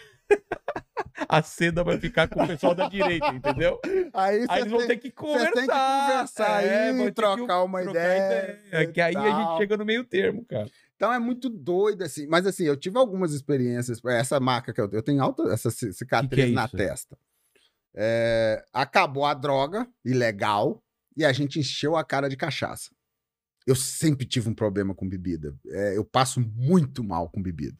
a seda vai ficar com o pessoal da direita, entendeu?
Aí,
Aí
você
eles vão ter que
Você
conversar.
tem que conversar
É,
aí,
vão ter que
trocar uma
trocar
ideia.
ideia, Que aí a
tal.
gente chega no meio termo, cara.
Então é muito doido, assim. Mas assim, eu tive algumas experiências. eh, Essa marca que eu, eu tenho alta, essa ci- cicatriz
Que que é
na
isso?
testa. É, acabou a droga, ilegal, e a gente encheu a cara de cachaça. Eu sempre tive um problema com bebida. É, eu passo muito mal com bebida.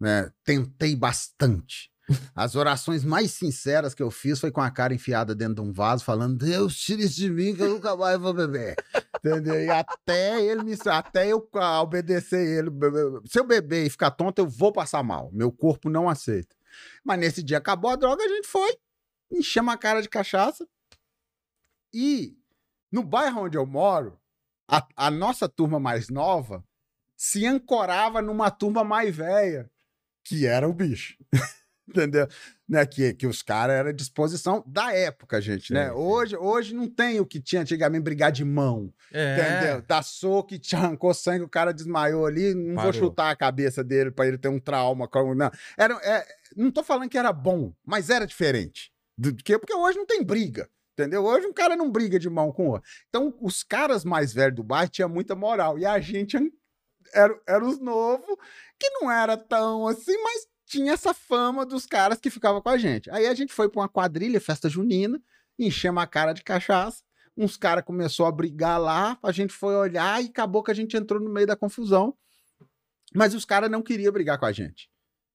né? Tentei bastante. As orações mais sinceras que eu fiz foi com a cara enfiada dentro de um vaso, falando: Deus, tire isso de mim que eu nunca mais vou beber. Entendeu? E até ele me. Até eu ah, obedecer ele. be- be- Se eu beber e ficar tonto, eu vou passar mal. Meu corpo não aceita. Mas nesse dia acabou a droga, a gente foi. Enchemos a cara de cachaça. E no bairro onde eu moro, a, a nossa turma mais nova se ancorava numa turma mais velha, que era o bicho. [LAUGHS] Entendeu? Né, que, que os caras eram à disposição da época, gente, né?
Sim, sim.
Hoje, hoje não tem o que tinha antigamente brigar de mão.
É.
Entendeu? Dá soco e te arrancou sangue, o cara desmaiou ali. Não
Parou.
vou chutar a cabeça dele pra ele ter um trauma. como- Não, era, é, não tô falando que era bom, mas era diferente. Do do que porque hoje não tem briga. Entendeu? Hoje um cara não briga de mão com o outro. Então, os caras mais velhos do bairro tinham muita moral. E a gente an- era, era os novos, que não era tão assim, mas tinha essa fama dos caras que ficavam com a gente. Aí a gente foi pra uma quadrilha, festa junina, enchemos a cara de cachaça uns caras começou a brigar lá, a gente foi olhar e acabou que a gente entrou no meio da confusão. Mas os caras não queriam brigar com a gente.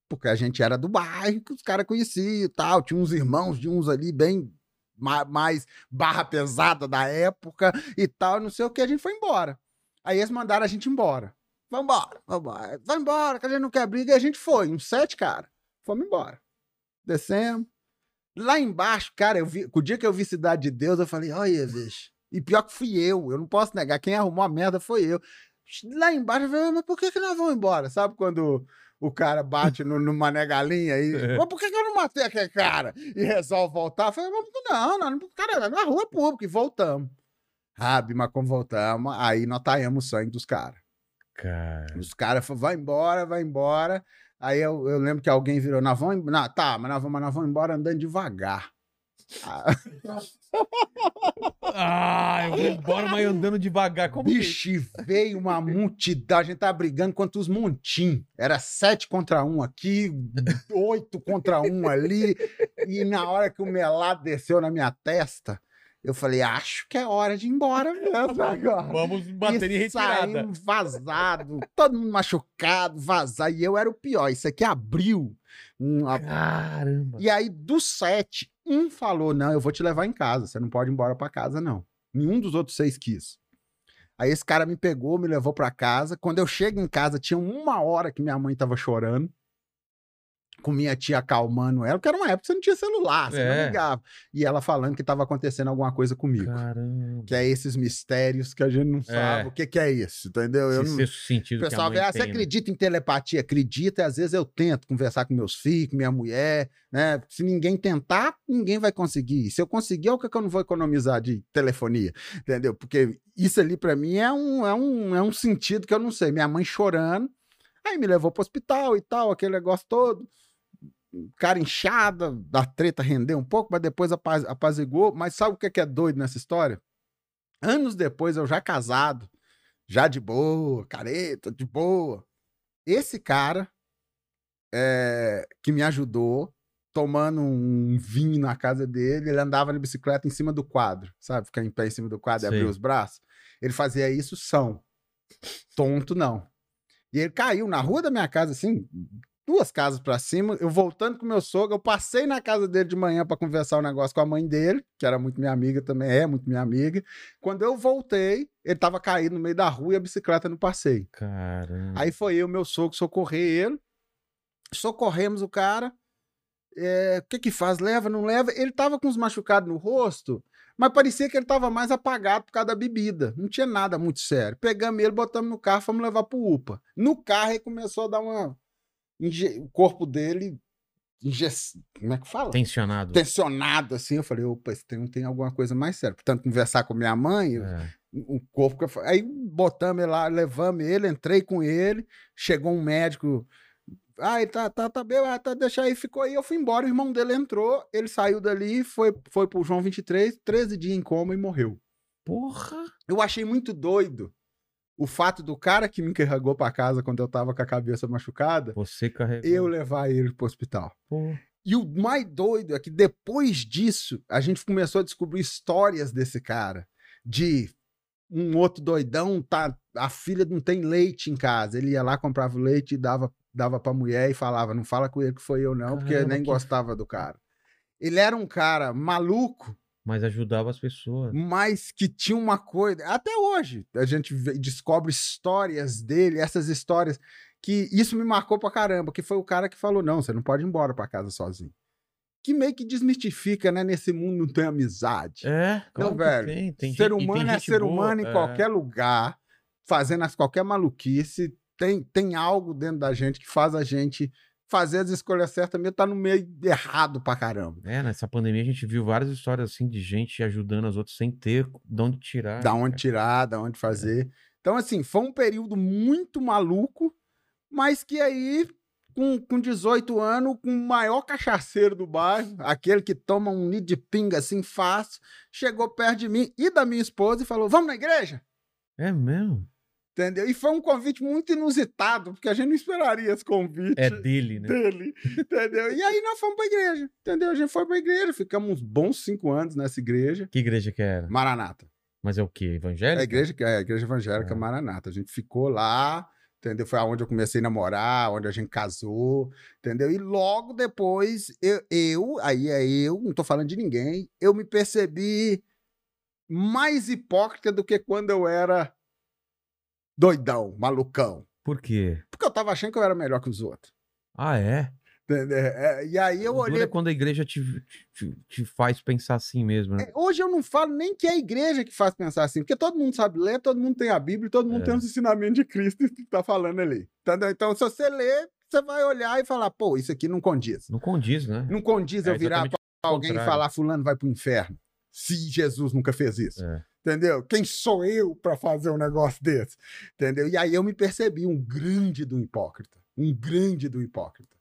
Porque a gente era do bairro, que os caras conheciam e tal. Tinha uns irmãos de uns ali bem ma- mais barra pesada da época e tal, não sei o que. A gente foi embora. Aí eles mandaram a gente embora. Vambora, vambora, vai embora, que a gente não quer briga. E a gente foi, uns sete caras. Fomos embora. Descemos. Lá embaixo, cara, eu vi, o dia que eu vi Cidade de Deus, eu falei, olha, bicho. E pior que fui eu, eu não posso negar, quem arrumou a merda foi eu. Lá embaixo, eu falei, mas por que, que nós vamos embora? Sabe quando o cara bate no, no mané galinha e. Mas por que, que eu não matei aquele cara? E resolve voltar? Eu falei, mas não, não, não, cara, na rua é pública, e voltamos. Sabe, mas como voltamos, aí nós taiamos o sangue dos caras.
Cara.
Os caras falaram, vai embora, vai embora. Aí eu, eu lembro que alguém virou, nós vamos, em- não, tá, mas nós vamos, mas nós vamos embora andando devagar. [LAUGHS] Ah,
Ah, eu vou embora, mas andando devagar. Como que- é
Bicho, e veio uma multidão, a gente tava brigando contra os montim. Era sete contra um aqui, oito contra um ali. E na hora que o melado desceu na minha testa, eu falei, acho que é hora de ir embora
[LAUGHS]
mesmo agora.
Vamos bater em
E
retirada.
saímos vazado, todo mundo machucado, vazar. E eu era o pior. Isso aqui abriu. um- a-
Caramba.
E aí, dos sete, um falou: Não, eu vou te levar em casa. Você não pode ir embora pra casa, não. Nenhum dos outros seis quis. Aí esse cara me pegou, me levou pra casa. Quando eu chego em casa, tinha uma hora que minha mãe tava chorando. Com minha tia acalmando ela, porque era uma época que você não tinha celular, você
É.
não ligava. E ela falando que tava acontecendo alguma coisa comigo.
Caramba.
Que é esses mistérios que a gente não sabe o que, que é isso, entendeu? Eu
Esse
não-
sexto
O
sentido que a
pessoal
mãe
vê, ah, você
tem, né?
acredita em telepatia? Acredita, e às vezes eu tento conversar com meus filhos, com minha mulher, né? Se ninguém tentar, ninguém vai conseguir. Se eu conseguir, é o que que eu não vou economizar de telefonia, entendeu? Porque isso ali pra mim é um, é, um, é um sentido que eu não sei. Minha mãe chorando, aí me levou pro hospital e tal, aquele negócio todo. Cara inchada, da treta rendeu um pouco, mas depois apaz, apaziguou. Mas sabe o que que é doido nessa história? Anos depois, eu já casado, já de boa, careta, de boa. Esse cara é, que me ajudou, tomando um vinho na casa dele, ele andava na bicicleta em cima do quadro, sabe? Ficar em pé em cima do quadro e abrir
Sei.
os braços. Ele fazia isso são. Tonto não. E ele caiu na rua da minha casa, assim, duas casas pra cima, eu voltando com meu sogro, eu passei na casa dele de manhã pra conversar um negócio com a mãe dele, que era muito minha amiga também, é muito minha amiga. Quando eu voltei, ele tava caído no meio da rua e a bicicleta no passeio.
Caramba.
Aí foi eu, meu sogro, socorrer ele. Socorremos o cara. É, o que que faz? Leva, não leva? Ele tava com uns machucados no rosto, mas parecia que ele tava mais apagado por causa da bebida. Não tinha nada muito sério. Pegamos ele, botamos no carro, fomos levar pro UPA. No carro ele começou a dar uma... inje- O corpo dele... inje- Como é que fala?
Tensionado.
Tensionado, assim. Eu falei, opa, esse tem, tem alguma coisa mais séria. Portanto, conversar com minha mãe,
É.
o corpo. que eu fa- Aí botamos ele lá, levamos ele, entrei com ele, chegou um médico. Ah, ele tá, tá, tá bem, ah, tá, deixa aí, ficou aí. Eu fui embora, o irmão dele entrou, ele saiu dali, foi, foi pro João 23, 13 dias em coma e morreu.
Porra.
Eu achei muito doido o fato do cara que me carregou pra casa quando eu tava com a cabeça machucada,
Você carregou.
eu levar ele pro hospital.
Porra.
E o mais doido é que depois disso, a gente começou a descobrir histórias desse cara. De um outro doidão, tá, a filha não tem leite em casa. Ele ia lá, comprava o leite e dava, dava pra mulher e falava: não fala com ele que foi eu, não, porque eu
Caramba,
nem
que-
gostava do cara. Ele era um cara maluco,
Mas ajudava as pessoas.
mas que tinha uma coisa. Até hoje, a gente vê- descobre histórias dele, essas histórias que isso me marcou pra caramba, que foi o cara que falou: "Não, você não pode ir embora pra casa sozinho". Que meio que desmistifica, né, nesse mundo não tem amizade.
É, claro que
velho,
tem, tem
ser
gente- e tem
humano é
gente
ser
boa,
humano em
é.
qualquer lugar, fazendo as qualquer maluquice, tem tem algo dentro da gente que faz a gente fazer as escolhas certas, mesmo tá no meio errado pra caramba.
É, nessa pandemia a gente viu várias histórias assim de gente ajudando as outras sem ter de onde tirar.
da onde tirar, da
É.
onde fazer. Então, assim, foi um período muito maluco, mas que aí, com, com 18 anos, com o maior cachaceiro do bairro, aquele que toma um nido de pinga assim fácil, chegou perto de mim e da minha esposa e falou: Vamos na igreja?
É mesmo?
Entendeu? E foi um convite muito inusitado, porque a gente não esperaria esse convite
É dele, né?
dele, entendeu? E aí nós fomos pra igreja, entendeu? A gente foi pra igreja, ficamos uns bons cinco anos nessa igreja.
Que igreja que era?
Maranata.
Mas é o quê?
É
Evangélico?
a igreja, é a igreja evangélica
É.
Maranata. A gente ficou lá, entendeu? Foi onde eu comecei a namorar, onde a gente casou, entendeu? E logo depois, eu, eu- aí é eu, não tô falando de ninguém, eu me percebi mais hipócrita do que quando eu era doidão, malucão.
Por quê?
Porque eu tava achando que eu era melhor que os outros.
Ah, é?
Entendeu? É, e aí eu
O duro
olhei
é quando a igreja te, te, te faz pensar assim mesmo, né?
É, Hoje eu não falo nem que é a igreja que faz pensar assim, porque todo mundo sabe ler, todo mundo tem a Bíblia, todo mundo
É.
tem os ensinamentos de Cristo que está falando ali. Entendeu? Então, se você ler, você vai olhar e falar, pô, isso aqui não condiz.
Não condiz, né?
Não condiz
É
eu virar
exatamente
para alguém e
contrário.
falar, fulano vai pro inferno. Se Jesus nunca fez isso.
É.
Entendeu? Quem sou eu para fazer um negócio desse? Entendeu? E aí eu me percebi um grande do hipócrita. Um grande do hipócrita.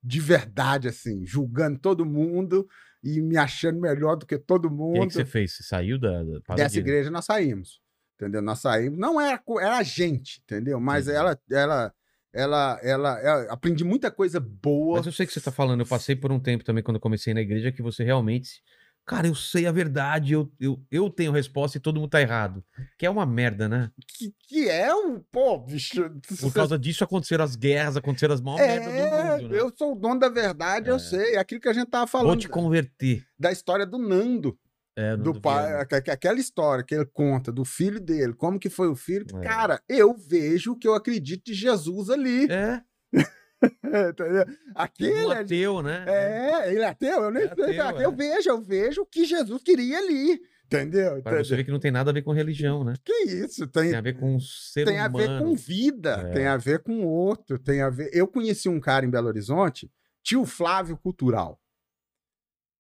De verdade, assim, julgando todo mundo e me achando melhor do que
E
todo
aí, O
mundo
que você fez? Você saiu da, da parada
dessa
de-
igreja nós saímos, entendeu? Nós saímos, não era, co- era a gente, entendeu? Mas
Entendi.
ela, ela, ela, ela, ela- aprendi muita coisa boa.
Mas eu sei o que você tá falando. Eu passei por um tempo também quando eu comecei na igreja que você realmente. Cara, eu sei a verdade, eu, eu, eu tenho resposta e todo mundo tá errado. Que é uma merda, né?
que, que é o, pô, bicho.
Por
você-
causa disso aconteceram as guerras, aconteceram as maiores merdas
é,
do mundo, né?
eu sou o dono da verdade,
É.
eu sei. É aquilo que a gente tava
Vou
falando
te converter.
da história do Nando,
É, não
do
duvido.
pai, aque- aque- aquela história que ele conta do filho dele, como que foi o filho.
É.
Cara, eu vejo o que eu acredito de Jesus ali. [LAUGHS]
É,
entendeu?
um
Aquele é
ateu, né?
É, ele é ateu, eu nem
É
sei.
ateu,
cara, Eu
é.
vejo, eu vejo o que Jesus queria ali. Entendeu?
Para você
Entendeu?
ver que não tem nada a ver com religião, né?
Que isso? Tem,
Tem a ver com um ser
tem a
humano.
ver com vida,
É.
tem a ver com outro, tem a ver. Eu conheci um cara em Belo Horizonte, tio Flávio Cultural,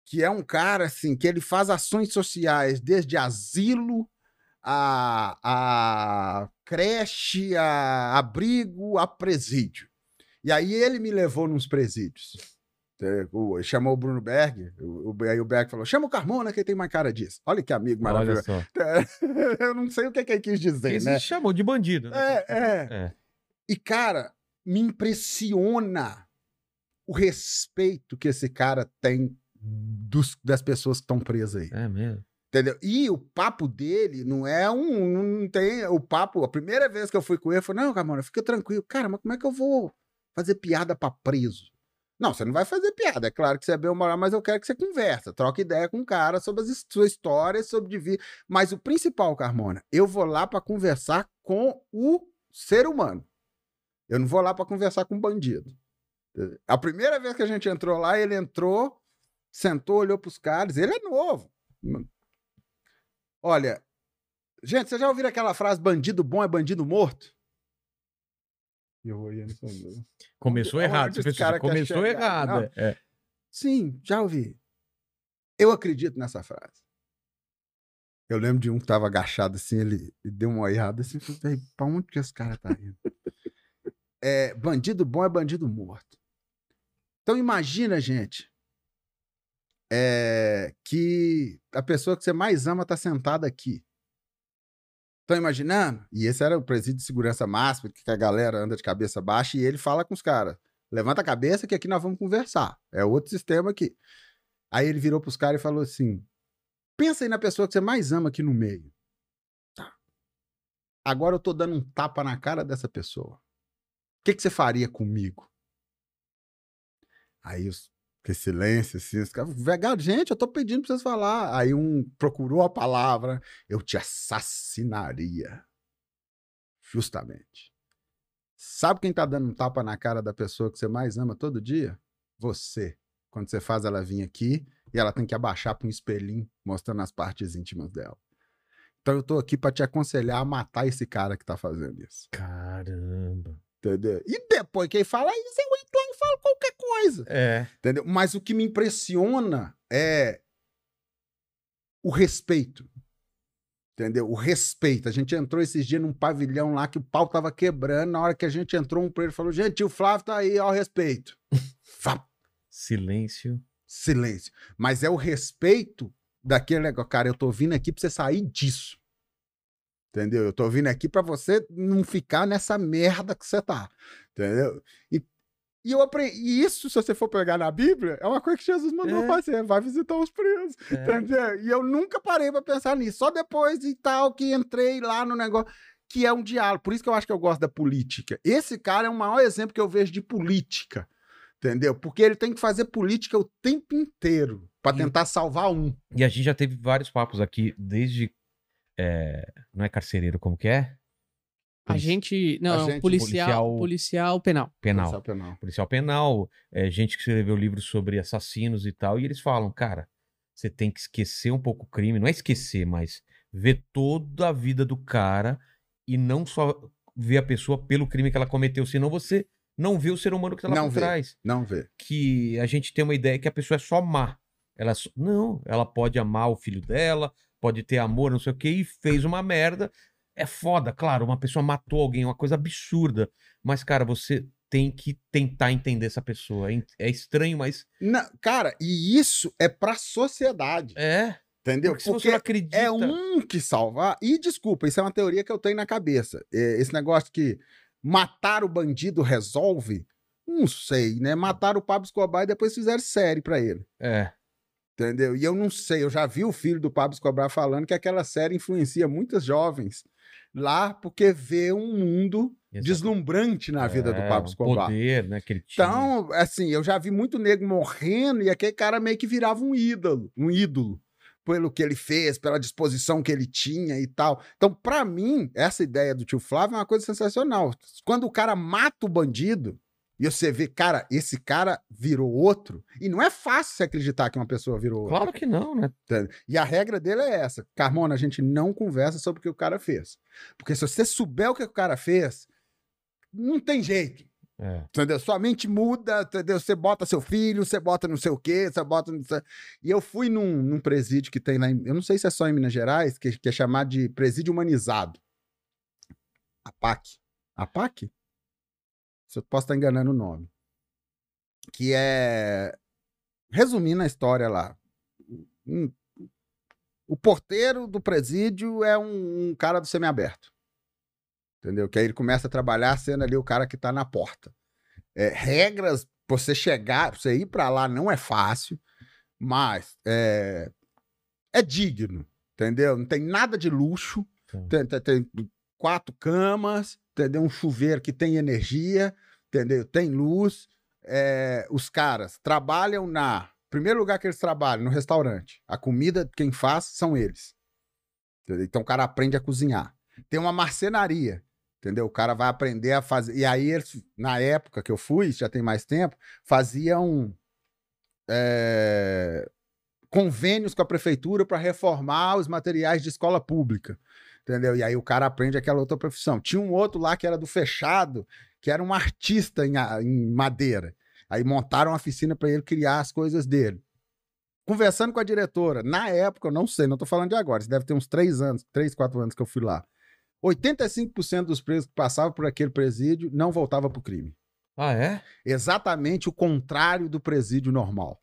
que é um cara assim que ele faz ações sociais desde asilo a, a creche, a abrigo, a presídio. E aí ele me levou nos presídios. Eh, o- Chamou o Bruno Berg, o, o- aí o Berg falou: chama o Carmona que ele tem mais cara disso. Olha que amigo
Olha
maravilhoso.
só.
[LAUGHS] Eu não sei o que, que ele quis dizer,
Ele
né?
se chamou de bandido, né?
É, é.
É.
E, cara, me impressiona o respeito que esse cara tem dos- das pessoas que estão presas aí.
É mesmo.
Entendeu? E o papo dele não é um. Não tem. O papo, a primeira vez que eu fui com ele, eu falei: Não, Carmona, fica tranquilo. Cara, mas como é que eu vou Fazer piada pra preso. Não, você não vai fazer piada. É claro que você é bem humorado, mas eu quero que você conversa, troca ideia com o cara sobre as his- sua história, sobre de vida. Mas o principal, Carmona, eu vou lá pra conversar com o ser humano. Eu não vou lá pra conversar com bandido. A primeira vez que a gente entrou lá, ele entrou, sentou, olhou pros caras. Ele é novo. Olha, gente, vocês já ouviram aquela frase: bandido bom é bandido morto? E eu olhando pra mim.
Começou
Onde-
errado.
onde
você
esse
pensou,
cara quer
começou
chegar?
errado.
Não.
é.
Sim, já ouvi. Eu acredito nessa frase. Eu lembro de um que tava agachado assim, ele ele deu uma olhada assim, falei, "Véi, pra onde que esse cara tá indo? [LAUGHS] É, bandido bom é bandido morto. Então imagina, gente, é, que a pessoa que você mais ama tá sentada aqui. Estão imaginando? E esse era o presídio de segurança máxima, que a galera anda de cabeça baixa e ele fala com os caras. Levanta a cabeça que aqui nós vamos conversar. É outro sistema aqui. Aí ele virou pros caras e falou assim: pensa aí na pessoa que você mais ama aqui no meio. Tá. Agora eu tô dando um tapa na cara dessa pessoa. O que, que você faria comigo? Aí os que silêncio, assim, os caras, "Vegado, gente, eu tô pedindo pra vocês falar. Aí um procurou a palavra, eu te assassinaria. Justamente. Sabe quem tá dando um tapa na cara da pessoa que você mais ama todo dia? Você. Quando você faz ela vir aqui e ela tem que abaixar para um espelhinho mostrando as partes íntimas dela. Então eu tô aqui para te aconselhar a matar esse cara que tá fazendo isso.
Caramba.
Entendeu? E depois quem fala isso, é eu entro lá e falo qualquer coisa.
É.
Entendeu? Mas o que me impressiona é o respeito. Entendeu? O respeito. A gente entrou esses dias num pavilhão lá que o pau tava quebrando. Na hora que a gente entrou, um preso falou: Gente, o Flávio tá aí, ó, o respeito. Vá,
Silêncio.
silêncio. Mas é o respeito daquele negócio. Cara, eu tô vindo aqui pra você sair disso. Entendeu? Eu tô vindo aqui pra você não ficar nessa merda que você tá. Entendeu? E, e eu apre- e isso, se você for pegar na Bíblia, é uma coisa que Jesus mandou
É.
fazer. Vai visitar os presos.
É.
Entendeu? E eu nunca parei pra pensar nisso. Só depois e tal que entrei lá no negócio, que é um diálogo. Por isso que eu acho que eu gosto da política. Esse cara é o maior exemplo que eu vejo de política. Entendeu? Porque ele tem que fazer política o tempo inteiro pra
E-
tentar salvar um.
E a gente já teve vários papos aqui, desde. é, não é carcereiro, como que é?
A gente. Não, é um
Agente
policial,
policial-
policial penal.
Penal.
Essa penal.
policial penal, é, gente que escreveu livros sobre assassinos e tal, e eles falam, cara, você tem que esquecer um pouco o crime, não é esquecer, mas ver toda a vida do cara e não só ver a pessoa pelo crime que ela cometeu, senão você não vê o ser humano que tá lá
Não
por
vê.
trás.
Não vê.
Que a gente tem uma ideia que a pessoa é só má. Ela só- não, ela pode amar o filho dela, pode ter amor, não sei o que, e fez uma merda. É foda, claro, uma pessoa matou alguém, é uma coisa absurda. Mas, cara, você tem que tentar entender essa pessoa. É- É estranho, mas
Na- cara, e isso é pra sociedade.
é.
Entendeu?
Porque se você não acredita.
É um que salvar. E desculpa, isso é uma teoria que eu tenho na cabeça. É, Esse negócio que matar o bandido resolve. Não sei, né? Mataram o Pablo Escobar e depois fizeram série pra ele.
É.
Entendeu? E eu não sei, eu já vi o filho do Pablo Escobar falando que aquela série influencia muitas jovens lá porque vê um mundo deslumbrante na vida do
É,
Pablo
o
Escobar.
poder, né? Que ele tinha.
Então, assim, eu já vi muito negro morrendo e aquele cara meio que virava um ídolo, um ídolo pelo que ele fez, pela disposição que ele tinha e tal. Então, pra mim, essa ideia do tio Flávio é uma coisa sensacional. Quando o cara mata o bandido e você vê, cara, esse cara virou outro, e não é fácil você acreditar que uma pessoa virou outra.
Claro que não, né?
Entende? E a regra dele é essa. Carmona, a gente não conversa sobre o que o cara fez. Porque se você souber o que o cara fez, não tem jeito.
É.
Entendeu? Sua mente muda, entendeu? Você bota seu filho, você bota não sei o quê, você bota. não sei- E eu fui num, num presídio que tem lá em. Eu não sei se é só em Minas Gerais, que, que é chamado de presídio humanizado. A PAC. A PAC? Se eu posso estar enganando o nome. Que é. Resumindo a história lá. um- O porteiro do presídio é um, um cara do semiaberto. Entendeu? Que aí ele começa a trabalhar sendo ali o cara que tá na porta é, regras pra você chegar, pra você ir pra lá não é fácil, mas é, é digno, entendeu? Não tem nada de luxo,
Tá.
tem, tem- tem quatro camas, entendeu? Um chuveiro que tem energia, entendeu? Tem luz. É, os caras trabalham na. Primeiro lugar que eles trabalham, no restaurante. A comida, quem faz, são eles. Entendeu? Então o cara aprende a cozinhar. Tem uma marcenaria, entendeu? O cara vai aprender a fazer. E aí, eles, na época que eu fui, já tem mais tempo, faziam é, convênios com a prefeitura para reformar os materiais de escola pública. Entendeu? E aí o cara aprende aquela outra profissão. Tinha um outro lá que era do fechado, que era um artista em, a- em madeira. Aí montaram uma oficina para ele criar as coisas dele. Conversando com a diretora, na época, eu não sei, não tô falando de agora, isso deve ter uns três anos, três, quatro anos que eu fui lá. 85% dos presos que passavam por aquele presídio não voltavam pro crime.
Ah, é?
Exatamente o contrário do presídio normal.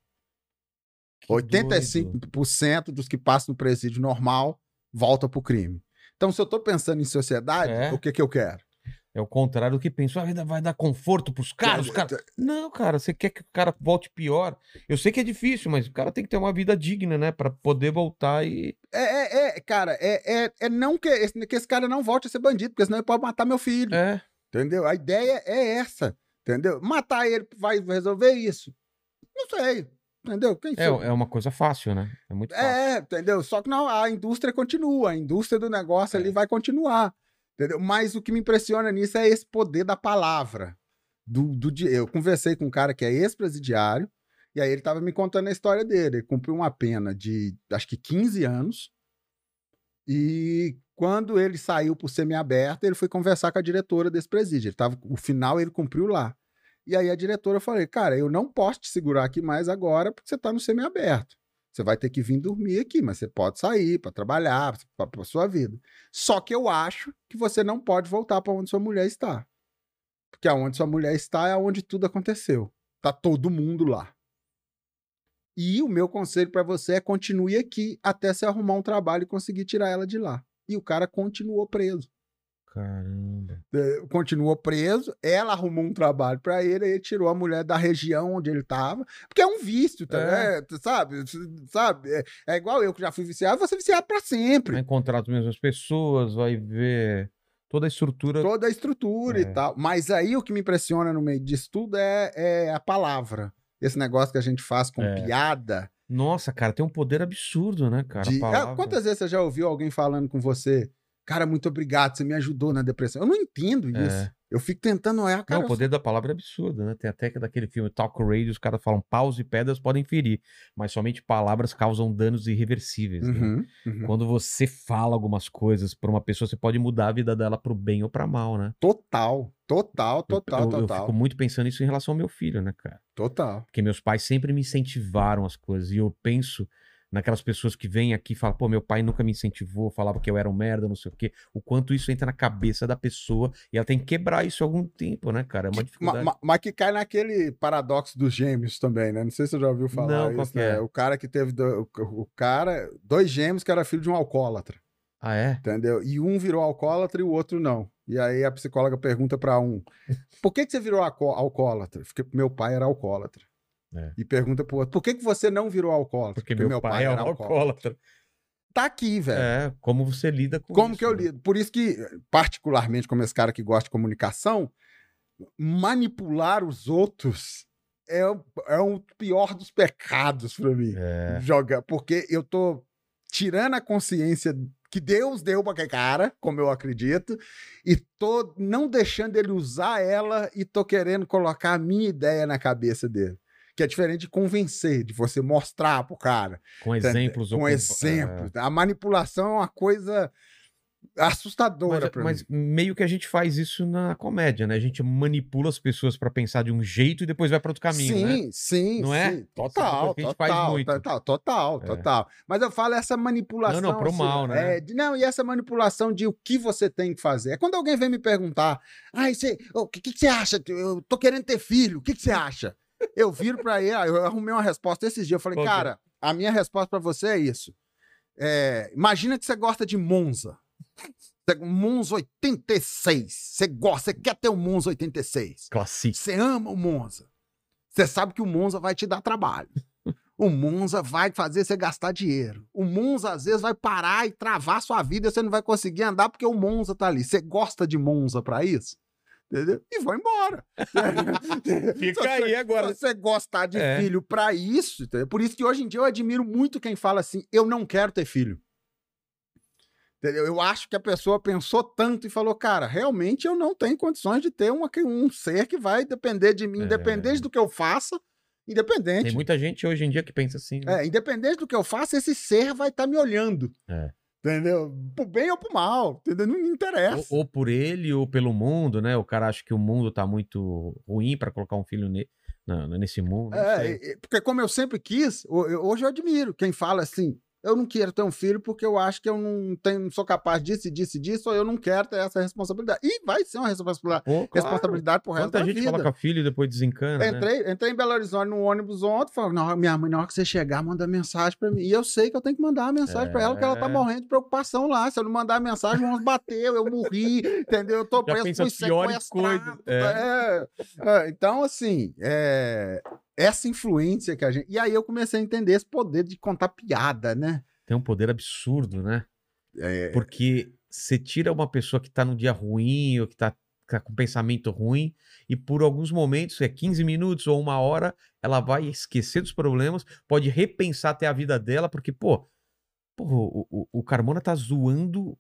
Que
85% dos que passam no presídio normal voltam pro crime. Então, se eu tô pensando em sociedade,
É.
o que que eu quero?
É o contrário do que pensou. A vida vai dar conforto pros caras. Os caras... Não, cara, você quer que o cara volte pior. Eu sei que é difícil, mas o cara tem que ter uma vida digna, né? Pra poder voltar e.
É, é, é, cara, é, é, é não que esse, que esse cara não volte a ser bandido, porque senão ele pode matar meu filho.
É.
Entendeu? A ideia é essa. Entendeu? Matar ele vai resolver isso. Não sei. Entendeu? Quem
É,
sou?
é uma coisa fácil, né? É muito fácil.
É, entendeu? Só que não, a indústria continua, a indústria do negócio
É.
ali vai continuar. Entendeu? Mas o que me impressiona nisso é esse poder da palavra. Do, do, di- eu conversei com um cara que é ex-presidiário, e aí ele estava me contando a história dele. Ele cumpriu uma pena de acho que 15 anos. E quando ele saiu por semiaberto, ele foi conversar com a diretora desse presídio. Ele tava, o final ele cumpriu lá. E aí a diretora falou: Cara, eu não posso te segurar aqui mais agora porque você está no semiaberto. Você vai ter que vir dormir aqui, mas você pode sair para trabalhar, para a sua vida. Só que eu acho que você não pode voltar para onde sua mulher está. Porque aonde sua mulher está é onde tudo aconteceu. Tá todo mundo lá. E o meu conselho para você é continue aqui até você arrumar um trabalho e conseguir tirar ela de lá. E o cara continuou preso.
Caramba.
Eh, Continuou preso, ela arrumou um trabalho para ele, aí ele tirou a mulher da região onde ele tava. Porque é um vício, tá,
É.
né? Tu sabe? Tu Sabe? É, é igual eu que já fui viciado, você viciado para sempre.
Vai encontrar as mesmas pessoas, vai ver toda a estrutura.
Toda a estrutura
É.
e tal. Mas aí o que me impressiona no meio disso tudo é, é a palavra. Esse negócio que a gente faz com
É.
piada.
Nossa, cara, tem um poder absurdo, né, cara? A
de- Ah,
palavra.
Quantas vezes você já ouviu alguém falando com você? Cara, muito obrigado, você me ajudou na depressão. Eu não entendo
É.
isso. Eu fico tentando olhar, cara.
Não, o poder da palavra é absurdo, né? Tem até que daquele filme Talk Radio, os caras falam paus e pedras podem ferir, mas somente palavras causam danos irreversíveis. né?
Uhum, uhum.
Quando você fala algumas coisas pra uma pessoa, você pode mudar a vida dela pro bem ou pra mal, né?
Total, total,
Eu-
total,
eu, eu
total.
fico muito pensando isso em relação ao meu filho, né, cara?
Total.
Porque meus pais sempre me incentivaram as coisas. E eu penso naquelas pessoas que vêm aqui e falam, pô, meu pai nunca me incentivou, falava que eu era um merda, não sei o quê. O quanto isso entra na cabeça da pessoa e ela tem que quebrar isso algum tempo, né, cara? É uma
Ma-
dificuldade.
ma- Mas que cai naquele paradoxo dos gêmeos também, né? Não sei se você já ouviu falar
Não, qual
isso,
que
né?
é?
O cara que teve. do- O o cara. Dois gêmeos que era filho de um alcoólatra.
Ah, é?
Entendeu? E um virou alcoólatra e o outro não. E aí a psicóloga pergunta pra um: Por que, que você virou alco- alcoólatra? Porque meu pai era alcoólatra.
É.
E pergunta pro outro: Por que, que você não virou alcoólatra?
Porque meu, pai, é um alcoólatra.
Tá aqui, velho.
É, como você lida com
Como
isso,
que eu
né?
lido? Por isso que, particularmente como esse cara que gosta de comunicação, manipular os outros é, o- é o pior dos pecados pra mim.
É.
Joga, porque eu tô tirando a consciência que Deus deu pra aquele cara, como eu acredito, e tô não deixando ele usar ela e tô querendo colocar a minha ideia na cabeça dele. Que é diferente de convencer, de você mostrar pro cara.
Com
Entende?
exemplos. ou
Com exemplos. A manipulação é uma coisa assustadora
Mas, é,
para mim.
mas meio que a gente faz isso na comédia, né? A gente manipula as pessoas pra pensar de um jeito e depois vai pra outro caminho, né?
sim, sim,
Não é?
sim.
Isso é uma
Total,
coisa que a gente faz
total,
muito.
total, total,
É.
total. Mas eu falo essa manipulação.
Não, não, pro mal, né?
é, de- não, e essa manipulação de o que você tem que fazer. É quando alguém vem me perguntar, ah, você, o que, que que você acha? Eu tô querendo ter filho, o que, que você acha? Eu viro pra ele, ah, eu arrumei uma resposta esses dias, eu falei,
Qual que é?
cara, a minha resposta pra você é isso. É, imagina que você gosta de Monza. Você- Monza 86. Você gosta, você quer ter um Monza 86.
Classic.
Você ama o Monza. Você sabe que o Monza vai te dar
[LAUGHS]
trabalho. O Monza vai fazer você gastar dinheiro. O Monza, às vezes, vai parar e travar sua vida. Você não vai conseguir andar porque o Monza tá ali. Você gosta de Monza pra isso? Entendeu? E vão embora.
[LAUGHS]
[LAUGHS]
Fica
Se você-
aí agora.
Se você gostar de
É.
filho pra isso, entendeu? por isso que hoje em dia eu admiro muito quem fala assim: eu não quero ter filho. Entendeu? Eu acho que a pessoa pensou tanto e falou: cara, realmente eu não tenho condições de ter uma, um ser que vai depender de mim,
É.
independente do que eu faça, independente.
Tem muita gente hoje em dia que pensa assim. né?
É, independente do que eu faça, esse ser vai estar me olhando.
É.
Entendeu? Pro bem ou pro mal, entendeu? Não me interessa.
Ou, ou por ele ou pelo mundo, né? O cara acha que o mundo tá muito ruim pra colocar um filho ne- na- na- nesse mundo. não
É,
sei.
e- e- porque como eu sempre quis, ho- eu- hoje eu admiro quem fala assim, eu não quero ter um filho porque eu acho que eu não, tenho, não sou capaz disso, e disso, e disso, ou eu não quero ter essa responsabilidade. E vai ser uma responsabilidade,
Pô, claro.
responsabilidade pro resto
Quanta
da
gente
vida.
coloca filho e depois desencana, né?
Entrei, entrei em Belo Horizonte no ônibus ontem, falou, "Não, minha mãe, na hora que você chegar, manda mensagem pra mim. E eu sei que eu tenho que mandar uma mensagem pra ela, que ela tá
É.
morrendo de preocupação lá. Se eu não mandar a mensagem, vão bateu, eu morri, entendeu? Eu tô
Já
preso,
pensa
fui
as piores
sequestrado.
coisas, é.
É, é, Então, assim, é, essa influência que a gente... E aí eu comecei a entender esse poder de contar piada, né?
Tem um poder absurdo, né?
É,
Porque você tira uma pessoa que tá num dia ruim ou que tá, tá com pensamento ruim e por alguns momentos, é 15 minutos ou uma hora, ela vai esquecer dos problemas, pode repensar até a vida dela, porque, pô, pô, o, o- o Carmona tá zoando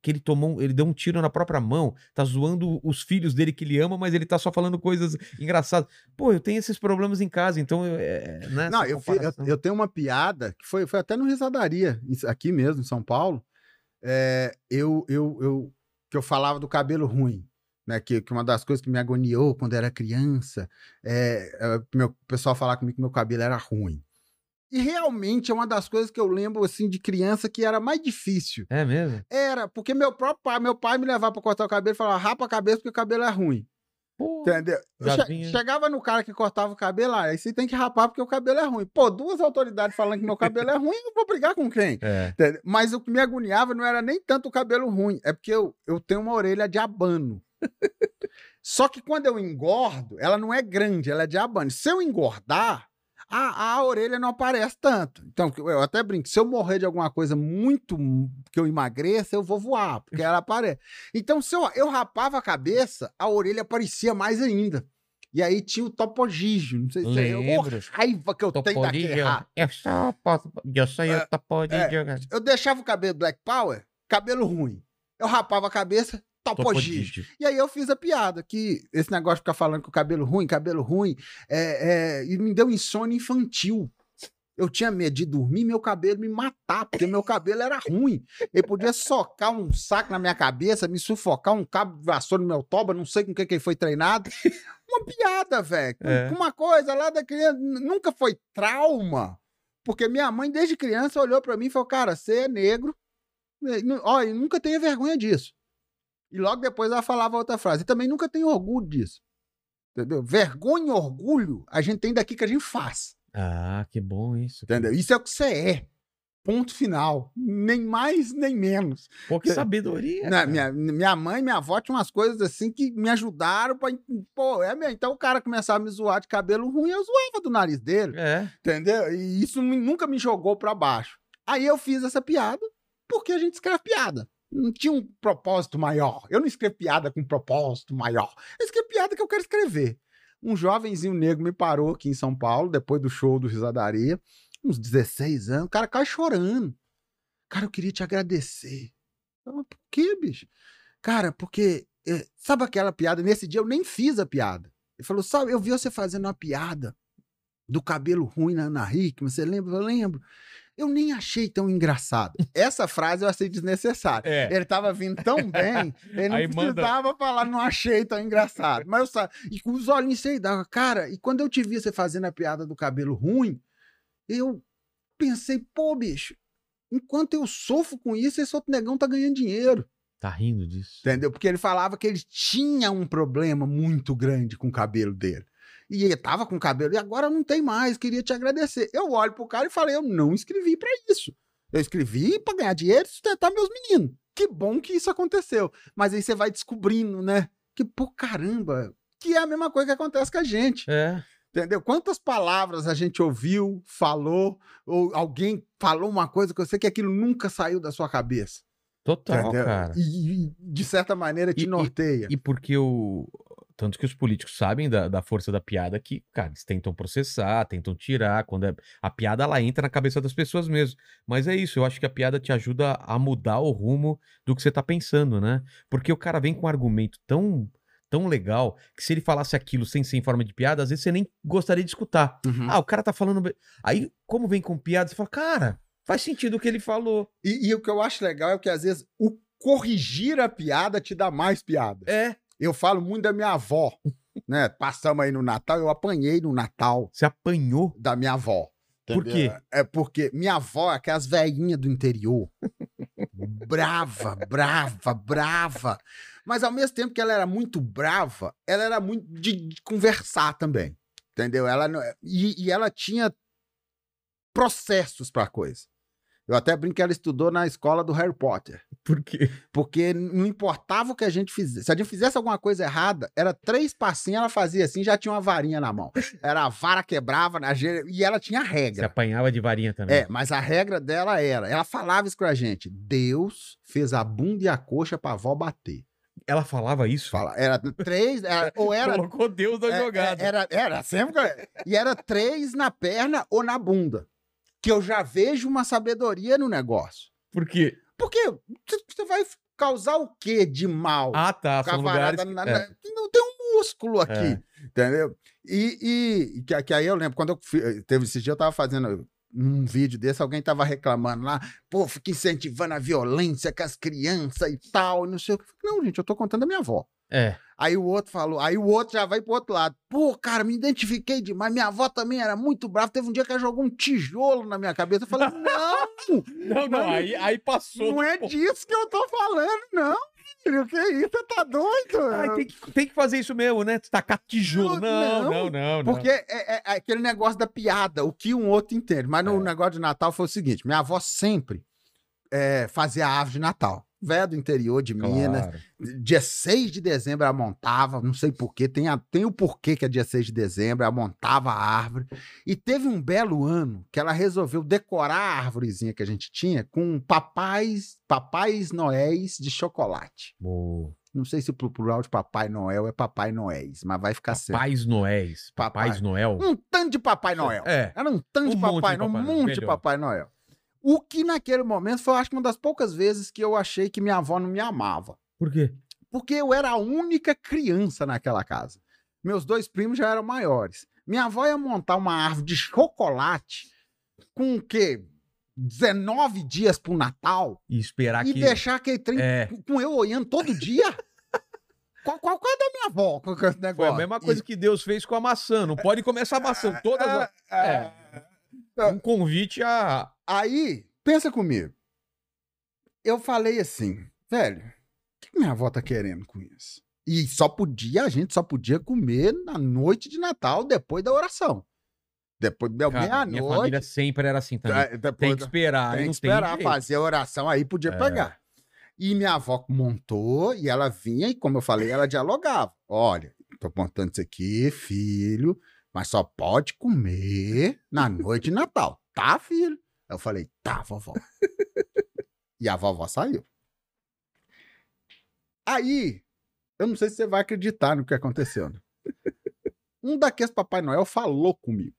que ele tomou, um- ele deu um tiro na própria mão, tá zoando os filhos dele que ele ama, mas ele tá só falando coisas engraçadas. Pô, eu tenho esses problemas em casa, então eu- é, né,
Não,
essa
eu, fi- eu-
comparação.
eu tenho uma piada que foi, foi até no Risadaria, em- aqui mesmo, em São Paulo. É, eu, eu, eu, que eu falava do cabelo ruim, né? Que, que uma das coisas que me agoniou quando era criança é, é, meu o pessoal falar comigo que meu cabelo era ruim. E realmente é uma das coisas que eu lembro assim de criança que era mais difícil.
É mesmo?
Era, porque meu próprio pai, meu pai me levava pra cortar o cabelo e falava, rapa a cabeça porque o cabelo é ruim.
Pô,
Entendeu? Eu
Já
che-
vinha.
Chegava no cara que cortava o cabelo, ah, aí você tem que rapar porque o cabelo é ruim. Pô, duas autoridades falando que meu cabelo é ruim, eu vou brigar com quem?
é.
Entendeu? Mas o que me agoniava não era nem tanto o cabelo ruim, é porque eu, eu tenho uma orelha de abano. [LAUGHS] Só que quando eu engordo, ela não é grande, ela é de abano. Se eu engordar, a, a orelha não aparece tanto. Então, eu- eu até brinco, se eu morrer de alguma coisa muito m- que eu emagreça, eu vou voar, porque ela aparece. Então, se eu, eu rapava a cabeça, a orelha aparecia mais ainda. E aí tinha o topogígio, não sei se é eu
Lembro.
raiva que eu tenho daquele
Toporídeo.
rabo.
Eu É só posso. Eu
É,
sou eu, Toporídeo.
Eu deixava o cabelo Black Power, cabelo ruim. Eu rapava a cabeça, topogígio.
Toporídeo.
E aí eu fiz a piada, que esse negócio de ficar falando que o cabelo ruim, cabelo ruim, é, é, e me deu insônia infantil. Eu tinha medo de dormir, meu cabelo me matar, porque meu cabelo era ruim. Ele podia socar um saco na minha cabeça, me sufocar, um cabo de vassoura no meu toba, não sei com o que que ele foi treinado. Uma piada, velho. Com-
É.
com Uma coisa lá da criança, n- nunca foi trauma. Porque minha mãe, desde criança, olhou pra mim e falou: Cara, você é negro. né, nu- Ó, e nunca tenha vergonha disso. E logo depois ela falava outra frase. E também nunca tenha orgulho disso. Entendeu? Vergonha e orgulho a gente tem daqui que a gente faz.
Ah, que bom isso.
Entendeu? Isso é o que você é. Ponto final. Nem mais, nem menos.
Pô, que sabedoria. cara.
Na- minha, minha mãe e minha avó tinham umas coisas assim que me ajudaram pra. Pô, é mesmo. Então o cara começava a me zoar de cabelo ruim, eu zoava do nariz dele.
É.
Entendeu? E isso me- nunca me jogou pra baixo. Aí eu fiz essa piada porque a gente escreve piada. Não tinha um propósito maior. Eu não escrevo piada com um propósito maior. Eu escrevo piada que eu quero escrever. Um jovenzinho negro me parou aqui em São Paulo, depois do show do Risadaria, uns 16 anos, o cara cai chorando. Cara, eu queria te agradecer. Eu, Mas por quê, bicho? Cara, porque. eh, Sabe aquela piada? Nesse dia eu nem fiz a piada. Ele falou: sabe, eu vi você fazendo uma piada do cabelo ruim na Ana Hickman, você lembra? Eu lembro. Eu nem achei tão engraçado. Essa frase eu achei desnecessária.
É.
Ele tava vindo
[LAUGHS]
tão bem, ele não
Aí manda-
precisava falar, não achei tão engraçado. Mas eu sa... E com os olhinhos cheios d'água. Cara, e quando eu te vi você fazendo a piada do cabelo ruim, eu pensei, pô, bicho, enquanto eu sofro com isso, esse outro negão tá ganhando dinheiro.
Tá rindo disso.
Entendeu? Porque ele falava que ele tinha um problema muito grande com o cabelo dele. E ele tava com o cabelo, e agora não tem mais, queria te agradecer. Eu olho pro cara e falei, eu não escrevi pra isso. Eu escrevi pra ganhar dinheiro e sustentar meus meninos. Que bom que isso aconteceu. Mas aí você vai descobrindo, né? Que, pô, caramba, que é a mesma coisa que acontece com a gente.
É.
Entendeu? Quantas palavras a gente ouviu, falou, ou alguém falou uma coisa que eu sei que aquilo nunca saiu da sua cabeça.
Total,
entendeu?
cara.
E, e, de certa maneira te
E- e-
norteia.
E porque o. Tanto que os políticos sabem da, da força da piada que, cara, eles tentam processar, tentam tirar. Quando é- a piada ela entra na cabeça das pessoas mesmo. Mas é isso, eu acho que a piada te ajuda a mudar o rumo do que você tá pensando, né? Porque o cara vem com um argumento tão, tão legal que se ele falasse aquilo sem ser em forma de piada, às vezes você nem gostaria de escutar.
Uhum.
Ah, o cara tá falando. be- Aí, como vem com piada, você fala, cara, faz sentido o que ele falou.
E, e o que eu acho legal é que às vezes o corrigir a piada te dá mais piada.
É.
Eu falo muito da minha avó, né? Passamos aí no Natal, eu apanhei no Natal
Você apanhou.
da minha avó.
Por
entendeu? É porque minha avó, é aquelas velhinhas do interior, brava, brava, brava. Mas ao mesmo tempo que ela era muito brava, ela era muito de, de conversar também, entendeu? Ela não- e, e ela tinha processos pra coisa. Eu até brinco que ela estudou na escola do Harry Potter.
Por quê?
Porque não importava o que a gente fizesse. Se a gente fizesse alguma coisa errada, era três passinhos, ela fazia assim, já tinha uma varinha na mão. Era a vara quebrava na gê- e ela tinha a
Você
regra.
apanhava de varinha também.
É, mas a regra dela era, ela falava isso com a gente. Deus fez a bunda e a coxa pra avó bater.
Ela falava isso?
Fala, era três, era- ou era
Colocou Deus na
é,
jogada.
é, Era, era sempre. E era três na perna ou na bunda. Que eu já vejo uma sabedoria no negócio.
Por quê?
Porque você vai causar o que de mal?
Ah, tá.
com a
São lugares...
varada na- na- que não tem um músculo aqui,
É.
entendeu? E, e que, que aí eu lembro, quando eu fi- eh, teve esse dia, eu tava fazendo um vídeo desse, alguém tava reclamando lá, pô, fica incentivando a violência com as crianças e tal, não sei o que. Não, gente, eu tô contando a minha avó.
É.
Aí o outro falou, aí o outro já vai pro outro lado. Pô, cara, me identifiquei demais. Minha avó também era muito brava. Teve um dia que ela jogou um tijolo na minha cabeça.
[LAUGHS]
Eu falei, não,
Não,
Mas-
não. Aí, aí passou.
não é
Pô,
disso que eu tô falando, não, filho. Que isso? Você tá doido?
ai, tem, que, tem que fazer isso mesmo, né? Tacar tijolo.
Não,
Não, não, não. não.
Porque é, é- é aquele negócio da piada, o que um outro entende. Mas no
É.
negócio de Natal foi o seguinte: minha avó sempre é, fazia a árvore de Natal. Véia do interior de
Claro.
Minas. Dia 6 de dezembro ela montava, não sei porquê, tem, a- tem o porquê que é dia 6 de dezembro, ela montava a árvore. E teve um belo ano que ela resolveu decorar a árvorezinha que a gente tinha com papais, papais noéis de chocolate.
Pô,
Não sei se o plural de Papai Noel é Papai Noéis, mas vai ficar certo.
Pais Noéis.
Papai.
Pais Noel.
Um tanto de Papai Noel.
É.
Era um tanto de
Um monte
Papai
de
Noel, um
Papai Noel,
monte de
melhor.
Papai Noel. O que naquele momento foi, eu acho, que uma das poucas vezes que eu achei que minha avó não me amava.
Por quê?
Porque eu era a única criança naquela casa. Meus dois primos já eram maiores. Minha avó ia montar uma árvore de chocolate com o quê? 19 dias pro Natal
E esperar
e
que.
deixar aquele trem
É.
com- com eu olhando todo dia? [LAUGHS] qual, qual, qual é da minha avó com esse negócio?
Foi a mesma coisa que Deus fez com a maçã. Não pode comer essa
Ah,
maçã. Todas. as-
E- é. é.
Um convite a.
Aí, pensa comigo. Eu falei assim, velho, o que minha avó tá querendo com isso? E só podia, a gente só podia comer na noite de Natal, depois da oração. Depois da
Cara, minha
meia-noite.
família sempre era assim também.
é, depois
Tem que
da-
esperar.
tem
não
que É. esperar
jeito.
fazer a oração, aí podia pegar. E minha avó montou, e ela vinha, e como eu falei, ela dialogava. Olha, tô montando isso aqui, filho, mas só pode comer na noite de Natal. Tá, filho? Eu falei, tá, vovó. [LAUGHS] e a vovó saiu. Aí, eu não sei se você vai acreditar no que aconteceu. né? [LAUGHS] Um daqueles Papai Noel falou comigo.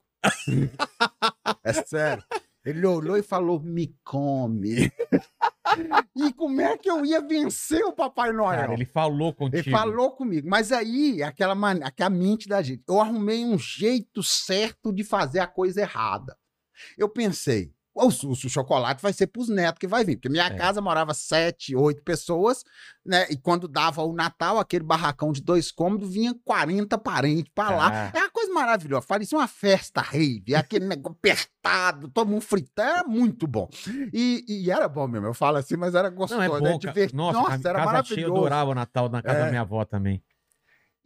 é sério. Ele olhou e falou: me come. [LAUGHS] e como é que eu ia vencer o Papai Noel?
Cara,
ele
ele falou contigo.
falou comigo. Mas aí, aquela, man... aquela mente da gente. Eu arrumei um jeito certo de fazer a coisa errada. Eu pensei. O, su- o chocolate vai ser pros netos que vai vir. Porque minha
É.
casa morava sete, oito pessoas, né? E quando dava o Natal, aquele barracão de dois cômodos, vinha 40 parentes pra lá.
Ah.
É uma coisa maravilhosa. Fala, isso é uma festa rave, é aquele negócio apertado, todo mundo fritando, era muito bom. E, e era bom mesmo, eu falo assim, mas era
Não,
gostoso,
é
era
bom, cara.
divertido.
Nossa, a
Nossa,
casa cheia,
era
eu
maravilhoso.
adorava o Natal na casa
É.
da minha avó também.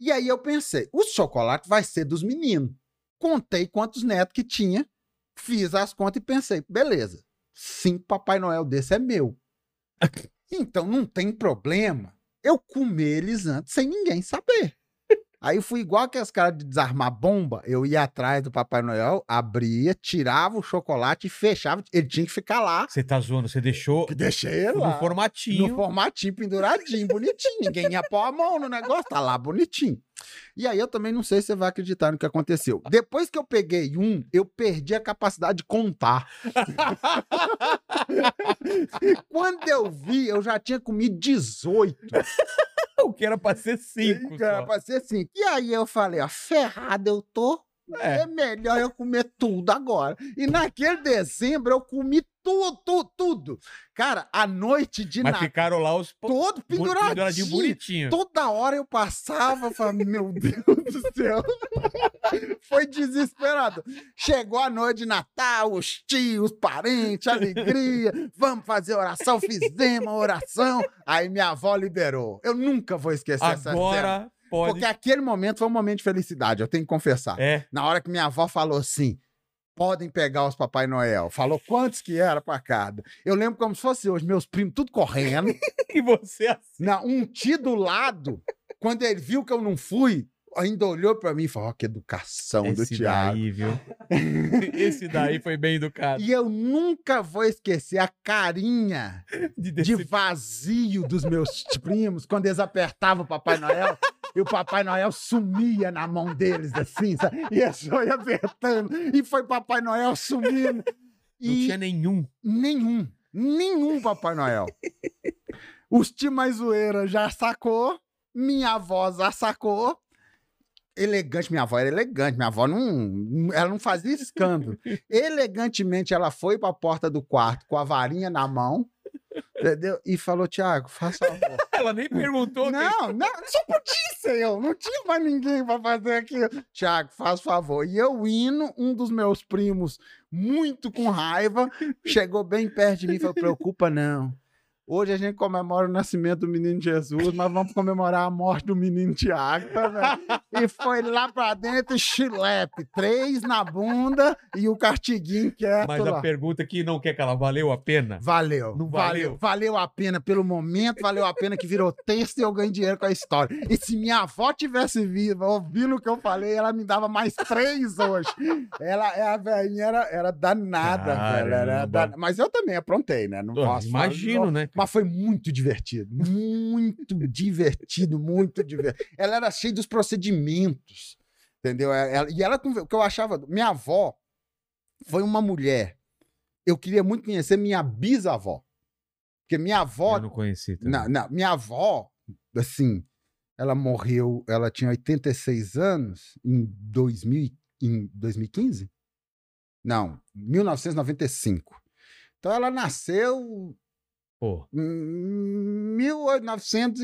E aí eu pensei, o chocolate vai ser dos meninos. Contei quantos netos que tinha, fiz as contas e pensei, beleza, cinco Papai Noel desse é meu. Então não tem problema eu comer eles antes sem ninguém saber. Aí eu fui igual aqueles caras de desarmar bomba. Eu ia atrás do Papai Noel, abria, tirava o chocolate e fechava. Ele tinha que ficar lá.
Você tá zoando, você deixou
Que Deixei ele
no
lá.
formatinho.
No formatinho, penduradinho, bonitinho. Ninguém ia pôr a mão no negócio, tá lá bonitinho. E aí eu também não sei se você vai acreditar no que aconteceu. Depois que eu peguei um, eu perdi a capacidade de contar. [LAUGHS] e quando eu vi, eu já tinha comido 18.
[LAUGHS] O que era pra ser cinco.
Cara,
só.
pra ser assim. E aí eu falei, ó, ferrado eu tô.
É.
É. melhor eu comer tudo agora. E naquele dezembro eu comi tudo, tudo, tudo. Cara, a noite de
Mas um
Natal,
ficaram lá os po-
todo penduradinho.
[LAUGHS] bonitinho.
Toda hora eu passava, eu falava, meu Deus do céu. [LAUGHS] Foi desesperado. Chegou a noite de Natal, os tios, parentes, alegria. Vamos fazer oração, fizemos a oração. Aí minha avó liberou. Eu nunca vou esquecer essa cena.
Agora pode.
Porque aquele momento foi um momento de felicidade, eu tenho que confessar.
É. [LAUGHS]
Na hora que minha avó falou assim, podem pegar os Papai Noel. Falou quantos que era pra cada. Eu lembro como se fosse hoje, meus primos tudo correndo.
E você assim.
Na, um tio do lado, quando ele viu que eu não fui, ainda olhou pra mim e falou: ó, que educação Então, do
Esse
Tiago.
daí,
[LAUGHS]
viu? Esse daí foi bem educado.
E eu nunca vou esquecer a carinha
De
de
dece-
vazio dos meus primos quando eles apertavam o Papai Noel. E o Papai Noel sumia na mão deles, assim, sabe? E eu só ia apertando. E foi Papai Noel sumindo.
Não
E
tinha nenhum. [LAUGHS]
Nenhum. Nenhum Papai Noel. [LAUGHS] Os tios mais zoeira já sacou. Minha avó já sacou. Elegante, minha avó era elegante. Minha avó não. Ela não fazia [LAUGHS] escândalo. Elegantemente, ela foi para a porta do quarto com a varinha na mão. Entendeu? E falou, Tiago, faça favor.
Ela nem perguntou. quem-
Não, não, só podia ser eu. Não tinha mais ninguém pra fazer aquilo. Tiago, faz favor. E eu indo, um dos meus primos, muito com raiva, chegou bem perto de mim e falou: preocupa, não. Hoje a gente comemora o nascimento do menino Jesus, mas vamos comemorar a morte do menino Tiago também. E foi lá pra dentro, chilepe, três na bunda e o cartiguinho quieto
Mas
lá.
a pergunta que não quer calar, valeu a pena?
Valeu.
Não valeu?
valeu. Valeu a pena pelo momento, valeu a pena que virou texto e eu ganhei dinheiro com a história. E se minha avó tivesse viva, ouvindo o que eu falei, ela me dava mais três hoje. Ela, é, a velhinha era, era danada, velho.
Caramba.
Era dan- Mas eu também aprontei, né? Não
Ah,
posso falar-
Imagino, né?
mas foi muito divertido. Muito divertido, muito divertido. Ela era cheia dos procedimentos, entendeu? É, Ela- ela- e ela, conver- o que eu achava. Minha avó foi uma mulher. Eu queria muito conhecer minha bisavó. Porque minha avó.
Eu não conheci. também.
Não, não, minha avó, assim, ela morreu, ela tinha 86 anos em, 2000, em 2015? Não, 1995. Então ela nasceu
Pô,
Hum,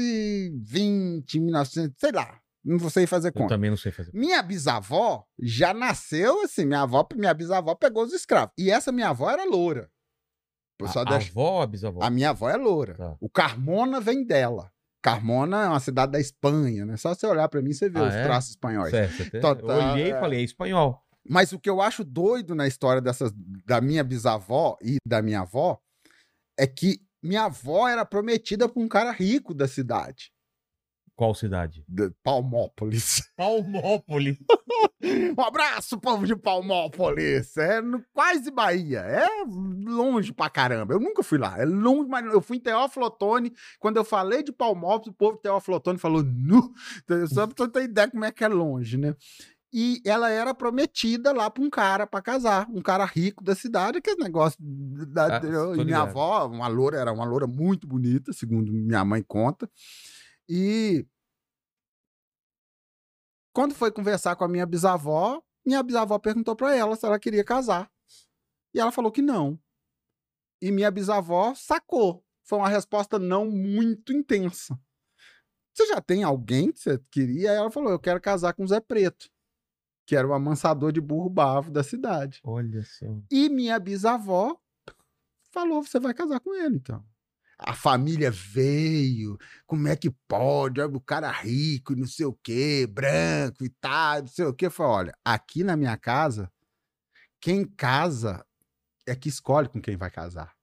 1920, 1900, sei lá. Não vou sei fazer
eu
conta.
também não sei fazer.
Minha bisavó já nasceu assim. Minha avó, minha bisavó pegou os escravos. E essa minha avó era loura. O
A,
pessoal
a
deixa-
avó, a bisavó.
a minha avó é loura.
Tá.
O Carmona vem dela. Carmona é uma cidade da Espanha, né? Só você olhar pra mim, você vê
Ah,
os
é?
traços espanhóis.
Certo, até-
Tá,
eu
tá,
olhei e
é.
falei, é espanhol.
Mas o que eu acho doido na história dessas, da minha bisavó e da minha avó é que minha avó era prometida pra um cara rico da cidade,
Qual cidade?
de Palmópolis. [LAUGHS]
Palmópolis.
Um abraço, povo de Palmópolis! É no, quase Bahia. É longe pra caramba. Eu nunca fui lá. É longe, mas eu fui em Teófilo Otoni. Quando eu falei de Palmópolis, o povo de Teófilo Otoni falou nu. Então, eu Só pra você ter ideia como é que é longe, né? E ela era prometida lá pra um cara pra casar, um cara rico da cidade, aquele negócio. Da,
Ah, tô
e minha
ligado.
avó, uma loura, era uma loura muito bonita, segundo minha mãe conta. E quando foi conversar com a minha bisavó, minha bisavó perguntou pra ela se ela queria casar. E ela falou que não. E minha bisavó sacou. Foi uma resposta não muito intensa. Você já tem alguém que você queria? Aí ela falou: Eu quero casar com o Zé Preto, que era o amansador de burro bavo da cidade.
Olha só.
E minha bisavó falou: Você vai casar com ele, então. A família veio, como é que pode? Olha, O cara rico, e não sei o quê, branco e tal, não sei o quê. Eu falei: Olha, aqui na minha casa, quem casa é que escolhe com quem vai casar.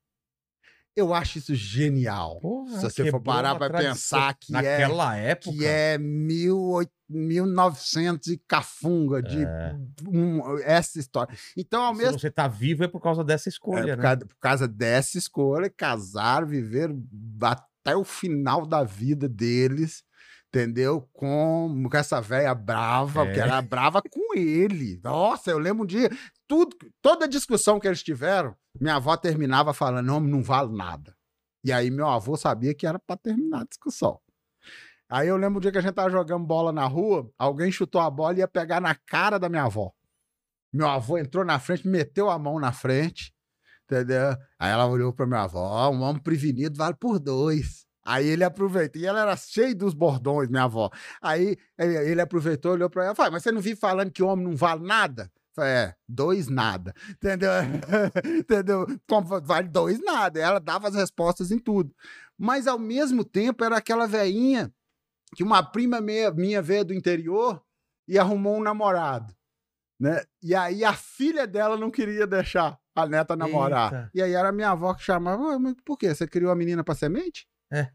Eu acho isso genial.
Porra,
Se você for
quebrou
parar
uma
pra
tradição.
pensar que é
Naquela época.
que é 18 1900 e cafunga de
É.
um- essa história. Então, ao
Se
mesmo
você tá vivo é por causa dessa
tempo,
escolha,
por,
né?
causa, por causa dessa escolha, casaram, viveram até o final da vida deles, entendeu? Com, com essa velha brava,
É.
porque era brava com ele. Nossa, eu lembro um dia, tudo, toda discussão que eles tiveram, minha avó terminava falando: não, não vale nada. E aí meu avô sabia que era pra terminar a discussão. Aí eu lembro um dia que a gente tava jogando bola na rua, alguém chutou a bola e ia pegar na cara da minha avó. Meu avô entrou na frente, meteu a mão na frente, entendeu? Aí ela olhou pra minha avó, ó, um homem prevenido vale por dois. Aí ele aproveitou, e ela era cheia dos bordões, minha avó. Aí ele, ele aproveitou, olhou pra ela e falou, mas você não vive falando que homem não vale nada? Eu falei, É, dois nada. Entendeu? [LAUGHS] Entendeu? Como Vale dois nada. Ela dava as respostas em tudo. Mas, ao mesmo tempo, era aquela veinha que uma prima meia- minha veio do interior e arrumou um namorado. Né? E aí a filha dela não queria deixar a neta namorar.
Eita.
E aí era minha avó que chamava, "Ué, mas por quê? Você criou a menina pra semente?
É.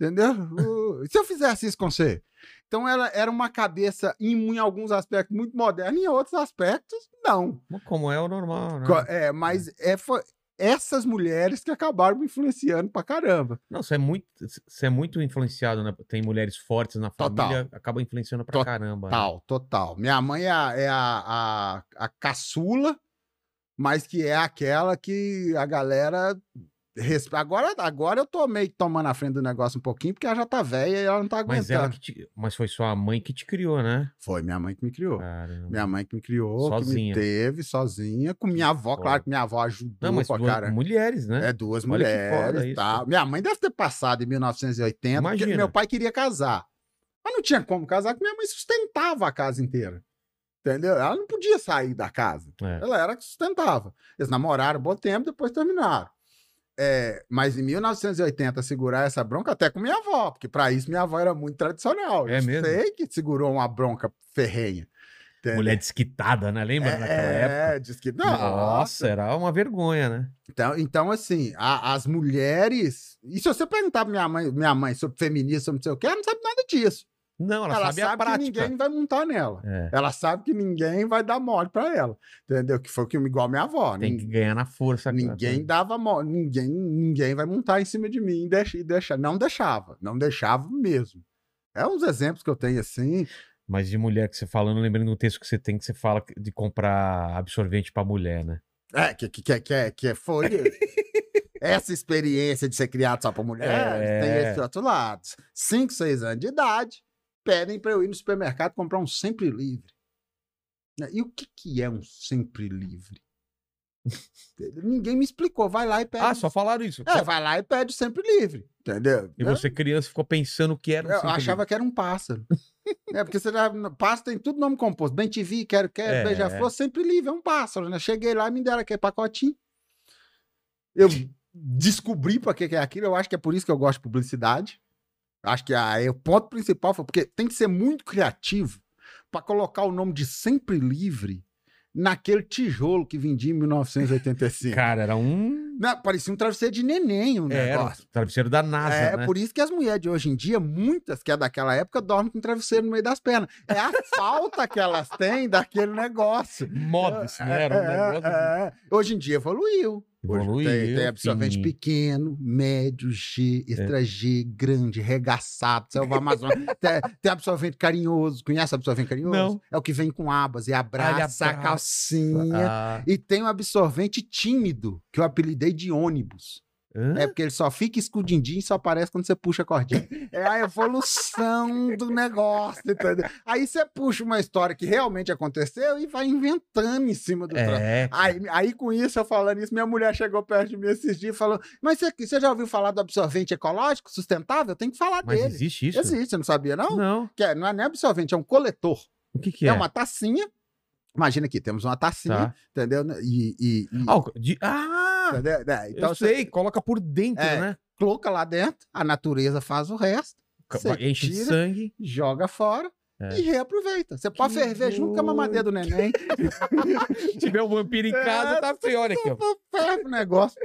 Entendeu? "Uh, Se eu fizesse isso com você? Então ela era uma cabeça, em, mu- em alguns aspectos, muito moderna, e em outros aspectos, não.
Como é o normal, né?
Co- É, mas é, fo- essas mulheres que acabaram me influenciando pra caramba.
Não, você é muito, você é muito influenciado, né? Tem mulheres fortes na
Total.
família, acaba influenciando pra
Total.
caramba. né?
Total, total. Minha mãe é, a, é a, a, a caçula, mas que é aquela que a galera. respe- Agora, agora eu tô meio que tomando a frente do negócio um pouquinho, porque ela já tá velha e ela não tá
Mas
aguentando.
ela que te- mas foi sua mãe que te criou, né?
Foi minha mãe que me criou.
Caramba.
Minha mãe que me criou,
Sozinha.
que me teve sozinha, com minha avó,
foda.
claro que minha avó ajudou
Não, mas
pra
duas
caramba.
mulheres, né?
É, duas
Olha que foda
mulheres e
isso. né?
tal. Minha mãe deve ter passado em 1980,
Imagina.
porque meu pai queria casar. Mas não tinha como casar, porque minha mãe sustentava a casa inteira. Entendeu? Ela não podia sair da casa.
É.
Ela era que sustentava. Eles namoraram um bom tempo, depois terminaram. É, mas em 1980, segurar essa bronca até com minha avó, porque pra isso minha avó era muito tradicional.
É
Eu
mesmo?
sei que segurou uma bronca ferrenha. Entendeu?
É. Mulher desquitada, né? Lembra naquela época?
é, diz que. Nossa,
Nossa, era uma vergonha, né?
então, então assim, a- as mulheres. E se você perguntar pra minha mãe, minha mãe sobre feminismo, sobre não sei o que, ela não sabe nada disso.
Não, ela,
Ela,
sabia a
sabe que
prática.
ninguém vai montar nela.
É,
Ela sabe que ninguém vai dar mole pra ela. Entendeu? Que foi o que igual minha avó.
tem que
nin-
ganhar na força. né? cara.
Ninguém dava mole, ninguém, ninguém vai montar em cima de mim e deixa, e deixa. Não deixava, não deixava mesmo. É uns exemplos que eu tenho assim.
Mas de mulher que você falando, lembrando do um texto que você tem que você fala de comprar absorvente pra mulher, né?
É, que, que, que, que, que foi. Essa experiência de ser criado só por mulheres
É.
tem esse outro lado. 5, 6 anos de idade, pedem para eu ir no supermercado comprar um sempre livre. Né, E o que, que é um sempre livre? Ninguém me explicou. Vai lá e pede.
Ah, só falaram isso.
É, vai lá e pede o sempre livre. Entendeu?
E você, criança, ficou pensando que era um
Eu
cinto
achava que era um pássaro. é, porque você já. Pássaro tem tudo nome composto. Bem te vi, quero, quero,
É.
beija-flor, sempre livre, é um pássaro, né? Cheguei lá e me deram aquele pacotinho. Eu descobri para que que é aquilo, eu acho que é por isso que eu gosto de publicidade. Acho que aí o ponto principal foi porque tem que ser muito criativo para colocar o nome de sempre livre naquele tijolo que vendia em
livre.
1985.
Cara, era um.
Não, parecia um travesseiro de neném o
É, era um
negócio.
travesseiro da NASA,
É,
né?
por isso que as mulheres de hoje em dia, muitas que é daquela época, dormem com um travesseiro no meio das pernas. É
[LAUGHS]
a falta que elas têm daquele negócio.
Modas, né? Era um
É,
negócio.
é. Hoje em dia evoluiu. Hoje
Evoluiu, É.
Tem, tem absorvente
fininho.
pequeno, médio, G, extra G, grande, regaçado, salva Amazonas.
[LAUGHS]
tem, tem absorvente carinhoso. Conhece absorvente carinhoso?
Não.
É o que vem com abas e
ele
abraça a
abraça.
calcinha.
Ah,
E tem um absorvente tímido, que eu apelidei de ônibus.
hã?
É porque ele só fica escudindinho e só aparece quando você puxa a cordinha. É a evolução do negócio, entendeu? Aí você puxa uma história que realmente aconteceu e vai inventando em cima do troço.
É.
Aí, aí, com isso, eu falando isso, minha mulher chegou perto de mim esses dias e falou: Mas você, você já ouviu falar do absorvente ecológico, sustentável? Tem que falar
Mas
dele.
existe isso?
Existe, você não sabia, não?
Não.
Que é, não é nem absorvente, é um coletor.
O que que
É,
é?
uma tacinha. Imagina aqui, temos uma tacinha,
Tá.
entendeu? E. e- e-
Ah, o- de- ah,
entendeu? É,
eu
então, você
sei, coloca por dentro,
É,
né?
coloca lá dentro, a natureza faz o resto, você
Vai- Enche de
tira.
sangue.
joga fora
É.
e reaproveita. Você pode
Que
ferver junto com a mamadeira do neném,
Se tiver um vampiro em
É,
casa, tá feio, olha aqui, ó.
ferve o negócio.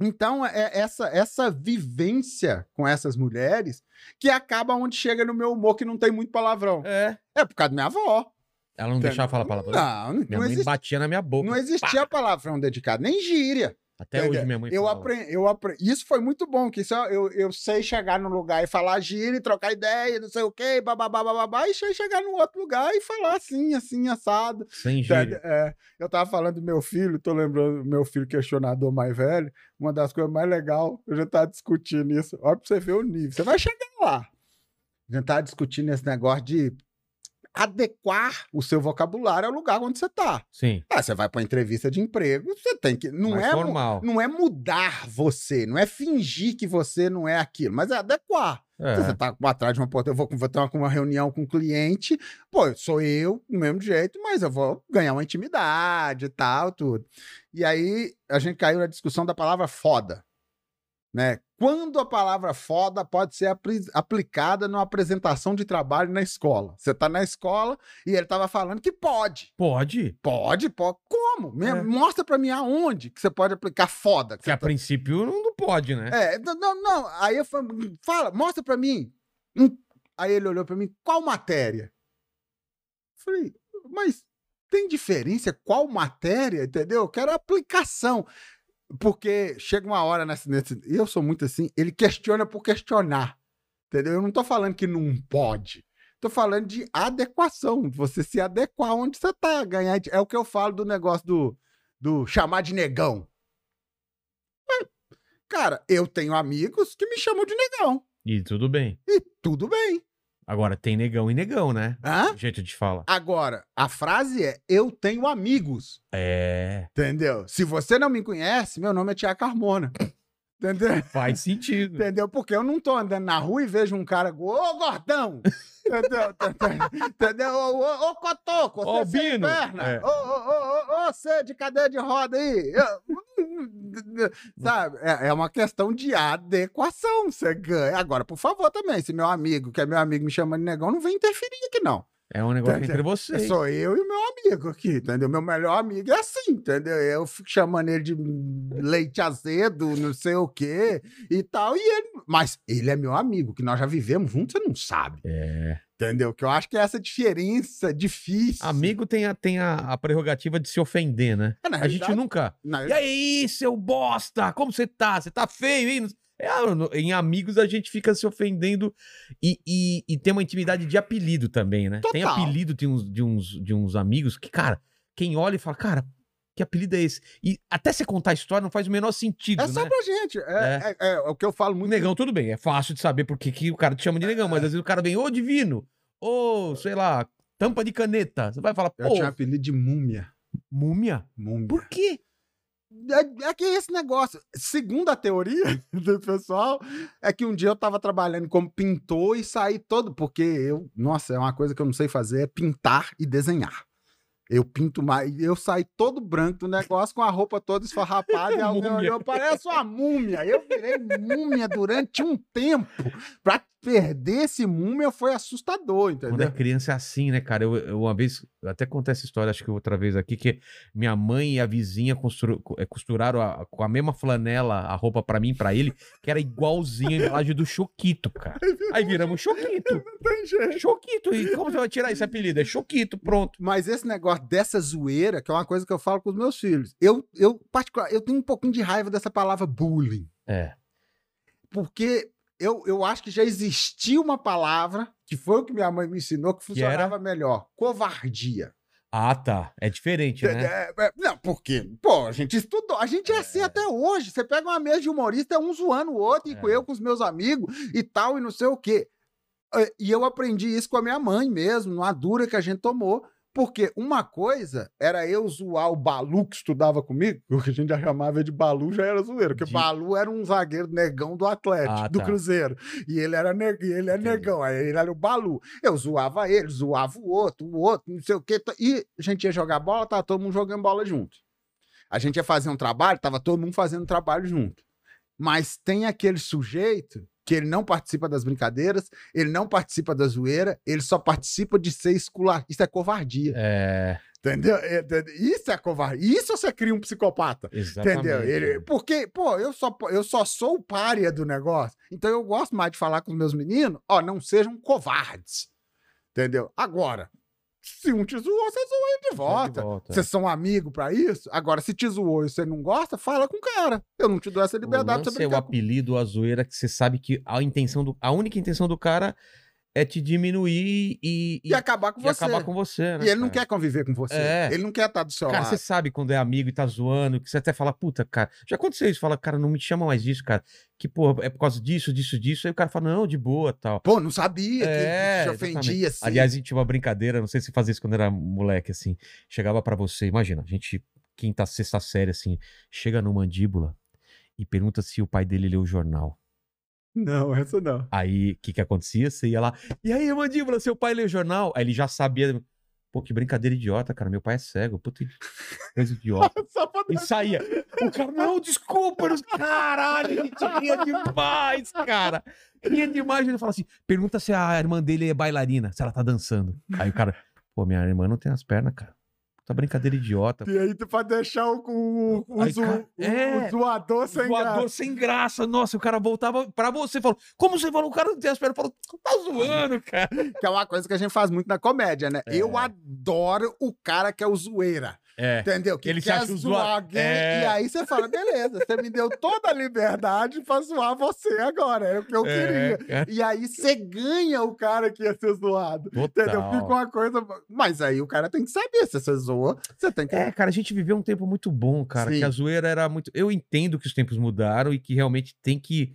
Então, é essa, essa vivência com essas mulheres que acaba onde chega no meu humor, que não tem muito palavrão.
É.
É por causa da minha avó.
Ela não
Entendeu?
deixava falar palavrão.
Não, não,
minha mãe
exist-
batia na minha boca.
não existia palavrão dedicado, nem gíria.
Até hoje minha mãe
Eu
fala.
aprendi, eu apre- Isso foi muito bom, que isso é, eu, eu sei chegar num lugar e falar gíria, e trocar ideia, não sei o quê, bababá, bababá, e sei chegar num outro lugar e falar assim, assim, assado.
Sem
Tá,
gíria.
é, eu tava falando do meu filho, tô lembrando do meu filho questionador mais velho. Uma das coisas mais legais, eu já tava discutindo isso. Olha pra você ver o nível. Você vai chegar lá. A gente tava discutindo esse negócio de adequar o seu vocabulário ao lugar onde você tá.
Sim.
Ah, você vai pra uma entrevista de emprego, você tem que. Não
mas
é. mu-
normal.
Não é mudar você, não é fingir que você não é aquilo, mas é adequar.
É.
Se Você tá atrás de uma porta, eu vou, vou ter uma, uma reunião com um cliente, pô, eu sou eu, do mesmo jeito, mas eu vou ganhar uma intimidade e tal, tudo. E aí a gente caiu na discussão da palavra foda, né? Quando a palavra foda pode ser apli- aplicada numa apresentação de trabalho na escola? Você tá na escola e ele tava falando que pode.
Pode.
Pode, pode. Como? Me-
É.
Mostra pra mim aonde que você pode aplicar foda. que
Que
você
a
tá-
princípio não não pode, né?
é, não, não, não. Aí eu falei, fala, mostra pra mim. Hum. Aí ele olhou pra mim, qual matéria? Falei, mas tem diferença qual matéria, entendeu? Eu quero aplicação. Porque chega uma hora nessa. nesse- eu sou muito assim, ele questiona por questionar. Entendeu? Eu não tô falando que não pode. Tô falando de adequação, de você se adequar onde você tá, ganhar. É o que eu falo do negócio do, do chamar de negão. Cara, eu tenho amigos que me chamam de negão.
E tudo bem.
E tudo bem.
Agora, tem negão e negão, né?
Hã?
Jeito de falar.
Agora, a frase é: eu tenho amigos. [LAUGHS]
É.
Entendeu? Se você não me conhece, meu nome é Tiago Carmona. Entendeu?
Faz sentido.
Entendeu? Porque eu não tô andando na rua e vejo um cara, go- ô gordão! [LAUGHS] Entendeu? Entendeu? Ô, ô, ô cotoco,
Ô,
você sem
Bino!
perna!
É.
Ô, ô, ô, ô, ô, você de cadeia de roda aí! Eu- [LAUGHS] Sabe? É, é uma questão de adequação, você ganha. Agora, por favor, também, se meu amigo, que é meu amigo, me chama de negão, não vem interferir aqui, não.
É um negócio
Tá, tá.
entre
É
vocês.
só eu e meu amigo aqui, entendeu? Meu melhor amigo é assim, entendeu? Eu fico chamando ele de leite azedo, não sei o quê e tal. E ele, mas ele é meu amigo, que nós já vivemos juntos, você não sabe,
É.
entendeu? Que eu acho que é essa diferença difícil.
Amigo tem, a, tem a, a prerrogativa de se ofender, né?
É, na
A gente
realidade,
nunca.
na-
E aí, seu bosta? Como você tá? Você tá feio, hein? É, no- em amigos a gente fica se ofendendo e, e, e tem uma intimidade de apelido também, né? Tem
Total.
apelido de uns, de, uns, de uns amigos que, cara, quem olha e fala, cara, que apelido é esse? E até você contar a história não faz o menor sentido,
É só
né?
pra gente. É, é- é o que eu falo
O
muito.
negão, tudo bem, é fácil de saber por que que o cara te chama de negão, mas às vezes o cara vem, ô divino, ô, sei lá, tampa de caneta. Você vai falar,
Eu
pô,
tinha um apelido de múmia.
múmia?
Múmia.
Por quê?
É, é que é esse negócio. Segundo a teoria [LAUGHS] do pessoal, é que um dia eu tava trabalhando como pintor e saí todo, porque eu, nossa, é uma coisa que eu não sei fazer, é pintar e desenhar. Eu pinto mais, eu saí todo branco do negócio com a roupa toda esfarrapada
[LAUGHS]
e alguém
Múmia.
olhou, parece uma múmia. Eu virei múmia durante um tempo. Pra perder esse múmia foi assustador,
Quando é
entendeu?
criança é assim, né, cara? Eu, eu uma vez, eu até contei essa história, acho que outra vez aqui, que minha mãe e a vizinha constru- co- eh, costuraram a- com a mesma flanela a roupa pra mim e pra ele, que era igualzinha a embalagem do Choquito, cara. Aí viramos Choquito.
Tem jeito.
Choquito. E como você vai tirar esse apelido? É Choquito, pronto.
Mas esse negócio dessa zoeira, que é uma coisa que eu falo com os meus filhos. Eu, eu particular, eu tenho um pouquinho de raiva dessa palavra bullying,
É.
porque eu, eu acho que já existia uma palavra que foi o que minha mãe me ensinou que
era?
funcionava melhor, covardia.
Ah, tá. É diferente, né?
É, é, não, porque, pô, a gente estudou, a gente é, assim até hoje. Você pega uma mesa de humorista, é um zoando o outro, e
É.
com eu com os meus amigos e tal, e não sei o quê. É, E eu aprendi isso com a minha mãe mesmo, numa dura que a gente tomou. Porque uma coisa era eu zoar o Balu que estudava comigo, [LAUGHS] o que a gente já chamava de Balu já era zoeiro, porque
De-
Balu era um zagueiro negão do Atlético,
Ah,
do
tá.
Cruzeiro. E ele era, ne- e ele era
Entendi.
negão, aí ele era o Balu. Eu zoava ele, zoava o outro, o outro, não sei o quê. t- E a gente ia jogar bola, tava todo mundo jogando bola junto. A gente ia fazer um trabalho, tava todo mundo fazendo trabalho junto. Mas tem aquele sujeito que ele não participa das brincadeiras, ele não participa da zoeira, ele só participa de ser escular. Isso é covardia.
É,
Entendeu? É, é, Isso é covardia. Isso você cria um psicopata.
exatamente.
Entendeu? Ele, porque, pô, eu só, eu só sou o pária do negócio. Então eu gosto mais de falar com os meus meninos, ó, não sejam covardes. Entendeu? Agora, se um te zoou, você zoa ele de
Volta. é.
volta. Vocês são amigo pra isso? Agora, se te zoou e você não gosta, fala com o cara. Eu não te dou essa liberdade
Liberdade
pra
o lance
você
é o
brincar. com-
apelido, a zoeira, que você sabe que a intenção do, a única intenção do cara é te diminuir e, e-
E acabar com
e
você.
acabar com você, né?
E ele não
cara?
quer conviver com você.
É.
Ele não quer estar do seu
Cara,
lado.
você sabe quando é amigo e tá zoando, que você até fala, puta, cara, já aconteceu isso, fala, cara, não me chama mais disso, cara, que, pô, é por causa disso, disso, disso, aí o cara fala, não, de boa, tal.
Pô, não sabia
É,
que te ofendia assim.
Aliás, a gente tinha uma brincadeira, não sei se fazia isso quando era moleque, assim. Chegava pra você, imagina, a gente, quinta, sexta série, assim, chega no mandíbula e pergunta se o pai dele leu o jornal.
não, essa não.
Aí, o que que acontecia? Você ia lá, e aí, mandíbula, seu pai leu o jornal? Aí ele já sabia, pô, que brincadeira idiota, cara, meu pai é cego, puta, coisa idiota.
Só pra
E saía. O cara, não, desculpa, não- caralho, a gente ria demais, cara. Ria demais. Ele fala assim: pergunta se a irmã dele é bailarina, se ela tá dançando. Aí o cara, pô, minha irmã não tem as pernas, cara. Puta brincadeira idiota.
E aí, tu pra deixar o, o, o,
Aí,
zo-
cara,
o-
é.
o zoador sem
Voador
graça.
sem graça. Nossa, o cara voltava pra você e falou: Como você falou? O cara não tem as pernas. Falou, tá zoando, cara.
Que é uma coisa que a gente faz muito na comédia, né?
É.
Eu adoro o cara que é o zoeira.
É.
Entendeu? Que
Ele se
quer
acha o
zoar
zoa-
alguém.
É.
E aí você fala, beleza, você me deu toda a liberdade pra zoar você agora. Era o que eu
é,
queria.
cara.
E aí você ganha o cara que ia ser zoado. Entendeu? Fica
Total.
uma coisa. Mas aí o cara tem que saber. Se você zoa, você tem que.
É, cara, a gente viveu um tempo muito bom, cara.
Sim.
Que a zoeira era muito. Eu entendo que os tempos mudaram e que realmente tem que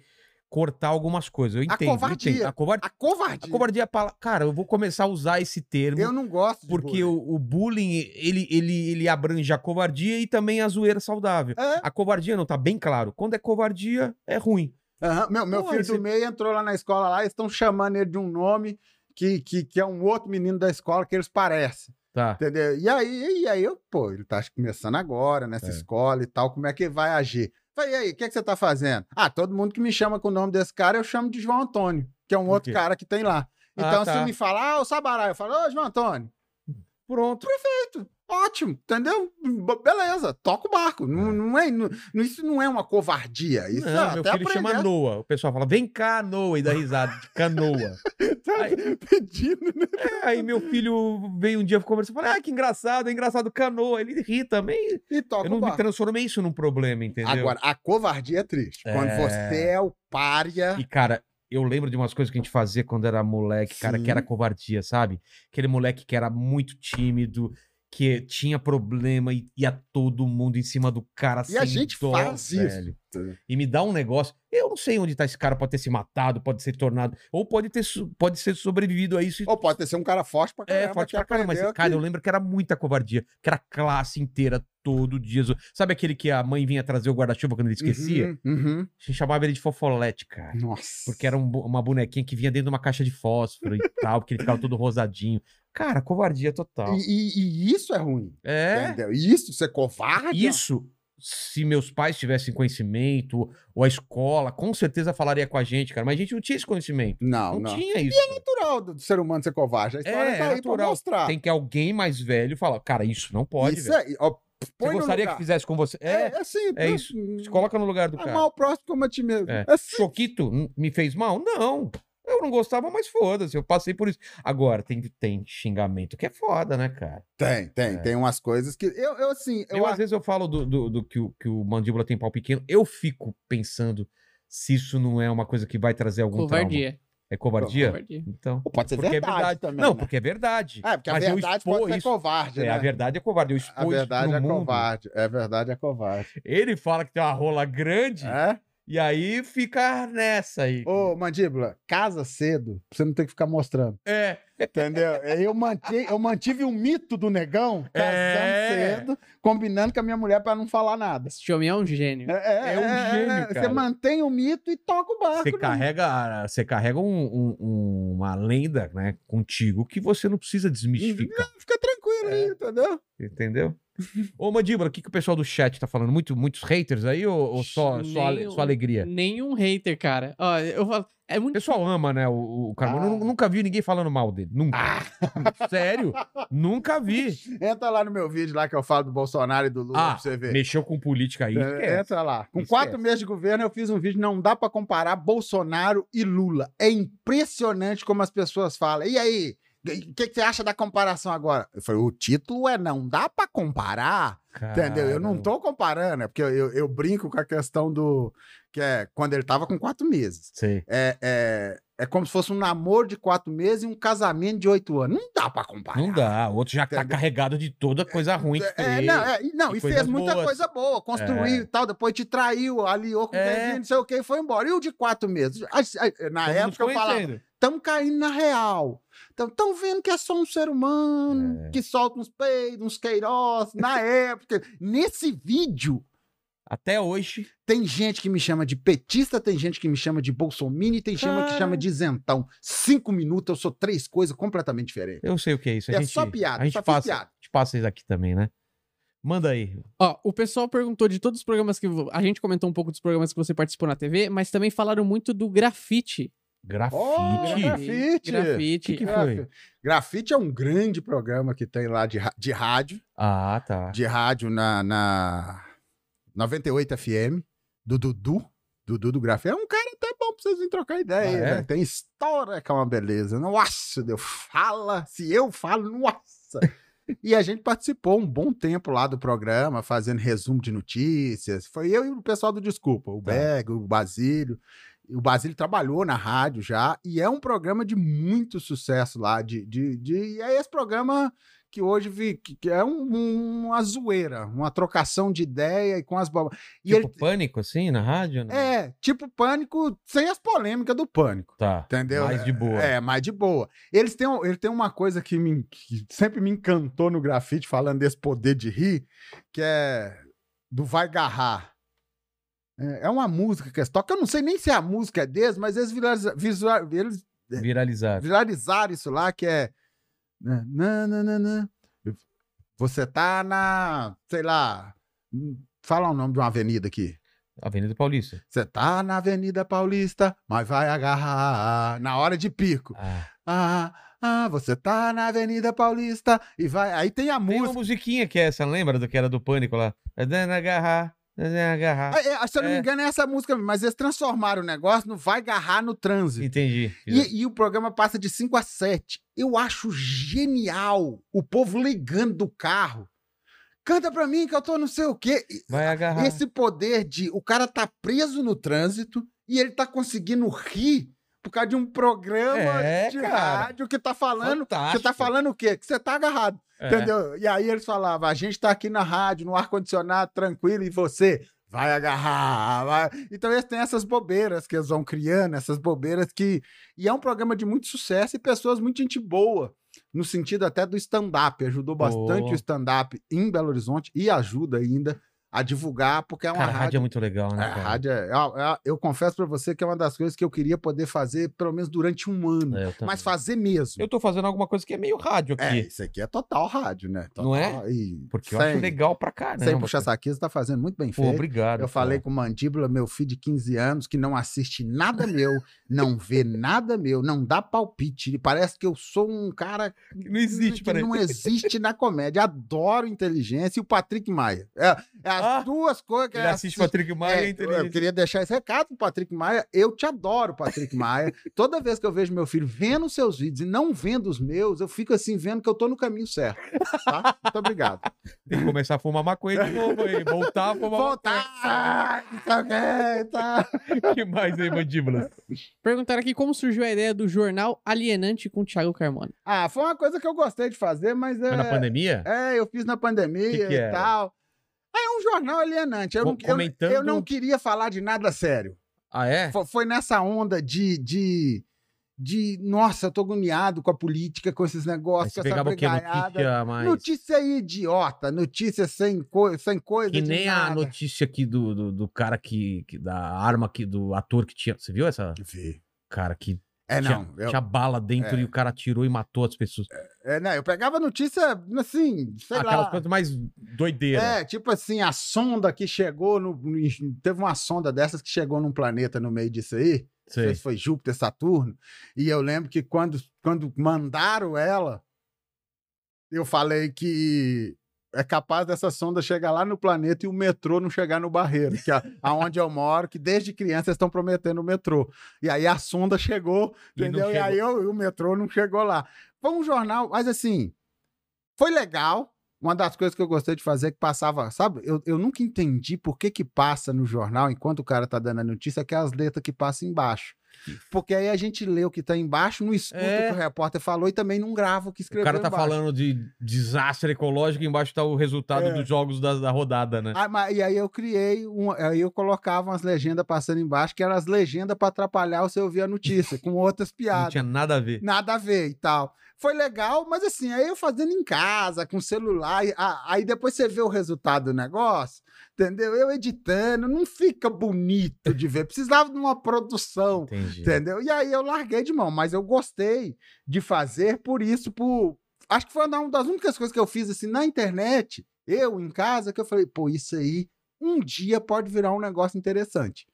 cortar algumas coisas. Eu entendo. eu
covardia.
entendo. A, covar-
A
a
covardia.
covardia é a palavra. Cara, eu vou começar a usar esse termo.
Eu não gosto de
Porque
bullying.
o, o bullying, ele, ele, ele abrange a covardia e também a zoeira saudável.
É.
A covardia não, tá bem claro. Quando é covardia, é ruim.
Aham, Meu, meu
Pô,
filho
esse-
do meio entrou lá na escola lá, eles estão chamando ele de um nome que, que, que é um outro menino da escola que eles parecem,
Tá.
entendeu? E aí, e aí eu, pô, ele tá começando agora nessa
É.
escola e tal, como é que ele vai agir? Falei, e aí, o que, é que você tá fazendo? Ah, todo mundo que me chama com o nome desse cara, eu chamo de João Antônio, que é um
Por
outro
quê?
cara que tem lá.
Ah,
Então,
tá.
se me falar, ah, o Sabará, eu falo, ô, João Antônio,
Pronto.
ótimo, entendeu? Bo- Beleza, toca o barco. Não, não é, não- isso não é uma covardia. Isso é
Não, meu
até
filho chama
aprender.
Noah. O pessoal fala, vem cá, Noah, e dá risada de canoa. Aí-
Pedindo,
[LAUGHS]
né?
Aí meu filho veio um dia conversando, falei, ah, que engraçado, é engraçado, canoa. Ele ri também.
E toca
Eu
o
não me
barco.
transformei isso num problema, entendeu?
Agora, a covardia é triste. Quando
É.
você é o pária.
E, cara, eu lembro de umas coisas que a gente fazia quando era moleque, cara, que
Sim.
era covardia, sabe? Aquele moleque que era muito tímido, que tinha problema e ia todo mundo em cima do cara
E a gente faz isso.
isso. E me dá um negócio. Eu não sei onde tá esse cara, pode ter se matado, pode ser tornado, ou pode ter so- pode ser sobrevivido a isso e
Ou pode ter sido um cara forte pra caramba.
é, forte
que
pra caramba. Mas,
aprendeu
cara,
que-
eu lembro que era muita covardia. Que era classe inteira, todo dia. zo- Sabe aquele que a mãe vinha trazer o guarda-chuva quando ele um esquecia?
Uhum, uhum.
A gente chamava ele de fofolete, cara.
Nossa.
Porque era um bo- uma bonequinha que vinha dentro de uma caixa de fósforo e tal, porque ele ficava todo rosadinho. Cara, covardia total.
E, e- e isso é ruim.
um é.
Entendeu? Isso, ser covarde.
Isso, se meus pais tivessem conhecimento, ou a escola, com certeza falaria com a gente, cara. Mas a gente não tinha esse conhecimento.
Não,
Não,
não.
tinha isso. cara.
É natural do, do ser humano ser covarde. A história
É,
tá aí
natural.
pra mostrar.
Tem que alguém mais velho falar, cara, isso não pode,
isso
velho.
é. Ó, põe
Você
no
gostaria que
lugar.
fizesse com você? É,
É, é assim.
é
pô,
isso. Se coloca no lugar do
Amar
cara.
o próximo como a ti mesmo.
É.
É. assim.
Choquito n- me fez mal? Não. Eu não gostava, mas foda-se, eu passei por isso. Agora, tem, tem xingamento que é foda, né, cara?
Tem, tem.
É.
Tem umas coisas que. Eu, eu assim.
Eu,
Eu,
às vezes, eu falo do, do, do que, o, que o mandíbula tem pau pequeno, eu fico pensando se isso não é uma coisa que vai trazer algum trauma.
Covardia.
É covardia?
Covardia.
Então,
Pode ser
porque
verdade,
é verdade.
também.
não,
né?
porque é verdade.
É, porque a
Mas eu
verdade pode
expor
ser
isso.
covarde,
É,
né?
a verdade é covarde. Eu
A
expor isso
verdade
pro
é
mundo.
covarde. É, a verdade é covarde.
Ele fala que tem uma rola grande
É?
e aí fica nessa aí.
Ô, mandíbula, casa cedo, pra você não ter que ficar mostrando.
É.
Entendeu? Eu mantive, eu mantive o mito do negão casando
É.
cedo, combinando com a minha mulher pra não falar nada.
Esse homem é um gênio.
É,
É um gênio, cara.
Você mantém o mito e toca o barco.
Você
né?
carrega, você carrega um- um- uma lenda né, contigo que você não precisa desmistificar,
É. Fica tranquilo aí, entendeu? [LAUGHS]
entendeu? Ô, Mandíbula, o que, que o pessoal do chat tá falando? Muito, muitos haters aí ou, ou só, só, ale-
Nem-
só alegria?
Nenhum hater, cara. Ó, eu falo. É
O
muito.
pessoal ama, né, o, o Carmona.
Ah.
Eu nu- nunca vi ninguém falando mal dele. Nunca. [LAUGHS] Sério? nunca vi.
Entra lá no meu vídeo lá que eu falo do Bolsonaro e do Lula
Ah,
pra você ver.
Mexeu com política aí.
É,
esquece.
Entra lá. Com
Esquece.
quatro meses de governo, eu fiz um vídeo. Não dá pra comparar Bolsonaro e Lula. É impressionante como as pessoas falam. E aí? O que, que você acha da comparação agora? Eu falei, o título é não dá pra comparar, entendeu? Eu não
Caramba.
tô comparando, é porque eu, eu- eu brinco com a questão do... que é quando ele tava com quatro meses.
Sei.
É, é, é como se fosse um namoro de quatro meses e um casamento de oito anos. Não dá pra comparar.
Não dá. O outro já tá
Entendeu?
carregado de toda coisa ruim que
É,
fez.
não, é, e não,
E
e
coisas
fez muita
boas.
coisa boa, construiu e tal, depois te traiu, aliou com
É.
quem viu, não sei o que, e foi embora. E o de quatro meses? A- a- Na
Estamos nos
época eu falava,
conhecendo.
estão caindo na real. Estão vendo que é só um ser humano,
É.
que solta uns peidos, uns queiroz,
[LAUGHS]
na época. Nesse vídeo,
Até hoje.
tem gente que me chama de petista, tem gente que me chama de bolsomini, tem chama que
Cara.
chama de isentão. Cinco minutos, eu sou três coisas completamente diferentes.
Eu sei o que é isso. A
É
gente,
só piada,
a gente
só fiz
passa,
piada.
A gente passa isso aqui também, né? Manda aí.
Ó, o pessoal perguntou de todos os programas que. vo- A gente comentou um pouco dos programas que você participou na TV, mas também falaram muito do grafite.
Grafite.
Oh, grafite.
Grafite.
Que é que foi?
Grafite é um grande programa que tem lá de, ra- de rádio,
Ah, tá.
de rádio na, na 98 FM, do Dudu. Dudu do Grafite. É um cara até bom pra vocês virem trocar ideia.
Ah, é?
né? Tem história que é uma beleza. Nossa, Deus, fala. Se eu falo,
[LAUGHS]
nossa. E a gente participou um bom tempo lá do programa, fazendo resumo de notícias. Foi eu e o pessoal do Desculpa, o
Tá.
Beg, o Basílio. O Basílio trabalhou na rádio já, e é um programa de muito sucesso lá. De, de, de- e é esse programa que hoje vi, que, que é um- um- uma zoeira, uma trocação de ideia e com as bobas. E
tipo
ele,
pânico, assim, na rádio? né?
é, tipo pânico, sem as polêmicas do pânico.
Tá.
Entendeu?
Mais de boa.
É, mas de boa. Eles têm, um- ele tem uma coisa que, me- que sempre me encantou no grafite, falando desse poder de rir, que é do Vai Garrar. É, é uma música que eles tocam. Eu não sei nem se a música é deles, mas eles, viraliza- visua- eles
Viralizado.
viralizaram isso lá, que é. né, na, na, na, na. Você tá na. Sei lá. Fala o nome de uma avenida aqui.
Avenida Paulista.
Você tá na Avenida Paulista, mas vai agarrar na hora de pico.
Ah,
Ah, ah, você tá na Avenida Paulista e vai. Aí tem a
tem uma
música.
musiquinha que é essa, lembra do que era do pânico lá? É dando agarrar, dando agarrar.
Ah, é, se eu não
É.
me engano, é essa música, mesmo, mas eles transformaram o negócio no Vai Garrar no Trânsito.
Entendi.
E, e o programa passa de 5 a 7. Eu acho genial o povo ligando do carro. Canta pra mim que eu tô não sei o quê. E-
Vai agarrar.
Esse poder de o cara tá preso no trânsito e ele tá conseguindo rir por causa de um programa
É,
de
cara.
rádio que tá falando.
Fantástico.
Você tá falando o quê? Que você tá agarrado,
É.
entendeu? E aí eles falavam: a gente tá aqui na rádio, no ar-condicionado, tranquilo, e você vai agarrar. vai." Então eles têm essas bobeiras que eles vão criando, essas bobeiras que. E é um programa de muito sucesso e pessoas muito gente boa. No sentido até do stand-up, ajudou bastante
Boa.
o stand-up em Belo Horizonte e ajuda ainda a divulgar, porque é uma
Cara, a rádio é
rádio.
muito legal, né?
a
cara?
rádio é- é- é- eu confesso pra você que é uma das coisas que eu queria poder fazer pelo menos durante um ano,
É, eu também.
mas fazer mesmo.
Eu tô fazendo alguma coisa que é meio rádio
É,
aqui.
isso aqui é total rádio, né? Total,
Não é?
E
Porque eu
sem,
acho legal pra caramba.
Sem puxar
cara.
saquinho, você tá fazendo muito bem
Pô,
feito.
obrigado.
Eu falei com o Mandíbula, meu filho de 15 anos, que não assiste nada meu, não vê nada meu, não dá palpite. Ele parece que eu sou um cara
que não existe,
que
peraí.
não é existe na comédia. Adoro inteligência e o Patrick Maia. É, é as
Ah,
duas coisas que
Ele assiste Patrick Maia
é,
e
eu, eu
inteligente.
queria deixar esse recado pro Patrick Maia. Eu te adoro, Patrick
[LAUGHS]
Maia. Toda vez que eu vejo meu filho vendo os seus vídeos e não vendo os meus, eu fico assim vendo que eu tô no caminho certo. Tá? Muito
[LAUGHS]
obrigado.
Tem que começar a fumar maconha de novo aí. Voltar a fumar
Voltar! Tá ok, tá.
maconha. que mais aí, mandíbula?
É.
Perguntaram aqui como surgiu a ideia do jornal alienante com o Thiago Carmona.
Ah, foi uma coisa que eu gostei de fazer, mas é,
Mas na pandemia?
é, eu fiz na
Que
pandemia
que
e
era?
tal. É um jornal alienante. Eu,
Co-
não, eu-
comentando-
eu não queria falar de nada sério.
Ah, é?
Fo- Foi nessa onda de, de, de. Nossa, eu tô agoniado com a política, com esses
Aí
negócios, com
você
essa
pegava o quê?
brigaiada.
Notícia mais...
Notícia idiota, notícia sem, co sem coisa.
Que
de
nem a
nada.
notícia aqui do, do, do cara que, que- Da arma aqui, do ator que tinha. Você viu essa?
Vê.
Cara, que
É,
tinha,
não. Eu,
tinha bala dentro
É.
e o cara tirou e matou as pessoas.
é, não, eu pegava notícia, assim, sei
Aquelas
lá.
coisas mais doideiras.
É, tipo assim, a sonda que chegou no. no- Teve uma sonda dessas que chegou num planeta no meio disso aí. Não sei
Sei.
se foi Júpiter, Saturno. E eu lembro que quando, quando mandaram ela, eu falei que é capaz dessa sonda chegar lá no planeta e o metrô não chegar no barreiro, que é aonde eu moro, que desde criança eles estão prometendo o metrô. E aí a sonda chegou,
E não
entendeu? E, aí eu- o metrô não chegou lá. Foi um jornal, mas assim, foi legal. Uma das coisas que eu gostei de fazer é que passava, sabe? Eu, eu nunca entendi por que que passa no jornal, enquanto o cara tá dando a notícia, aquelas letras que passam embaixo. Porque aí a gente lê o que tá embaixo, não escuta
É.
o que o repórter falou e também não grava o que escreveu
O cara tá
embaixo.
falando de desastre ecológico e embaixo tá o resultado
É.
dos jogos da, da rodada, né?
Ah, mas- e aí eu criei, um, aí eu colocava umas legendas passando embaixo, que eram as legendas para atrapalhar o seu ouvir a notícia, com outras
Não
piadas.
tinha nada a ver.
Nada a ver e tal. Foi legal, mas assim, aí eu fazendo em casa, com celular, e- a- aí depois você vê o resultado do negócio, entendeu? Eu editando, não fica bonito de ver, precisava de uma produção.
Entendi.
Entendeu? E aí eu larguei de mão, mas eu gostei de fazer por isso, por. Acho que foi uma das únicas coisas que eu fiz assim na internet, eu em casa, que eu falei, pô, isso aí um dia pode virar um negócio interessante.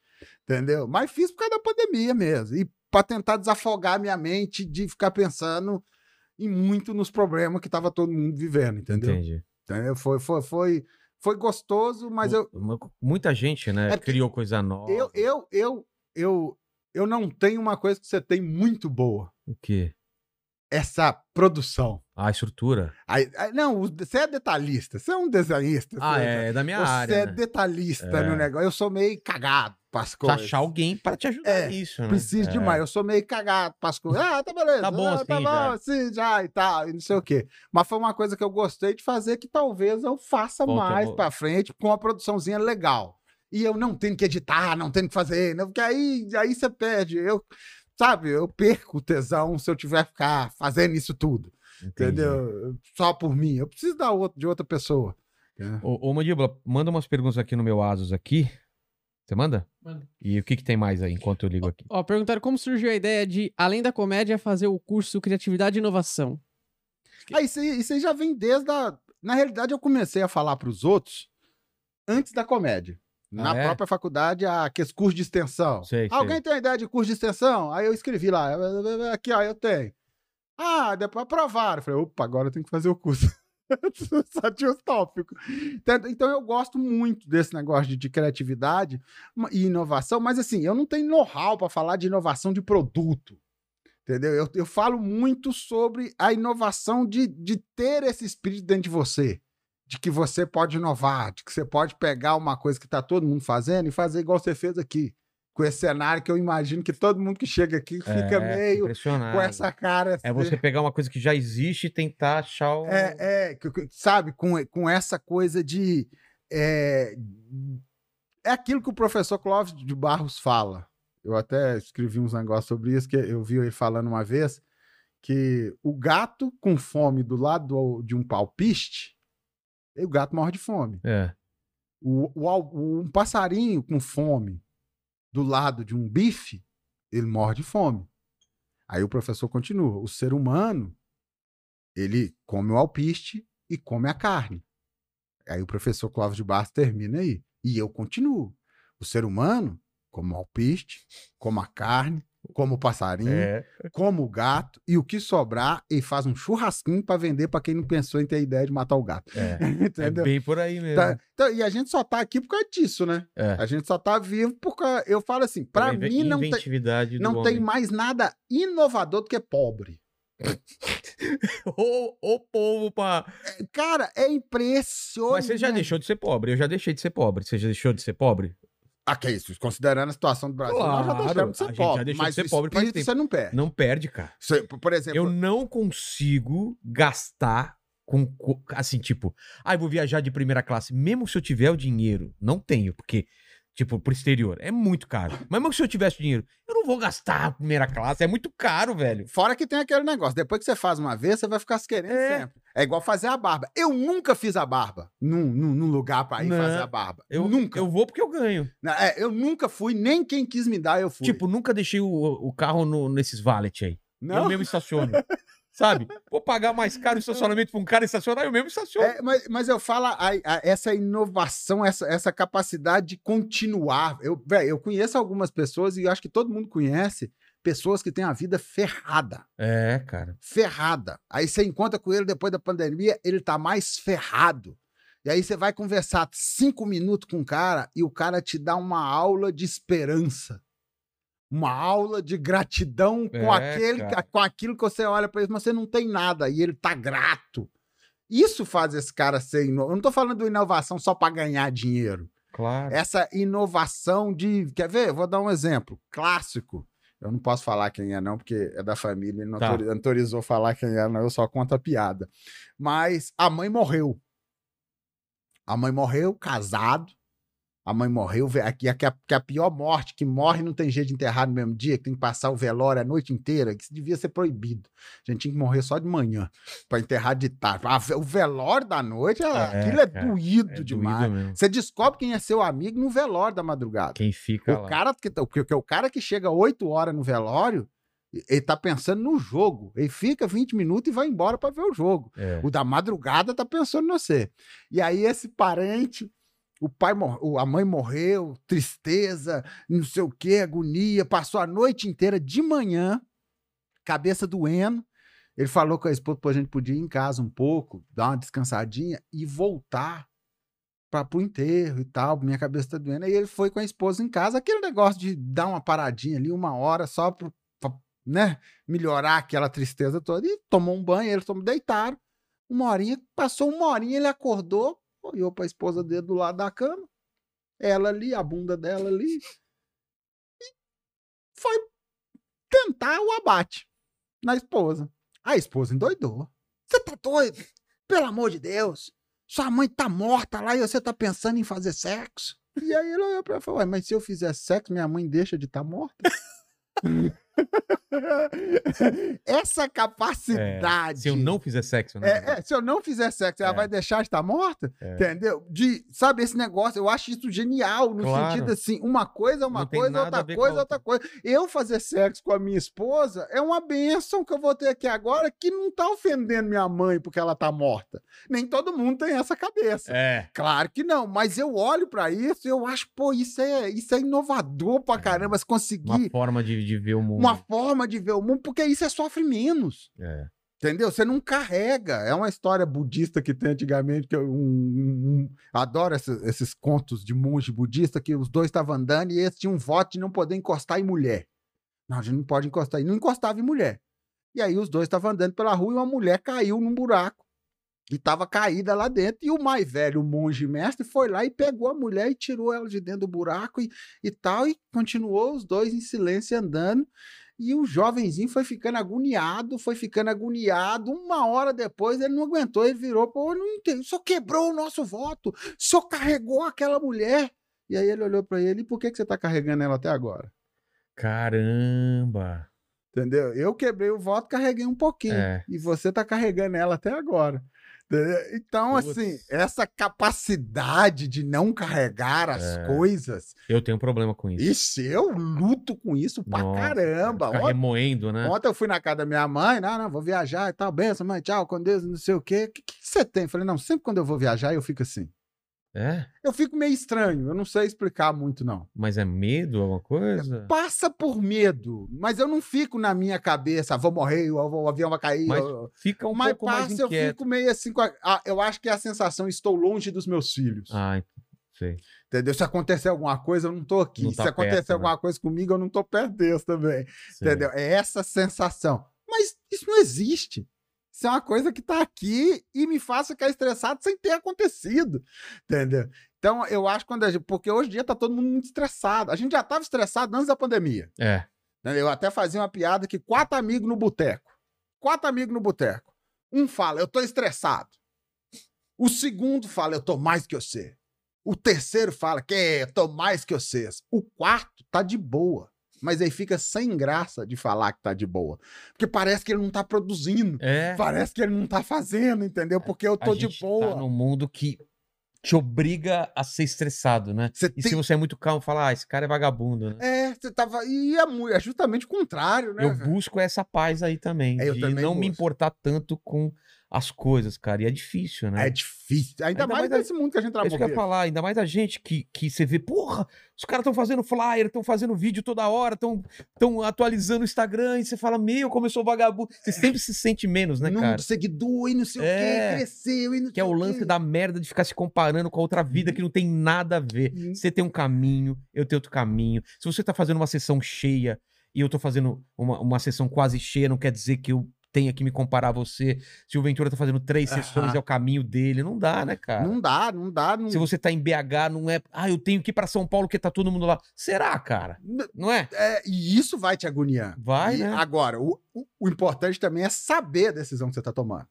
Entendeu? Mas fiz por causa da pandemia mesmo. E para tentar desafogar a minha mente de ficar pensando e muito nos problemas que tava todo mundo vivendo, entendeu?
Entendi.
Entendeu? Foi, foi, foi, foi gostoso, mas eu,
Mu- Muita gente,
É
né,
porque
criou coisa nova.
eu, eu, eu, eu, eu não tenho uma coisa que você tem muito boa.
O quê?
essa produção.
A estrutura.
Aí- aí- não, os- você é detalhista, você é um desenhista.
Ah,
você
é, é da minha
você é
área. né?
detalhista
É.
no negócio. Eu sou meio cagado para as
Precisa
coisas.
achar alguém pra te ajudar
É,
nisso, né?
Preciso
É.
demais, eu sou meio cagado para as
[LAUGHS]
coisas. Ah, tá beleza.
Tá bom
ah, tá
assim,
bom,
já.
assim, já e tal, e não sei o quê. Mas foi uma coisa que eu gostei de fazer que talvez eu faça
Volta,
mais
volta.
para frente com uma produçãozinha legal. E eu não tenho que editar, não tenho que fazer, né? porque aí, aí você perde. Eu, sabe, eu perco o tesão se eu tiver que ficar fazendo isso tudo.
Entendi.
Entendeu? Só por mim. Eu preciso da outra, de outra pessoa. né?
Ô, ô, Mandíbula, manda umas perguntas aqui no meu Asus aqui. Você manda?
Manda.
E o que que tem mais aí, enquanto eu ligo aqui?
Ó, perguntaram como surgiu a ideia de, além da comédia, fazer o curso Criatividade e Inovação.
Ah, isso, aí, isso aí já vem desde a. Na realidade, eu comecei a falar para os outros antes da comédia. Na
Ah, é?
própria faculdade, aqueles cursos de extensão.
Sei, sei.
Alguém tem uma ideia de curso de extensão? Aí eu escrevi lá. Aqui, ó, eu tenho. Ah, depois aprovaram. Eu Falei, opa, agora eu tenho que fazer o curso. [LAUGHS] Só tinha os tópicos. Então- Então eu gosto muito desse negócio de, de criatividade ma- e inovação, mas assim, eu não tenho know-how para falar de inovação de produto. Entendeu? Eu, eu falo muito sobre a inovação de, de ter esse espírito dentro de você. De que você pode inovar, de que você pode pegar uma coisa que está todo mundo fazendo e fazer igual você fez aqui. Com esse cenário que eu imagino que todo mundo que chega aqui fica
É,
meio
impressionado.
com essa cara.
É
[LAUGHS]
você pegar uma coisa que já existe e tentar achar o...
É, é, que- que- sabe, com, com essa coisa de. É, é aquilo que o professor Clóvis de Barros fala. Eu até escrevi uns negócios sobre isso, que eu vi ele falando uma vez, que o gato com fome do lado do- de um palpiste, o gato morre de fome.
É.
O, o al- o- um passarinho com fome do lado de um bife, ele morre de fome. Aí o professor continua: o ser humano, ele come o alpiste e come a carne. Aí o professor Cláudio de Barros termina aí. E eu continuo: o ser humano come o alpiste, come a carne, come o passarinho,
É.
come o gato e o que sobrar, ele faz um churrasquinho para vender para quem não pensou em ter a ideia de matar
[LAUGHS]
o gato.
É. É
Entendeu?
bem por aí mesmo.
Tá, então, e a gente só tá aqui por causa disso, né?
É.
A gente só tá vivo porque eu falo assim, pra
Também vem
mim não, tem,
inventividade do
não tem
homem.
mais nada inovador do que pobre.
[LAUGHS] Ô, ô povo pra...
Cara, é impressionante.
Mas você já deixou de ser pobre. Eu já deixei de ser pobre. Você já deixou de ser pobre?
Ah, que isso, considerando a situação do Brasil, nós já
Claro,
deixamos de
a
ser
gente já
pobre,
deixou de
mas
ser
o
pobre faz
espírito
tempo.
você não perde.
Não perde, cara.
É. Você- por exemplo,
Eu não consigo gastar com. co- Assim, tipo, ah, eu vou viajar de primeira classe. Mesmo se eu tiver o dinheiro, não tenho, porque Tipo, pro exterior. É muito caro. Mas mesmo se eu tivesse dinheiro, eu não vou gastar a primeira classe. É muito caro, velho.
Fora que tem aquele negócio, depois que você faz uma vez, você vai ficar se querendo
É.
sempre. É igual fazer a barba. Eu nunca fiz a barba num, num, num lugar pra ir
Não.
fazer a barba.
Eu,
nunca.
Eu vou porque eu ganho.
Na- é, eu nunca fui, nem quem quis me dar eu fui.
Tipo, nunca deixei o, o carro no- nesses valet aí. Eu
não.
mesmo estaciono. Sabe? Vou pagar mais caro o estacionamento pra um cara estacionar, eu mesmo estaciono.
É, mas, mas eu falo, a- a- essa inovação, essa, essa capacidade de continuar. Eu, véi, eu conheço algumas pessoas, e acho que todo mundo conhece, pessoas que têm a vida ferrada.
É, cara.
ferrada. Aí você encontra com ele depois da pandemia, ele tá mais ferrado. E aí você vai conversar cinco minutos com o cara e o cara te dá uma aula de esperança. Uma aula de gratidão com,
É,
aquele,
cara.
com aquilo que você olha pra ele, mas você não tem nada e ele tá grato. Isso faz esse cara ser. ino- Eu não tô falando de inovação só pra ganhar dinheiro
Claro.
essa inovação de. Quer ver? Vou dar um exemplo clássico. Eu não posso falar quem é, não, porque é da família, ele não
Tá.
autori- autorizou falar quem é, não, eu só conto a piada. Mas a mãe morreu. A mãe morreu casado. A mãe morreu, ve- que é que é- que é a pior morte, que morre e não tem jeito de enterrar no mesmo dia, que tem que passar o velório a noite inteira, que isso devia ser proibido. A gente tinha que morrer só de manhã, pra enterrar de tarde. A ve- o velório da noite,
É,
aquilo é
cara,
doído
É doído
demais.
mesmo.
Você descobre quem é seu amigo no velório da madrugada.
Quem fica
O
lá.
cara que, porque o cara que chega 8 horas no velório, ele tá pensando no jogo. Ele fica 20 minutos e vai embora pra ver o jogo.
É.
O da madrugada tá pensando no você. E aí esse parente, o pai mor- o- a mãe morreu, tristeza, não sei o que, agonia, passou a noite inteira de manhã, cabeça doendo. Ele falou com a esposa que a gente podia ir em casa um pouco, dar uma descansadinha e voltar para pro enterro e tal. Minha cabeça tá doendo. Aí ele foi com a esposa em casa, aquele negócio de dar uma paradinha ali, uma hora só pro, pra, né, melhorar aquela tristeza toda. E tomou um banho, eles tomou, deitaram. Uma horinha, passou uma horinha, ele acordou, olhou pra esposa dele do lado da cama, ela ali, a bunda dela ali, e foi tentar o abate na esposa. A esposa endoidou. Você tá doido? Pelo amor de Deus! Sua mãe tá morta lá e você tá pensando em fazer sexo? E aí ele olhou pra ela e falou: "Ué, Mas se eu fizer sexo, minha mãe deixa de estar morta? [LAUGHS] Essa capacidade.
É, Se eu não fizer sexo, né?
É, é, se eu não fizer sexo, ela
É.
vai deixar de estar morta?
É.
Entendeu? De, sabe, esse negócio, eu acho isso genial, no
Claro.
sentido assim, uma coisa é uma
Não tem
coisa,
nada a
outra
ver com a
coisa é outra coisa. Eu fazer sexo com a minha esposa é uma benção que eu vou ter aqui agora que não tá ofendendo minha mãe porque ela tá morta. Nem todo mundo tem essa cabeça.
É.
Claro que não, mas eu olho pra isso e eu acho, pô, isso é, isso é inovador pra caramba, se
Uma
conseguir
forma de, de ver o mundo.
uma forma de ver o mundo, porque aí você sofre menos.
É.
Entendeu? Você não carrega. É uma história budista que tem antigamente, que eu um- um- um- adoro essa- esses contos de monge budista, que os dois estavam andando e esse tinha um voto de não poder encostar em mulher. Não, a gente não pode encostar. E não encostava em mulher. E aí os dois estavam andando pela rua e uma mulher caiu num buraco. E estava caída lá dentro. E o mais velho, o monge mestre, foi lá e pegou a mulher e tirou ela de dentro do buraco e, e tal. E continuou os dois em silêncio andando. E o jovenzinho foi ficando agoniado, foi ficando agoniado. Uma hora depois ele não aguentou, ele virou, pô, eu não entendo, o senhor quebrou o nosso voto, o senhor carregou aquela mulher. E aí ele olhou pra ele, e por que, que você tá carregando ela até agora?
Caramba.
Entendeu? Eu quebrei o voto, carreguei um pouquinho.
É.
E você tá carregando ela até agora. Entendeu? Então,
Putz.
assim, essa capacidade de não carregar as
É.
coisas,
Eu tenho um problema com isso.
ixi, eu luto com isso pra
Nossa, cara,
caramba.
Ficar
Olha
remoendo, né?
Ontem eu fui na casa da minha mãe, né, não, não, vou viajar e tal, benção, mãe, tchau, com Deus, não sei o quê. O que que você tem? Falei, não, sempre quando eu vou viajar eu fico assim.
É.
Eu fico meio estranho, eu não sei explicar muito, não.
Mas é medo, alguma coisa?
Passa por medo, mas eu não fico na minha cabeça, "Ah, vou morrer, ou, ou, o avião vai cair.
Mas
ou-
Fica um
mas
pouco mais
passa, eu
inquieto.
fico meio assim, com a- a- eu acho que é a sensação, estou longe dos meus filhos.
Ah, ent- sei.
Entendeu? Se acontecer alguma coisa, eu não tô aqui.
Não tá
Se acontecer
perto, né?
alguma coisa comigo, eu não tô perto deles também.
sei.
Entendeu? É essa sensação. Mas isso não existe. Isso é uma coisa que tá aqui e me faz ficar estressado sem ter acontecido. Entendeu? Então, eu acho que quando a gente. Porque hoje em dia tá todo mundo muito estressado. A gente já tava estressado antes da pandemia.
É.
né? Eu até fazia uma piada que quatro amigos no boteco. Quatro amigos no boteco. Um fala, eu tô estressado. O segundo fala, eu tô mais que você. O terceiro fala que é, tô mais que vocês. O quarto tá de boa. Mas aí fica sem graça de falar que tá de boa. Porque parece que ele não tá produzindo.
É.
Parece que ele não tá fazendo, entendeu? Porque eu
A
tô de
gente
boa.
tá num mundo que te obriga a ser estressado, né?
Você
E
tem-
se você é muito calmo, fala, ah, esse cara é vagabundo, né?
É, você tava. E é, mu- é justamente o contrário, né?
eu
velho?
busco essa paz aí também.
É, eu
de
também
não me
busco.
importar tanto com as coisas, cara. E é difícil, né?
É difícil. Ainda,
Ainda
mais,
mais a-
nesse mundo que a gente
É isso que eu ia
trabalha.
falar, ainda mais a gente que, que você vê, porra, os caras estão fazendo flyer, estão fazendo vídeo toda hora, estão tão atualizando o Instagram, e você fala, meu, começou vagabundo. Você sempre se sente menos, né,
Número
cara?
de seguidor e não sei o
É.
quê, cresceu e não
Que é o
sei
lance
quê.
da merda de ficar se comparando com a outra vida que não tem nada a ver.
Uhum.
Você tem um caminho, eu tenho outro caminho. Se você tá fazendo uma sessão cheia e eu tô fazendo uma, uma sessão quase cheia, não quer dizer que eu tenha que me comparar a você. Se o Ventura tá fazendo três
Aham.
sessões, é o caminho dele. Não dá, né, cara?
Não dá, não dá. Não...
Se você tá em BH, não é. Ah, eu tenho que ir pra São Paulo porque tá todo mundo lá. Será, cara?
N-
Não é?
é, e isso vai te agoniar.
Vai,
E
né?
Agora, o, o- o importante também é saber a decisão que você tá tomando.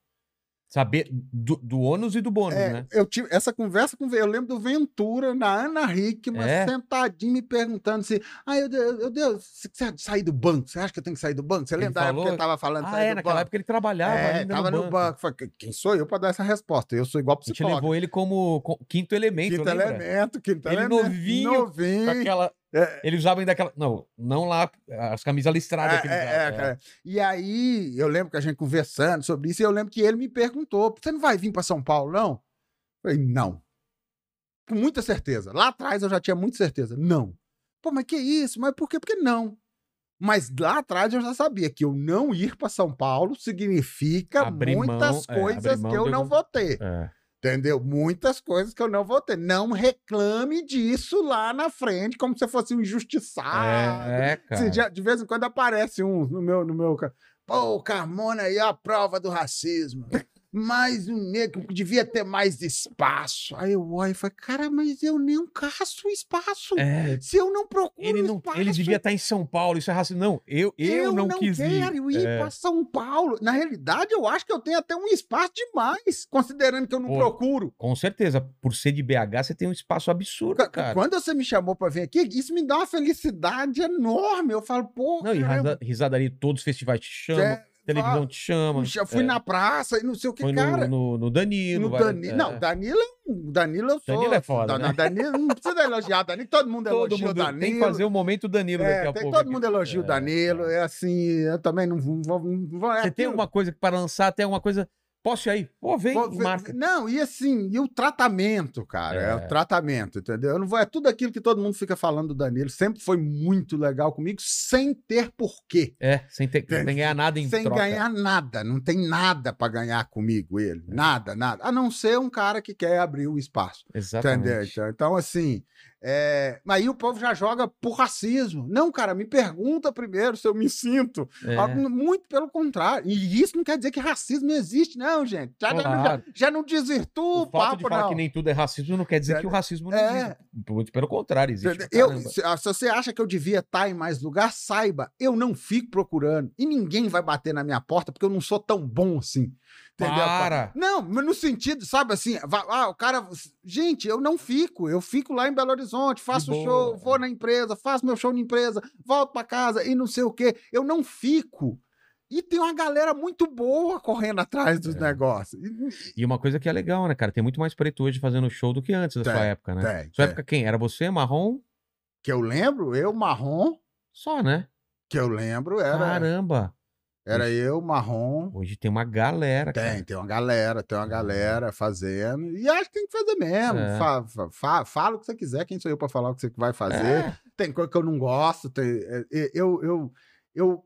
Saber do, do ônus e do bônus,
É,
né?
Eu tive essa conversa com eu lembro do Ventura na Ana Hickman,
É?
sentadinho me perguntando se, ah, eu, eu, eu, se você sair do banco, você acha que eu tenho que sair do banco? Você
Ele
lembra da época que
falou?
ele tava falando de
Ah,
sair
é,
do
naquela
banco?
época ele trabalhava
tá é,
ainda
tava
no banco.
Falei, Quem sou eu pra dar essa resposta? Eu sou igual
A gente
psicólogo.
levou ele como co- quinto elemento,
Quinto
lembra?
elemento, quinto
Ele
elemento.
novinho,
novinho.
Com aquela-
É.
Ele usava ainda aquela. Não, não lá, as camisas listradas que
É,
ele usava.
é, é, cara. E aí, eu lembro que a gente conversando sobre isso, e eu lembro que ele me perguntou: você não vai vir para São Paulo, não? Eu falei, não. Com muita certeza. Lá atrás eu já tinha muita certeza. Não. Pô, mas que isso? Mas por quê? Porque não. Mas lá atrás eu já sabia que eu não ir para São Paulo significa
Abrir mão,
muitas
é,
coisas
abrir mão
que eu
de
não
algum-
vou ter.
É.
Entendeu? Muitas coisas que eu não vou ter. Não reclame disso lá na frente, como se eu fosse um injustiçado.
É, é,
Se
cara.
Ah, já- de vez em quando aparece um no meu. No meu ca- Pô, o Carmona aí é a prova
[LAUGHS]
do racismo. Mais um negro que devia ter mais espaço. Aí eu olho e falo, cara, mas eu nem caço espaço.
É.
Se eu não procuro
Ele, não,
espaço,
ele devia estar em São Paulo, isso é racismo. Não, eu, eu, não, quis ir. É.
quero ir pra São Paulo. Na realidade, eu acho que eu tenho até um espaço demais, considerando que eu não
Pô,
procuro.
Com certeza, por ser de BH, você tem um espaço absurdo,
Qu-
cara.
Quando você me chamou pra vir aqui, isso me dá uma felicidade enorme. Eu falo, pô,
Não, e
caramba,
risa- risadaria, todos os festivais te chamam,
É,
televisão te chama.
puxa, fui
é.
na praça e não sei o que,
Foi
cara.
no, no, no Danilo.
No
várias-
Danilo.
é.
Não, Danilo é um. Danilo eu sou.
Danilo é foda,
Da-
né?
Danilo, não precisa elogiar o Danilo. Todo mundo
todo
elogia o
mundo
Danilo.
tem que fazer o momento Danilo
É,
daqui a
tem-
pouco.
todo
aqui.
mundo elogia o
É,
Danilo. É assim, eu também não vou. Não vou é
Você tem
aquilo.
alguma coisa que para lançar, tem alguma coisa. Posso ir aí? Pô, vem,
Vou- ve-
marca.
Não, e assim, e o tratamento, cara, é, o
É.
tratamento, entendeu? Eu não vou, é tudo aquilo que todo mundo fica falando do Danilo. Sempre foi muito legal comigo, sem ter porquê.
É, sem, ter,
Tem-
sem ganhar nada em
sem
troca.
ganhar nada, não tem nada pra ganhar comigo ele,
É.
nada, nada, a não ser um cara que quer abrir o espaço,
Exatamente.
entendeu? Então, então, assim, é... mas aí o povo já joga por racismo, não, cara, me pergunta primeiro se eu me sinto,
É,
Ah, muito pelo contrário, e isso não quer dizer que racismo não existe, não, gente, já, já-
Claro.
já, já não desvirtua
O
o,
fato
papo,
de falar
não.
que nem tudo é racismo não quer dizer que o racismo não
É.
existe. Muito pelo contrário, existe. pra
Eu,
caramba.
se, ah, se você acha que eu devia estar em mais lugar, saiba, eu não fico procurando. E ninguém vai bater na minha porta porque eu não sou tão bom assim. Entendeu?
Para.
Não, mas no sentido, sabe assim, va- ah, o cara. Gente, eu não fico. Eu fico lá em Belo Horizonte, faço
boa,
show,
é.
vou na empresa, faço meu show na empresa, volto pra casa e não sei o quê. Eu não fico. E tem uma galera muito boa correndo atrás dos
É.
negócios. E-
E uma coisa que é legal, né, cara? Tem muito mais preto hoje fazendo show do que antes da
Tem,
sua época, né?
Tem,
Sua
tem.
época quem? Era você, marrom?
Que eu lembro, eu, marrom,
Só, né?
que eu lembro, era,
Caramba!
era eu, marrom.
Hoje tem uma galera,
Tem,
cara.
tem uma galera, tem uma galera fazendo. E acho que tem que fazer mesmo.
É.
Fa- fa- fa- fala o que você quiser, quem sou eu pra falar o que você vai fazer.
É,
Tem coisa que eu não gosto. tem- é, é, eu, eu, eu.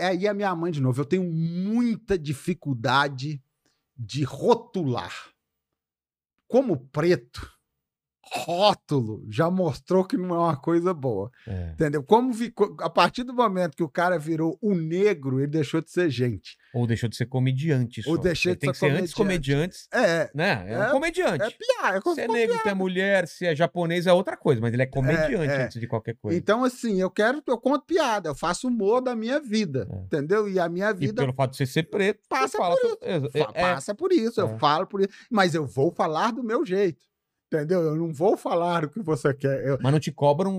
É aí a minha mãe de novo. Eu tenho muita dificuldade de rotular. Como preto, rótulo já mostrou que não é uma coisa boa.
é.
Entendeu? Como ficou, a partir do momento que o cara virou o negro, ele deixou de ser gente.
Ou deixou de ser comediante. Só.
Ou deixei
Você
de
tem
ser
que ser antes comediantes,
É,
né? É,
É,
um comediante.
É piada. É
se
coisa
é negro, se é mulher, se é japonês é outra coisa, mas ele é comediante
é.
antes de qualquer coisa.
Então, assim, eu quero, eu conto piada, eu faço humor da minha vida,
É.
entendeu? E a minha
E
vida
pelo fato de você ser preto, você
Passa
fala, é,
por
isso.
fa- passa por isso, eu
É.
falo por isso, mas eu vou falar do meu jeito. Entendeu? Eu não vou falar o que você quer. Eu-
Mas não te cobram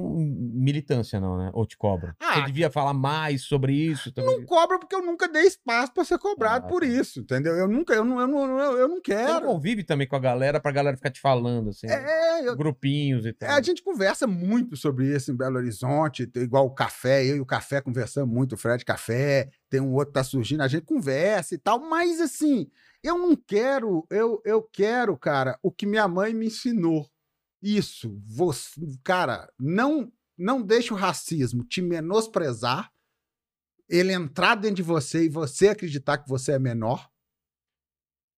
militância, não, né? Ou te cobram?
Ah,
Você devia falar mais sobre isso.
Não
Também.
cobra porque eu nunca dei espaço pra ser cobrado
Ah,
por
tá.
isso, entendeu? Eu nunca, eu não, eu não, eu,
Você
eu não
não
quero.
convive também com a galera pra galera ficar te falando, assim. né?
É, eu-
Grupinhos e tal.
é, a gente conversa muito sobre isso em Belo Horizonte, tem igual o café, eu e o café conversamos muito, o Fred Café, tem um outro que tá surgindo, a gente conversa e tal, mas assim, eu não quero, eu, eu quero, cara, o que minha mãe me ensinou. Isso, você, cara, não não deixe o racismo te menosprezar, ele entrar dentro de você e você acreditar que você é menor.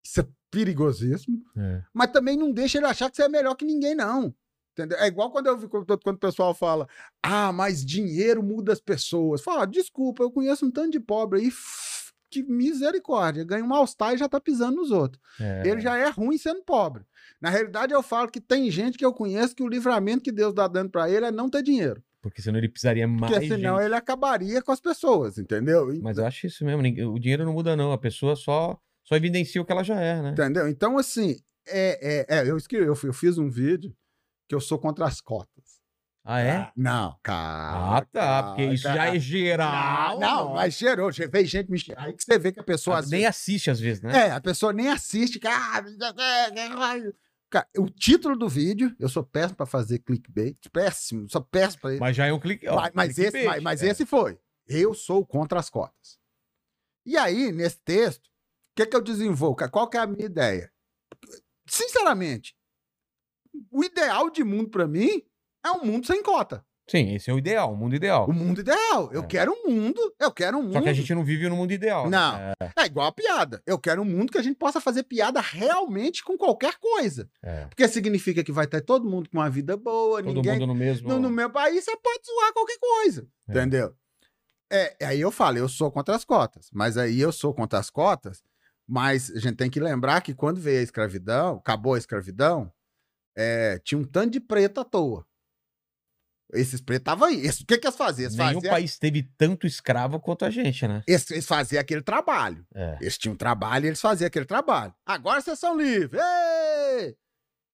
Isso é perigosíssimo
É.
mas também não deixa ele achar que você é melhor que ninguém, não. Entendeu? É igual quando eu vi- quando quando o pessoal fala: Ah, mas dinheiro muda as pessoas. Fala, desculpa, eu conheço um tanto de pobre aí. f- Que misericórdia, ganha um all-star e já tá pisando nos outros.
É.
Ele já é ruim sendo pobre. Na realidade, eu falo que tem gente que eu conheço que o livramento que Deus tá dando pra ele é não ter dinheiro.
Porque senão ele precisaria mais.
Porque senão é
gente.
ele acabaria com as pessoas, entendeu?
Mas é. eu acho isso mesmo. ninguém- O dinheiro não muda, não. A pessoa só, só evidencia o que ela já é, né?
Entendeu? Então, assim, é, é- é, eu, escrevi, eu, fi- eu fiz um vídeo que eu sou contra as cotas.
Ah, é?
Não, cara.
Ah, tá. Porque isso já é geral.
tá. Não, não, mas gerou. já Veio gente me enche- Aí que você vê que a pessoa.
Ah,
às
Nem
vezes-
assiste às vezes, né?
É, a pessoa nem assiste. que, ah, Cara, o título do vídeo, eu sou péssimo pra fazer clickbait. Péssimo, sou péssimo pra
Mas já é um clique. ó,
mas, mas esse,
clickbait,
mas, mas
é.
esse foi. Eu sou contra as cotas. E aí, nesse texto, o que, que eu desenvolvo? Qual que é a minha ideia? Sinceramente, o ideal de mundo pra mim é um mundo sem cota.
Sim, esse é o ideal, o mundo ideal.
O mundo ideal. Eu
É.
quero um mundo, eu quero um mundo.
Só que a gente não vive no mundo ideal. né?
Não.
É,
É igual a piada. Eu quero um mundo que a gente possa fazer piada realmente com qualquer coisa.
é.
Porque significa que vai ter todo mundo com uma vida boa,
Todo
ninguém
mundo no mesmo.
no, no meu país você pode zoar qualquer coisa,
É.
entendeu? É, aí eu falo, eu sou contra as cotas, mas aí eu sou contra as cotas, mas a gente tem que lembrar que quando veio a escravidão, acabou a escravidão, é, tinha um tanto de preto à toa. Esses pretos estavam aí. Esse- O que, que eles faziam? Eles
Nenhum
faziam,
país teve tanto escravo quanto a gente, né?
eles- eles faziam aquele trabalho.
É.
Eles tinham um trabalho e eles faziam aquele trabalho. Agora vocês são livres. Ê!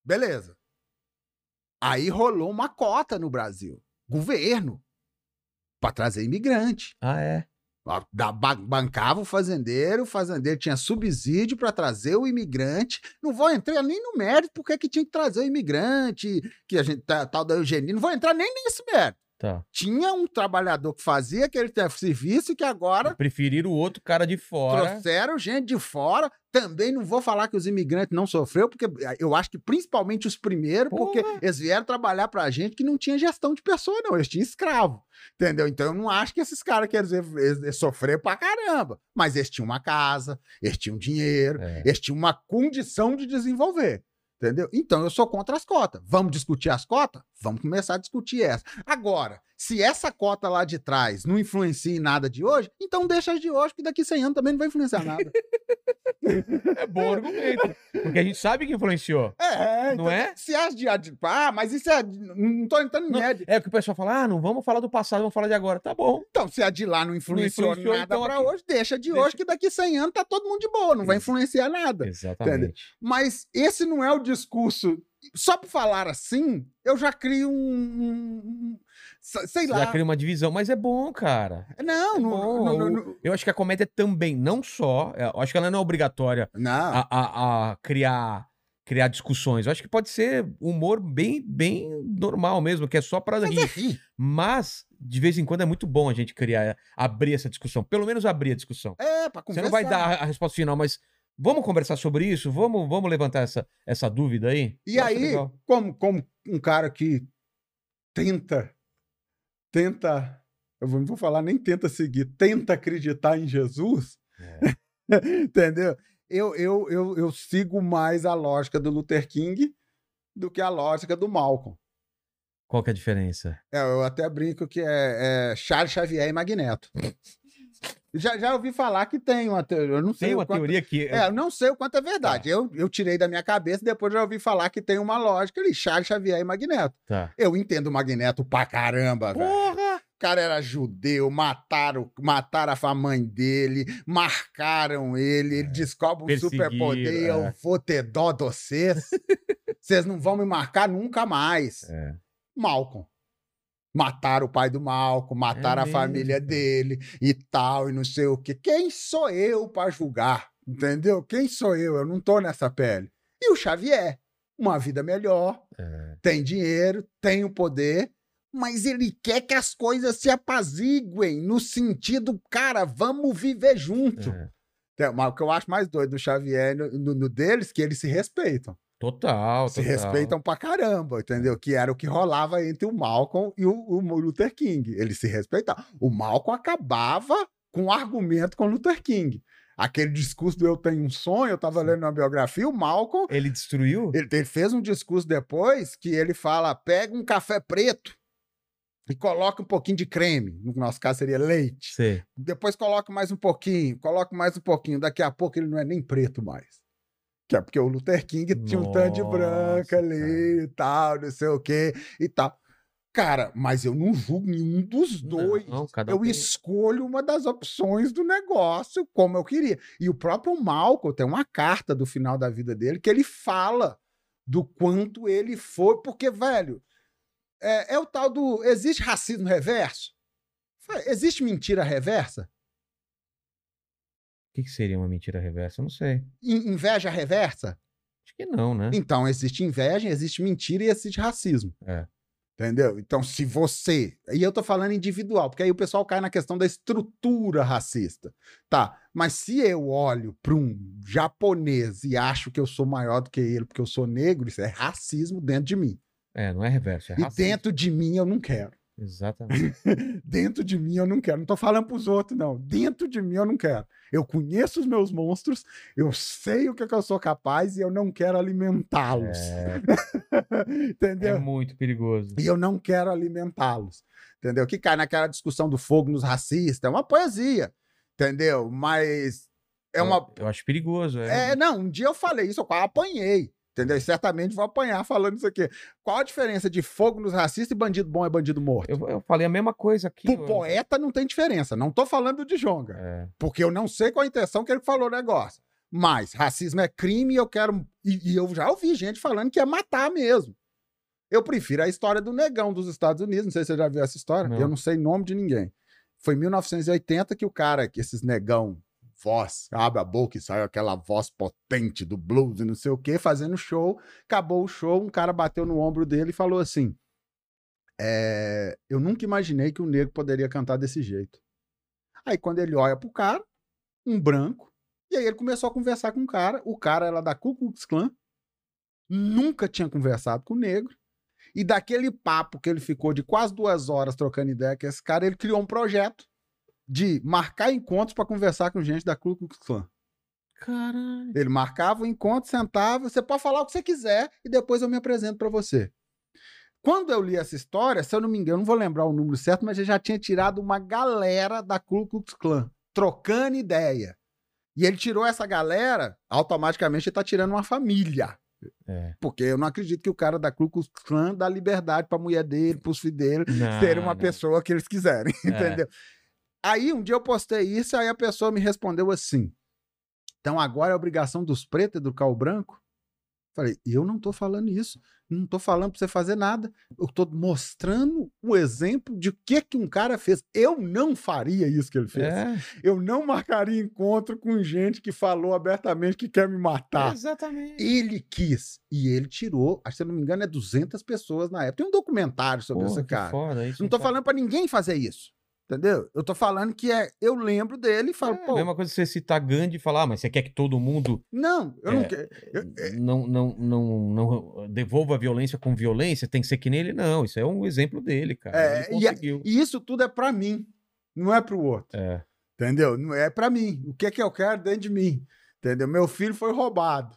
Beleza. Aí rolou uma cota no Brasil. Governo. Pra trazer imigrante.
Ah, é.
Ó, da- ba- Bancava o fazendeiro, o fazendeiro tinha subsídio para trazer o imigrante. Não vou entrar nem no mérito porque que tinha que trazer o imigrante, que a gente tá- tal da eugenia. Não vou entrar nem nesse mérito.
Tá.
Tinha um trabalhador que fazia aquele serviço que agora
Preferir o outro cara de fora.
Trouxeram gente de fora. Também não vou falar que os imigrantes não sofreu, porque eh, eu acho que principalmente os primeiros,
Porra.
porque eles vieram trabalhar pra gente que não tinha gestão de pessoa, não. Eles tinham escravo. Entendeu? Então eu não acho que esses caras querem dizer, eles, eles sofreram pra caramba. Mas eles tinham uma casa, eles tinham dinheiro,
É.
eles tinham uma condição de desenvolver. Entendeu? Então eu sou contra as cotas. Vamos discutir as cotas? Vamos começar a discutir essa. Agora, se essa cota lá de trás não influencia em nada de hoje, então deixa as de hoje, que daqui 100 anos também não vai influenciar nada.
É bom argumento. Porque a gente sabe que
[LAUGHS]
influenciou.
é,
Não [LAUGHS] é?
Se as de, a de. Ah, mas isso é. Não tô entrando em
Não.
média.
É que o pessoal fala: ah, não vamos falar do passado, vamos falar de agora. Tá bom.
Então, se a de lá não influenciou,
influenciou,
nada
então
pra
aqui-
hoje, deixa de
deixa-
hoje, que daqui 100 anos tá todo mundo de boa, não vai influenciar nada.
Exatamente.
Mas esse não é o discurso. Só por falar assim, eu já crio um. um- um- se- sei lá.
Já cria um uma divisão, mas é bom, cara.
Não, não,
bom,
não,
o-
não, não,
Eu acho que a comédia também, não só. é, Eu acho que ela não é obrigatória
não.
a, a- a criar, criar discussões. Eu acho que pode ser humor bem, bem normal mesmo, que é só pra
Mas é
rir.
rir.
Mas, de vez em quando, é muito bom a gente criar, abrir essa discussão. Pelo menos abrir a discussão.
É, pra
Você
conversar.
não vai dar a resposta final, mas vamos conversar sobre isso? Vamos, vamos levantar essa, essa dúvida aí?
E
Eu acho
aí,
legal.
como, como um cara que tenta, tenta, eu vou- não vou falar nem tenta seguir, tenta acreditar em Jesus,
É.
[LAUGHS] entendeu? Eu, eu, eu, eu sigo mais a lógica do Luther King do que a lógica do Malcolm.
Qual que é a diferença?
É, eu até brinco que é, é Charles Xavier e Magneto. já, já ouvi falar que tem uma teoria, eu não sei
Tem
o
uma
quanto-
teoria que. Tá.
é, eu não sei o quanto é verdade. Eu, eu tirei da minha cabeça e depois já ouvi falar que tem uma lógica ali, Charles Xavier e Magneto.
Tá.
Eu entendo o Magneto pra caramba, velho.
Porra!
O cara era judeu, mataram, mataram a mãe dele, marcaram ele, ele descobre um
É. Perseguiram,
superpoder,
é.
eu vou ter dó de vocês. Vocês não vão me marcar nunca mais.
É.
Malcolm. Mataram o pai do Malcolm, mataram a
É mesmo,
família
cara.
dele e tal, e não sei o quê. Quem sou eu para julgar? Entendeu? Quem sou eu? Eu não tô nessa pele. E o Xavier, uma vida melhor,
é.
tem dinheiro, tem o poder, mas ele quer que as coisas se apaziguem no sentido, cara, vamos viver junto.
É.
Tem- Mas o que eu acho mais doido do Xavier e no, no- no deles, que eles se respeitam.
Total, total.
Se um respeitam pra caramba, entendeu? Que era o que rolava entre o Malcolm e o, o Luther King. Eles se respeitavam. O Malcolm acabava com um argumento com o Luther King. Aquele discurso do Eu Tenho um Sonho, eu tava lendo na biografia, o Malcolm
Ele destruiu?
ele, ele fez um discurso depois que ele fala: pega um café preto e coloca um pouquinho de creme. No nosso caso seria leite.
Sei.
Depois coloca mais um pouquinho, coloca mais um pouquinho. Daqui a pouco ele não é nem preto mais. Que é porque o Luther King tinha um tanto de
Nossa,
branca ali
cara.
e tal, não sei o quê e tal. Cara, mas eu não julgo nenhum dos
Não,
dois.
não, cada um
eu
tem-
escolho uma das opções do negócio como eu queria. E o próprio Malcolm tem uma carta do final da vida dele que ele fala do quanto ele foi, porque, velho, é, é o tal do. Existe racismo reverso? Fa- Existe mentira reversa?
O que, que seria uma mentira reversa? Eu não sei.
In- Inveja reversa?
Acho que não, né?
Então, existe inveja, existe mentira e existe racismo.
É.
Entendeu? Então, se você. E eu tô falando individual, porque aí o pessoal cai na questão da estrutura racista. Tá. Mas se eu olho para um japonês e acho que eu sou maior do que ele porque eu sou negro, isso é racismo dentro de mim.
É, não é reverso, é
E
racismo.
dentro de mim eu não quero. [LAUGHS]
Exatamente.
Dentro de mim eu não quero. Não tô falando pros outros, não. Dentro de mim eu não quero. Eu conheço os meus monstros, eu sei o que, que eu sou capaz e eu não quero alimentá-los.
É,
[LAUGHS] Entendeu?
é muito perigoso.
E eu não quero alimentá-los. Entendeu? Que cai naquela discussão do fogo nos racistas. É uma poesia. Entendeu? Mas é uma.
Eu acho perigoso, é.
É, não, um dia eu falei isso, eu quase apanhei. Entendeu? E certamente vou apanhar falando isso aqui. Qual a diferença de fogo nos racistas e bandido bom é bandido morto?
Eu, eu falei a mesma coisa aqui.
Pro
eu-
poeta não tem diferença. Não tô falando de jonga.
É,
Porque eu não sei qual a intenção que ele falou no negócio. Mas racismo é crime e eu quero. E, e eu já ouvi gente falando que é matar mesmo. Eu prefiro a história do negão dos Estados Unidos. Não sei se você já viu essa história.
Não.
Eu não sei nome de ninguém. Foi em 1980 que o cara, que esses negão, voz, abre a boca e sai aquela voz potente do blues e não sei o quê, fazendo show. Acabou o show, um cara bateu no ombro dele e falou assim: é, Eu nunca imaginei que um negro poderia cantar desse jeito. Aí quando ele olha pro cara, um branco, e aí ele começou a conversar com o cara. O cara era da Ku Klux Klan, nunca tinha conversado com o negro. E daquele papo que ele ficou de quase duas horas trocando ideia com esse cara, ele criou um projeto de marcar encontros para conversar com gente da Ku Klux Klan.
Caralho.
Ele marcava o encontro, sentava, você pode falar o que você quiser e depois eu me apresento para você. Quando eu li essa história, se eu não me engano, não vou lembrar o número certo, mas eu já tinha tirado uma galera da Ku Klux Klan, trocando ideia. E ele tirou essa galera, automaticamente ele tá tirando uma família.
é.
Porque eu não acredito que o cara da Ku Klux Klan dá liberdade pra mulher dele, pros filhos dele,
Não,
ser uma
Ah, não.
pessoa que eles quiserem,
É.
entendeu? Aí um dia eu postei isso, aí a pessoa me respondeu assim: então agora é obrigação dos pretos educar o branco? Falei, eu não tô falando isso, não tô falando pra você fazer nada. Eu tô mostrando o exemplo de o que que um cara fez. Eu não faria isso que ele fez.
É,
Eu não marcaria encontro com gente que falou abertamente que quer me
Tá.
matar.
é. Exatamente.
Ele quis e ele tirou, acho que se eu não me engano, é 200 pessoas na época. Tem um documentário sobre
Porra,
esse
que
cara.
foda, isso
Não tô
tá-
falando pra ninguém fazer isso. Entendeu? Eu tô falando que é. Eu lembro dele e
É,
falo, pô,
mesma coisa que você citar Gandhi e falar, "Ah, mas você quer que todo mundo
não, eu
É.
não quero. Eu-
não, não, não, não devolva a violência com violência? Tem que ser que nele? Não, isso é um exemplo dele, cara.
É,
Ele
e a-
conseguiu.
E isso tudo é pra mim, não é pro outro.
É,
Entendeu? Não é pra mim. O que é que eu quero dentro de mim? Entendeu? Meu filho foi roubado.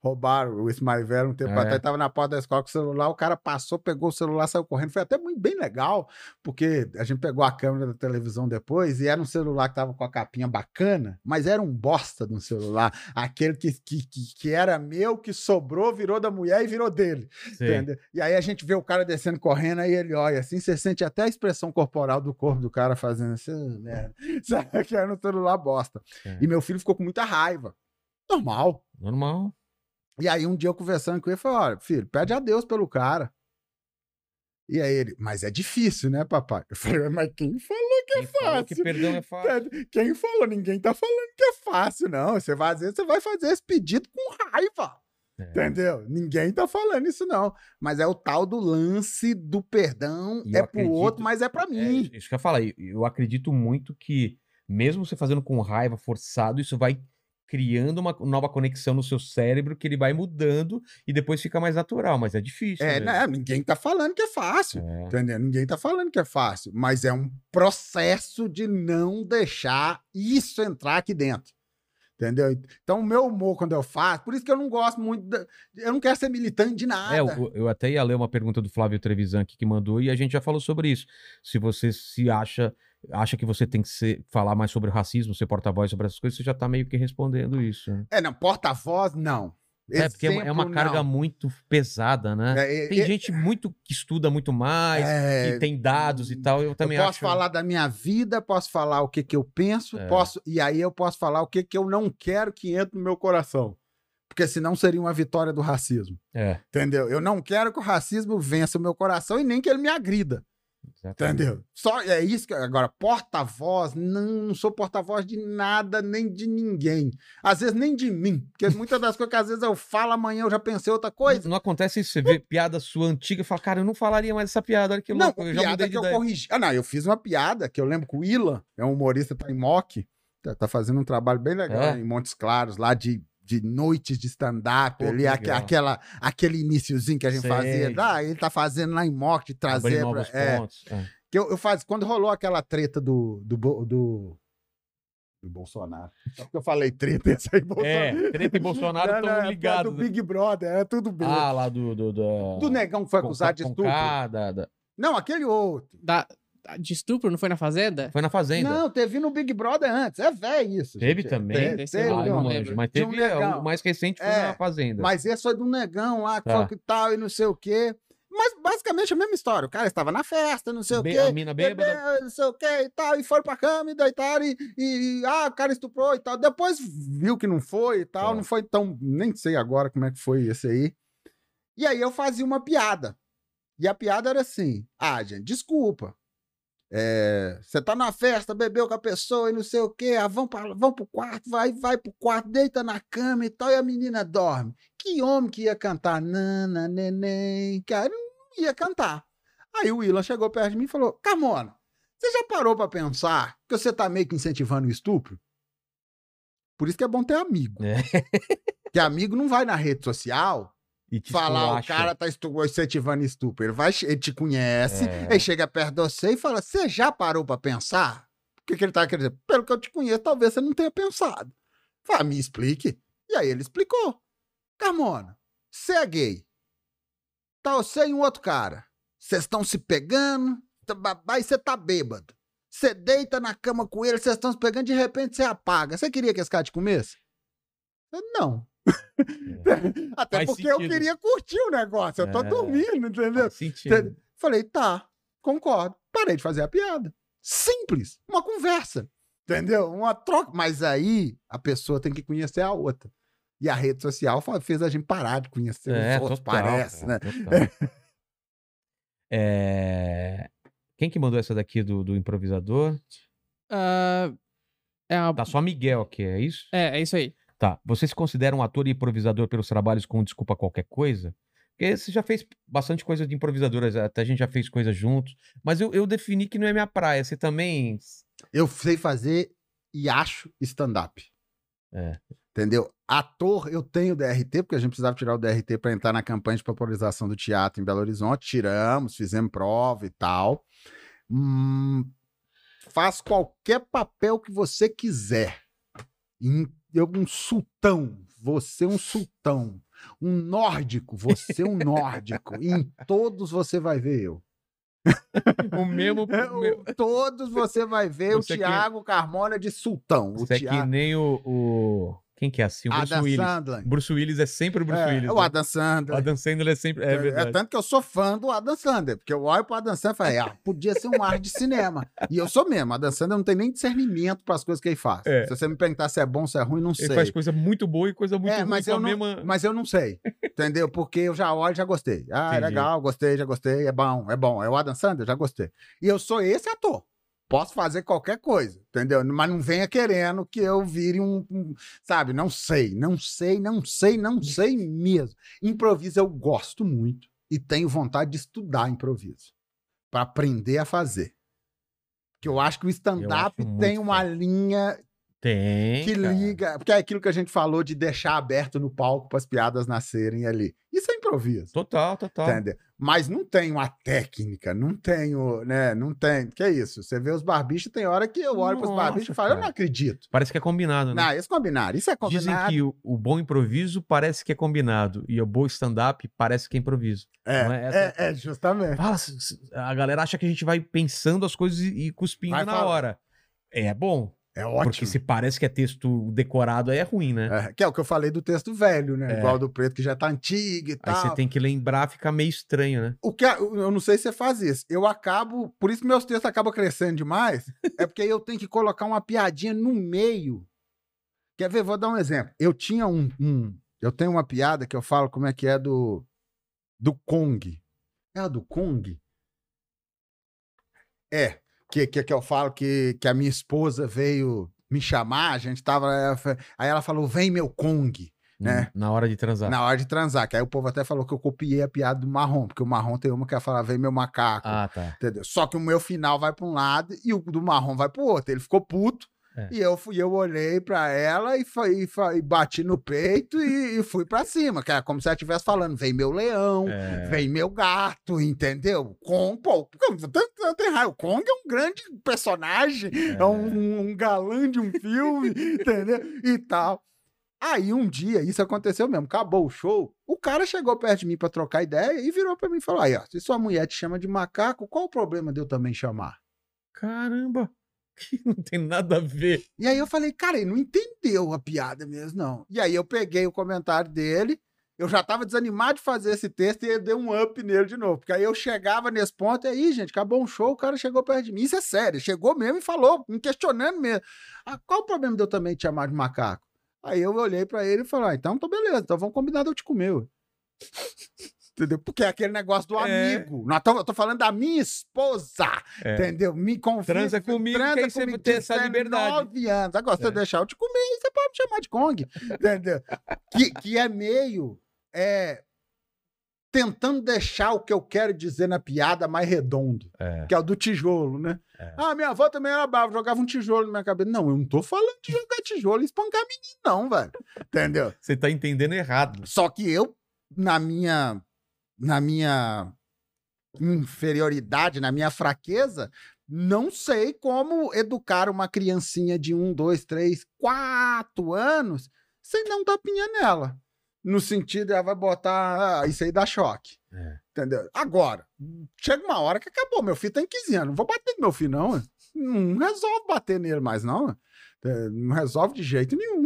Roubaram o Ismael Velho um tempo
É.
atrás, tava na porta da escola com o celular, o cara passou, pegou o celular, saiu correndo. Foi até muito bem legal, porque a gente pegou a câmera da televisão depois e era um celular que tava com a capinha bacana, mas era um bosta de um celular. Aquele que, que, que, que era meu, que sobrou, virou da mulher e virou dele.
sei.
Entendeu? E aí a gente vê o cara descendo correndo, aí ele olha assim, você sente até a expressão corporal do corpo do cara fazendo assim, "Ah, merda. [LAUGHS] Sabe que era no celular bosta.
É.
E meu filho ficou com muita raiva. Normal.
Normal.
E aí um dia eu conversando com ele, eu falei, olha, filho, pede a Deus pelo cara. E aí ele, mas é difícil, né, papai? Eu falei, mas quem falou
Quem falou que
é fácil.
perdão é fácil.
Pede- Quem falou? Ninguém tá falando que é fácil, não. Você vai, às vezes você vai fazer esse pedido com raiva.
É.
Entendeu? Ninguém tá falando isso, não. Mas é o tal do lance do perdão.
E eu
é pro
acredito-
outro, mas é pra
É,
mim.
isso isso que eu ia falar. Eu, eu acredito muito que, mesmo você fazendo com raiva, forçado, isso vai criando uma nova conexão no seu cérebro que ele vai mudando e depois fica mais natural, mas é difícil.
É,
mesmo.
né? Ninguém tá falando que é fácil.
É.
Entendeu? Ninguém tá falando que é fácil. Mas é um processo de não deixar isso entrar aqui dentro. Entendeu? Então, o meu humor, quando eu faço, por isso que eu não gosto muito. da- Eu não quero ser militante de nada.
É, eu, eu até ia ler uma pergunta do Flávio Trevisan aqui que mandou e a gente já falou sobre isso. Se você se acha acha que você tem que ser, falar mais sobre racismo, ser porta-voz sobre essas coisas, você já tá meio que respondendo isso. né?
É, não, porta-voz, não.
é, porque é uma- é uma
Exemplo,
carga
não.
muito pesada, né?
É, é,
tem
é,
gente muito que estuda muito mais,
é,
que tem dados e tal, eu também
eu posso
acho...
falar da minha vida, posso falar o que, que eu penso,
É.
posso e aí eu posso falar o que, que eu não quero que entre no meu coração. Porque senão seria uma vitória do racismo.
É,
Entendeu? Eu não quero que o racismo vença o meu coração e nem que ele me agrida.
exatamente.
Entendeu? Só é isso que agora porta-voz, não, não sou porta-voz de nada nem de ninguém. Às vezes nem de mim, porque muitas das coisas que às vezes eu falo amanhã eu já pensei outra coisa.
Não, não acontece isso, você vê piada sua antiga e fala, cara, eu não falaria mais essa piada, olha que louco, eu já
piada
mudei
que
de
eu
ideia.
corrigi. Ah, não, eu fiz uma piada que eu lembro que o Ilan, é um humorista, tá em Mock, tá, tá fazendo um trabalho bem legal
É?
em Montes Claros, lá de, de noites de stand-up,
Pô, que
ali, aque-
legal.
aquela, aquele iniciozinho que a gente
Sei.
fazia. Ah, ele tá fazendo lá em Mock, de
Abrir
trazer. Pra,
novos
é,
pontos. é.
que eu, eu faz, quando rolou aquela treta do. do, Bo- do do Bolsonaro. Só porque eu falei treta, [LAUGHS] essa aí, Bolsonaro.
É, Treta e Bolsonaro
[LAUGHS] Não, não, é
estão
do
ligados. né?
Big Brother, é tudo bem.
Ah, lá do. Do, do,
do negão que foi acusado de
com
estupro.
K, da- da-
Não, aquele outro.
Da, da- de estupro, não foi na Fazenda?
Foi na Fazenda. Ah,
Não, teve no Big Brother antes. É velho isso.
Teve
gente.
também?
Te-
Tem,
teve,
sei lá,
Ah,
não.
eu não
lembro.
manjo, mas
De um
teve é,
negão.
o mais recente foi
É,
na Fazenda.
Mas esse foi do negão lá, que
Tá.
foi que tal e não sei o quê. Mas basicamente a mesma história. O cara estava na festa, não sei o
Be-
quê.
a mina bêbada.
bebeu, não sei o que e tal, e foram pra cama e deitaram, e, e- e, ah, o cara estuprou e tal. Depois viu que não foi e tal,
Tá.
não foi tão. Nem sei agora como é que foi esse aí. E aí eu fazia uma piada. E a piada era assim: ah, gente, desculpa. É, Você tá numa festa, bebeu com a pessoa e não sei o que, ah, vamos, pra, vamos pro quarto, vai, vai pro quarto, deita na cama e tal, e a menina dorme. Que homem que ia cantar Nana, neném, cara, não ia cantar. Aí o Ilan chegou perto de mim e falou: Carmona, você já parou pra pensar que você tá meio que incentivando o estupro? Por isso que é bom ter amigo.
É.
que amigo não vai na rede social
E te
falar o
esculacha.
cara tá estu- incentivando estupro. Ele, vai, ele te conhece,
É.
ele chega perto de você e fala: Você já parou pra pensar? O que, que ele tá querendo dizer? Pelo que eu te conheço, talvez você não tenha pensado. Fala, me explique. E aí ele explicou: Carmona, você é gay. Tá você e um outro cara. Vocês estão se pegando, tá babá, e você tá bêbado. Você deita na cama com ele, vocês estão se pegando, de repente você apaga. Você queria que esse cara te comesse? Eu, Não. [LAUGHS] Até
É. Faz
porque eu
sentido.
queria curtir o negócio. Eu tô
É.
dormindo, entendeu?
Faz sentido.
Falei, tá, concordo. Parei de fazer a piada. Simples, uma conversa. Entendeu? Uma troca. Mas aí a pessoa tem que conhecer a outra. E a rede social fa- fez a gente parar de conhecer
É,
os outros,
total,
parece, né?
cara, total. [LAUGHS] É, Quem que mandou essa daqui do, do improvisador?
Ah, é, uma-
Tá só Miguel aqui, é isso?
é, é isso aí.
Tá. Você se considera um ator e improvisador pelos trabalhos com Desculpa Qualquer Coisa? Porque você já fez bastante coisa de improvisadoras, até a gente já fez coisas juntos. Mas eu, eu defini que não é minha praia. Você também.
Eu sei fazer e acho stand-up.
É.
Entendeu? Ator, eu tenho DRT, porque a gente precisava tirar o DRT para entrar na campanha de popularização do teatro em Belo Horizonte. Tiramos, fizemos prova e tal. Hum, faz qualquer papel que você quiser. Em- Eu, um sultão, você um sultão. Um nórdico, você um nórdico. em todos você vai ver eu.
O mesmo. [LAUGHS]
[LAUGHS] É, o- todos você vai ver
Você
o
que-
Tiago Carmona de Sultão. O
Você é
Thiago-
que nem o. o... Quem que é assim? O Bruce
Adam
Willis.
Sandler.
Bruce Willis é sempre o Bruce
É,
Willis.
o
né?
Adam
O
Sandler.
Adam Sandler é sempre. É verdade.
tanto que eu sou fã do Adam Sandler, porque eu olho pro Adam Sandler e falei, ah, podia ser um ar de cinema. E eu sou mesmo, Adam Sandler não tem nem discernimento para as coisas que ele faz.
É.
Se você me perguntar se é bom, se é ruim, não
Ele
sei.
faz coisa muito boa e coisa muito
É,
ruim
mas
com a
eu, não,
mesma.
mas eu não sei, entendeu? Porque eu já olho e já gostei. Ah, é
Entendi.
legal, gostei, já gostei, é bom, é bom. É o Adam Sandler, já gostei. E eu sou esse ator. Posso fazer qualquer coisa, entendeu? Mas não venha querendo que eu vire um, um- Sabe, não sei, não sei, não sei, não sei mesmo. Improviso eu gosto muito e tenho vontade de estudar improviso para aprender a fazer. Que eu acho que o stand-up
Eu acho
tem
muito
uma
foda.
linha
Tem.
que
cara.
liga. Porque é aquilo que a gente falou de deixar aberto no palco para as piadas nascerem ali. Isso é improviso.
Total, total.
Entendeu? Mas não tem uma técnica, não tenho, né? Não tem. Porque é isso. Você vê os barbichos, tem hora que eu olho para os
Nossa,
barbichos e falo, eu
cara.
não acredito.
Parece que é combinado, né?
Não, isso é combinado. Isso é
Dizem
combinado.
que o, o bom improviso parece que é combinado e o bom stand-up parece que é improviso.
É,
não é essa-
é, é, justamente.
Fala, s- s- a galera acha que a gente vai pensando as coisas e, e cuspindo
Vai
na
falar.
hora. É bom,
É
porque
ótimo.
se parece que é texto decorado, aí é ruim, né?
É, que é o que eu falei do texto velho, né?
É.
Igual do preto que já tá antigo e
Aí
tal.
você tem que lembrar, fica meio estranho, né?
O que a- eu eu não sei se você faz isso. Eu acabo, por isso que meus textos acabam crescendo demais, é porque eu tenho que colocar uma piadinha no meio. Quer ver? Vou dar um exemplo. Eu tinha um, um- eu tenho uma piada que eu falo como é que é do do Kong. É a do Kong? É, que que, que eu falo que que a minha esposa veio me chamar, a gente tava ela fa- aí ela falou: "Vem meu Kong". Né?
Na hora de transar.
Na hora de transar, que aí o povo até falou que eu copiei a piada do marrom, porque o marrom tem uma que ela fala, vem meu macaco.
Ah, tá.
Entendeu? Só que o meu final vai pra um lado e o do marrom vai pro outro. Ele ficou puto.
É.
E eu, fui, eu olhei pra ela e, fa- e fa- e bati no peito e, e fui pra cima. Que era como se ela estivesse falando: vem meu leão,
É.
vem meu gato, entendeu? Com, pô, pô, tanto- tanto é raio. o Kong é um grande personagem, é, um, um galã de um filme, entendeu? E tal. Aí um dia, isso aconteceu mesmo, acabou o show, o cara chegou perto de mim pra trocar ideia e virou pra mim e falou: aí, ó, se sua mulher te chama de macaco, qual o problema de eu também chamar?
Caramba, [LAUGHS] que não tem nada a ver.
E aí eu falei, cara, ele não entendeu a piada mesmo, não. E aí eu peguei o comentário dele, eu já tava desanimado de fazer esse texto e eu dei um up nele de novo. Porque aí eu chegava nesse ponto e aí, gente, acabou um show, o cara chegou perto de mim. Isso é sério, chegou mesmo e falou, me questionando mesmo. Ah, qual o problema de eu também te chamar de macaco? Aí eu olhei pra ele e falei, ah, então tá beleza, então vamos combinar de eu te comer. ué. [LAUGHS] Entendeu? Porque é aquele negócio do
É.
amigo. Nós tô- eu tô falando da minha esposa.
É.
Entendeu? Me confia.
Transa comigo, que aí você
comigo,
tem essa
19
liberdade.
anos. Agora, se
É.
eu deixar eu te comer, aí você pode me chamar de Kong. Entendeu? que, que é meio. É, tentando deixar o que eu quero dizer na piada mais redondo,
É.
que é o do tijolo, né?
É.
Ah, minha avó também era brava, jogava um tijolo na minha cabeça. Não, eu não tô falando de jogar tijolo e espancar menino, não, velho. Entendeu?
Você tá entendendo errado.
Só que eu, na minha, na minha inferioridade, na minha fraqueza, não sei como educar uma criancinha de um, dois, três, quatro anos sem dar um tapinha nela. No sentido, ela vai botar. ah, isso aí dá choque.
É.
Entendeu? Agora, chega uma hora que acabou. Meu filho tem 15 anos. Não vou bater no meu filho, não. ué. Não resolve bater nele mais, não. ué. É, Não resolve de jeito nenhum.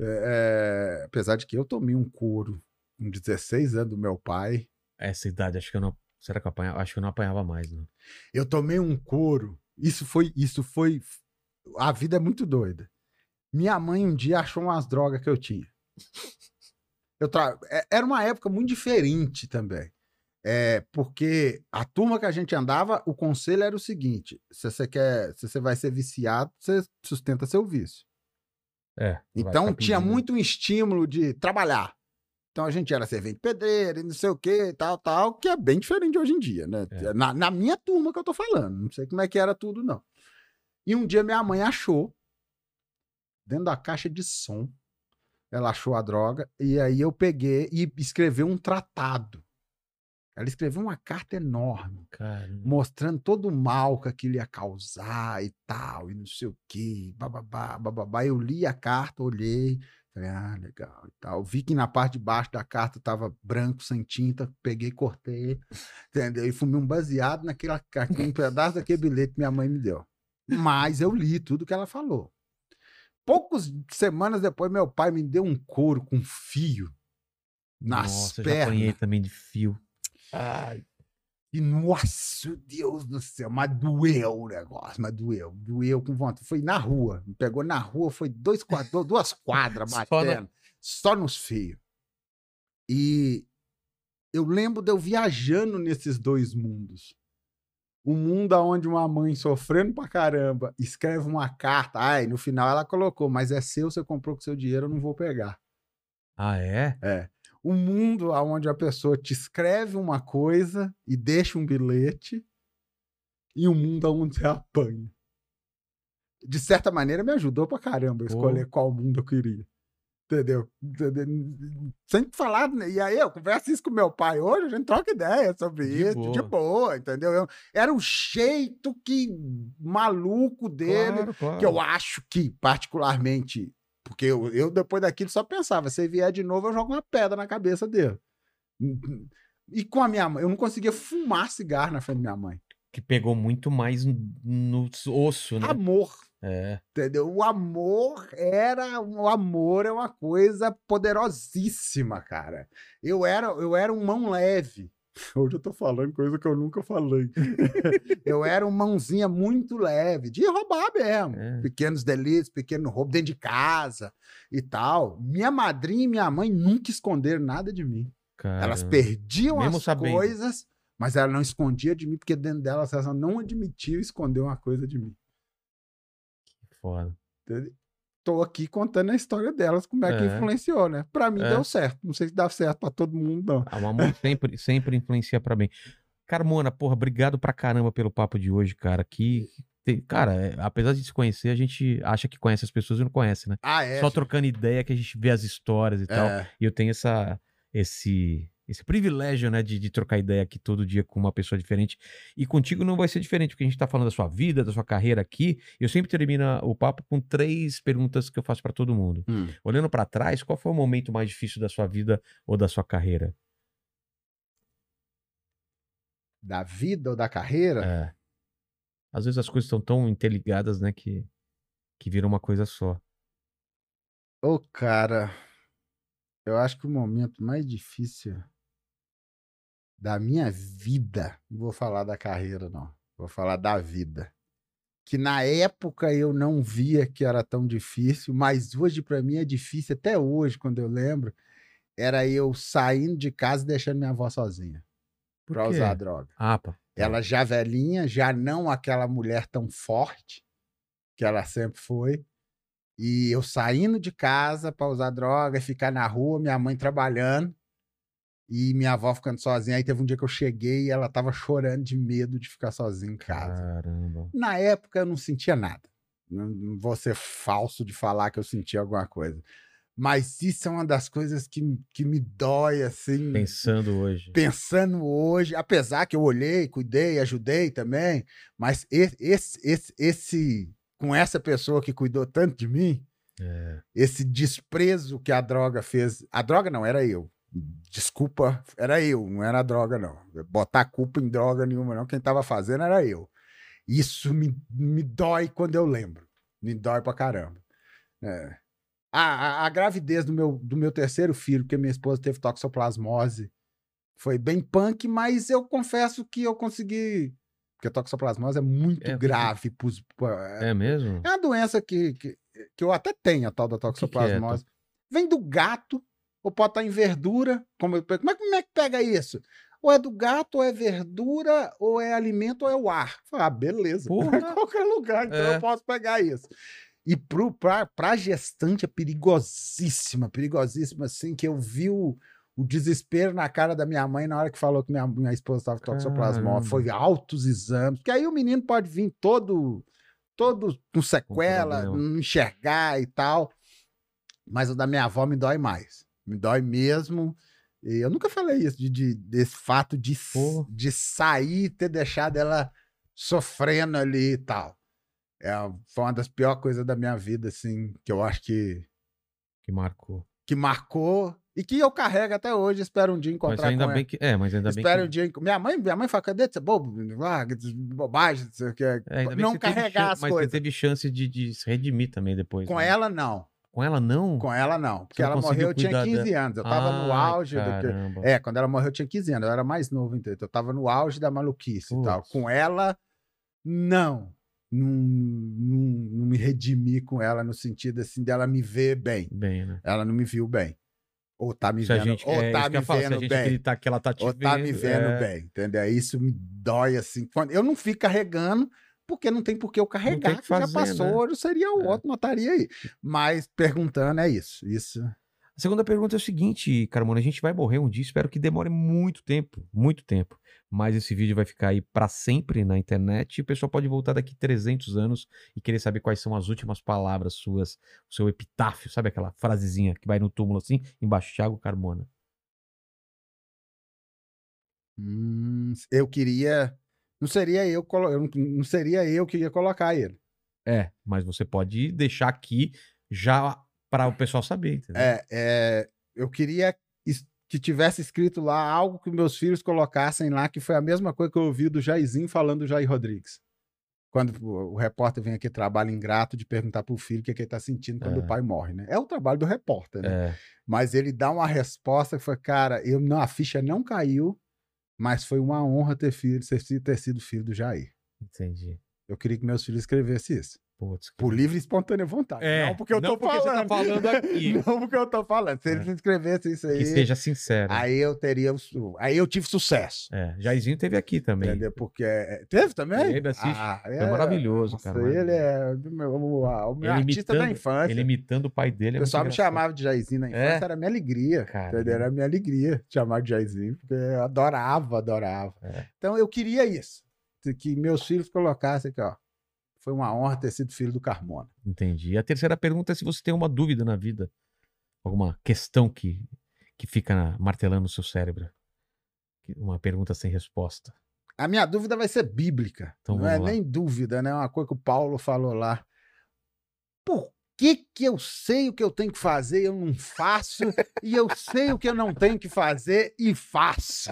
É, é, apesar de que eu tomei um couro com 16 anos do meu pai.
Essa idade, acho que eu não. Será que eu apanhava? Acho que eu não apanhava mais, né?
Eu tomei um couro. Isso foi, isso foi. A vida é muito doida. Minha mãe um dia achou umas drogas que eu tinha. Eu tra... é- Era uma época muito diferente também. É, porque a turma que a gente andava, o conselho era o seguinte: se você quer, se você vai ser viciado, você sustenta seu vício.
É.
Então
vai ficar
tinha
pedindo.
muito um estímulo de trabalhar. Então a gente era servente pedreiro e não sei o que, tal, tal, que é bem diferente de hoje em dia, né?
É.
Na, na minha turma que eu tô falando, não sei como é que era tudo, não. E um dia minha mãe achou, dentro da caixa de som, ela achou a droga, e aí eu peguei e escrevi um tratado. Ela escreveu uma carta enorme
Caramba.
mostrando todo o mal que aquilo ia causar e tal, e não sei o quê, bababá, bababá. Eu li a carta, olhei, falei, ah, legal e tal. Vi que na parte de baixo da carta tava branco, sem tinta,
[LAUGHS]
peguei, cortei, entendeu? E fumei um baseado naquele um pedaço daquele bilhete que minha mãe me deu. Mas eu li tudo que ela falou. Poucas semanas depois, meu pai me deu um couro com fio nas
Nossa, eu já
pernas.
apanhei também de fio.
Ai. E nossa, Deus do céu, mas doeu o negócio, mas doeu, doeu com vontade. Foi na rua, me pegou na rua, foi dois quadros, duas quadras
[LAUGHS] Só na-
batendo, só nos fios. E eu lembro de eu viajando nesses dois mundos. O mundo onde uma mãe sofrendo pra caramba escreve uma carta, ai, no final ela colocou, mas é seu, você comprou com seu dinheiro, eu não vou pegar.
Ah, é?
O mundo onde a pessoa te escreve uma coisa e deixa um bilhete, e o mundo onde você apanha. De certa maneira, me ajudou pra caramba a
Pô.
escolher qual mundo eu queria. Entendeu? Entendeu? Sem falar, né? e aí eu converso isso com meu pai hoje, a gente troca ideia sobre
De
isso,
boa.
de boa, entendeu? Eu- era o jeito que maluco dele,
Claro, claro.
que eu acho que, particularmente, porque eu, eu depois daquilo só pensava, se ele vier de novo, eu jogo uma pedra na cabeça dele. E com a minha mãe, eu não conseguia fumar cigarro na frente da minha mãe.
Que pegou muito mais no osso, né?
Amor,
É.
entendeu? O amor era, o amor é uma coisa poderosíssima, cara. Eu era, eu era um mão leve. [LAUGHS] Hoje eu tô falando coisa que eu nunca falei. [LAUGHS] eu era uma mãozinha muito leve, de roubar mesmo.
é.
pequenos delitos, pequeno roubo dentro de casa e tal. Minha madrinha e minha mãe nunca esconderam nada de mim. Elas
Caramba.
perdiam
Mesmo
as
sabendo.
coisas, mas ela não escondia de mim, porque dentro dela ela não admitia esconder uma coisa de mim.
Foda.
Tô aqui contando a história delas, como é que
É.
influenciou, né? Pra mim
É.
deu certo. Não sei se dá certo pra todo mundo, não.
Ah, O amor sempre, sempre influencia pra bem. Carmona, porra, obrigado pra caramba pelo papo de hoje, cara. Que. tem- Cara, é, apesar de se conhecer, a gente acha que conhece as pessoas e não conhece, né?
Ah, é.
Só então. trocando ideia que a gente vê as histórias e tal. E eu tenho essa, esse, esse privilégio, né, de, de trocar ideia aqui todo dia com uma pessoa diferente. E contigo não vai ser diferente, porque a gente tá falando da sua vida, da sua carreira aqui. Eu sempre termino o papo com três perguntas que eu faço pra todo mundo.
Hum.
Olhando pra trás, qual foi o momento mais difícil da sua vida ou da sua carreira?
Da vida ou da carreira?
É. Às vezes as coisas estão tão interligadas, né, que, que viram uma coisa só.
Ô, cara, eu acho que o momento mais difícil da minha vida, não vou falar da carreira, não, vou falar da vida. Que na época eu não via que era tão difícil, mas hoje pra mim é difícil, até hoje, quando eu lembro, era eu saindo de casa e deixando minha avó sozinha
Por
pra
quê?
usar droga.
Ah, pá.
Ela é já velhinha, já não aquela mulher tão forte que ela sempre foi. E eu saindo de casa pra usar droga, ficar na rua, minha mãe trabalhando e minha avó ficando sozinha. Aí teve um dia que eu cheguei e ela tava chorando de medo de ficar sozinha em casa. Hum.
Caramba.
Na época eu não sentia nada. Não- Não vou ser falso de falar que eu sentia alguma coisa. Mas isso é uma das coisas que, que me dói, assim
Pensando hoje.
pensando hoje, apesar que eu olhei, cuidei, ajudei também, mas e- esse, esse, esse, com essa pessoa que cuidou tanto de mim,
É.
esse desprezo que a droga fez, a droga não era eu. Desculpa, era eu, não era a droga não. Botar culpa em droga nenhuma não, quem estava fazendo era eu. Isso me, me dói quando eu lembro. Me dói pra caramba. É. A, a- a gravidez do meu, do meu terceiro filho, porque minha esposa teve toxoplasmose, foi bem punk, mas eu confesso que eu consegui. Porque a toxoplasmose é muito
É,
grave. Pros, pra-
É mesmo?
é uma doença que, que, que eu até tenho, a tal da
que é,
toxoplasmose. Vem do gato, ou pode estar em verdura. Como, eu- como, é, como é que pega isso? Ou é do gato, ou é verdura, ou é alimento, ou é o ar. Eu falei, Ah, beleza.
Porra.
[LAUGHS] Qualquer lugar, então
É.
eu posso pegar isso. E pro, pra, pra gestante é perigosíssima, perigosíssima, assim, que eu vi o, o desespero na cara da minha mãe na hora que falou que minha, minha esposa estava com toxoplasmose.
Caramba.
Foi altos exames, porque aí o menino pode vir todo todo com sequela,
problema.
não enxergar e tal. Mas o da minha avó me dói mais. Me dói mesmo. E eu nunca falei isso, de, de- desse fato de, s-
Pô.
de sair e ter deixado ela sofrendo ali e tal. É, foi uma das piores coisas da minha vida, assim, que eu acho que,
Que marcou.
que marcou E que eu carrego até hoje, espero um dia encontrar
Mas ainda
com ela.
bem que. É, mas ainda
Espero
bem
um
que.
dia. enco- Minha mãe, minha mãe fala, cadê você? Bobo, ah, que bobagem, não sei o que.
É, ainda bem que
não
você teve
carregar
chan- Mas
as
você
coisas.
teve chance de, de se redimir também depois.
Com
né?
ela, não.
Com ela, não?
Com ela, não. Porque
não
ela
conseguiu
morreu, eu tinha
cuidar Ah,
15 anos. Eu tava no
Ai,
auge do que.
caramba.
É, quando ela morreu, eu tinha 15 anos. Eu era mais novo, então. Eu tava no auge da maluquice e tal.
Putz.
Com ela, não. Não, não, não me redimi com ela no sentido assim dela me ver bem.
Bem, né?
Ela não me viu bem. Ou tá me
Se a
vendo,
gente,
ou
é, isso
tá
que eu
me
ia falar, se a
vendo
gente
bem.
acreditar que ela tá te
Ou
vendo.
tá me vendo
é,
bem, entendeu? Isso me dói assim. Quando- Eu não fico carregando, porque não tem por que eu carregar,
que
que
fazer,
já passou, eu seria o
É.
outro, não estaria aí. Mas perguntando é isso. Isso.
A segunda pergunta é o seguinte, Carmona, a gente vai morrer um dia, espero que demore muito tempo, muito tempo. Mas esse vídeo vai ficar aí pra sempre na internet e o pessoal pode voltar daqui 300 anos e querer saber quais são as últimas palavras suas, o seu epitáfio, sabe aquela frasezinha que vai no túmulo assim, embaixo, Thiago Carmona.
Hum, eu queria. Não seria eu, colo- eu não- não seria eu que ia colocar ele.
É, mas você pode deixar aqui já pra o pessoal saber, entendeu?
É, é, eu queria es- que tivesse escrito lá algo que meus filhos colocassem lá, que foi a mesma coisa que eu ouvi do Jairzinho falando do Jair Rodrigues. Quando o o repórter vem aqui, trabalho ingrato, de perguntar pro filho o que, é que ele tá sentindo quando
É.
o pai morre, né? É o trabalho do repórter, né?
É,
Mas ele dá uma resposta que foi, cara, eu, não, a ficha não caiu, mas foi uma honra ter, filho, ser fi- ter sido filho do Jair.
entendi.
Eu queria que meus filhos escrevessem isso.
Putz, que-
Por livre e espontânea vontade.
É,
não porque eu
não
tô
porque você tá
falando.
falando aqui.
[LAUGHS] Não porque eu tô falando. Se eles escrevessem isso aí.
É. que seja né? sincero.
Aí eu teria. o su- Aí eu tive sucesso.
É, Jairzinho teve aqui também.
Entendeu? Porque. é, Teve também?
Teve, assiste.
é,
Foi maravilhoso,
nossa,
cara.
Ele é do meu- o, a- o meu
Ele
artista da
imitando-
infância.
Ele imitando o pai dele.
o
é
pessoal me
muito engraçado.
chamava de Jairzinho na
É?
infância, era minha alegria.
Cara. né?
Entendeu? Era minha alegria chamar de Jairzinho, porque eu adorava, adorava.
É.
Então eu queria isso. Que meus filhos colocassem aqui, ó. Foi uma honra ter sido filho do Carmona.
Entendi. E a terceira pergunta é se você tem uma dúvida na vida, alguma questão que, que fica na- martelando no seu cérebro. Que- Uma pergunta sem resposta.
A minha dúvida vai ser bíblica.
Então
não
vamos
é
lá.
nem dúvida, né? É uma coisa que o Paulo falou lá. Por que, que eu sei o que eu tenho que fazer e eu não faço? e eu sei o que eu não tenho que fazer e faço.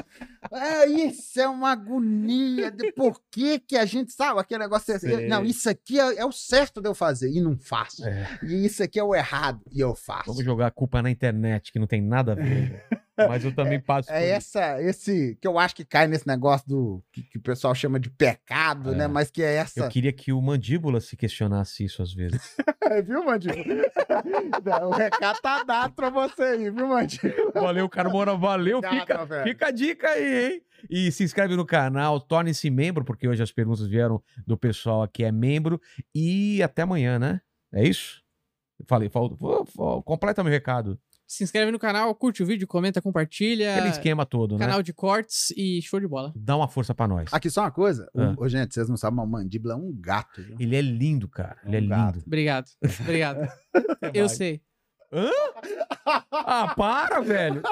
É, isso é uma agonia. De por que, que a gente sabe aquele negócio assim?
Sei.
Não, isso aqui é, é o certo de eu fazer e não faço.
É.
E isso aqui é o errado e eu faço.
Vamos jogar a culpa na internet, que não tem nada a
[LAUGHS]
ver. Mas eu também passo.
É
por isso.
essa, esse que eu acho que cai nesse negócio do que, que o pessoal chama de pecado,
É.
né? Mas que é essa.
Eu queria que o mandíbula se questionasse isso às
[LAUGHS]
vezes.
É, viu, Mandíbula? [LAUGHS] Não, o recado tá dado pra você aí, viu, Mandíbula?
Valeu, Carmona, valeu.
Não,
Fica,
não, velho.
Fica a dica aí, hein? E se inscreve no canal, torne-se membro, porque hoje as perguntas vieram do pessoal aqui, é membro. E até amanhã, né? É isso? Falei, falta. vou- vou- Completa meu recado.
Se inscreve no canal, curte o vídeo, comenta, compartilha.
Aquele esquema todo, né?
É. Canal de cortes e show de bola.
Dá uma força pra nós.
Aqui só uma coisa. O-
Ah.
Ô, gente, vocês não sabem, mas o Mandíbula é um gato. viu?
Ele é lindo, cara. Ele é
Um gato.
lindo.
Obrigado.
[LAUGHS]
Obrigado. Eu sei.
Ah, para, velho.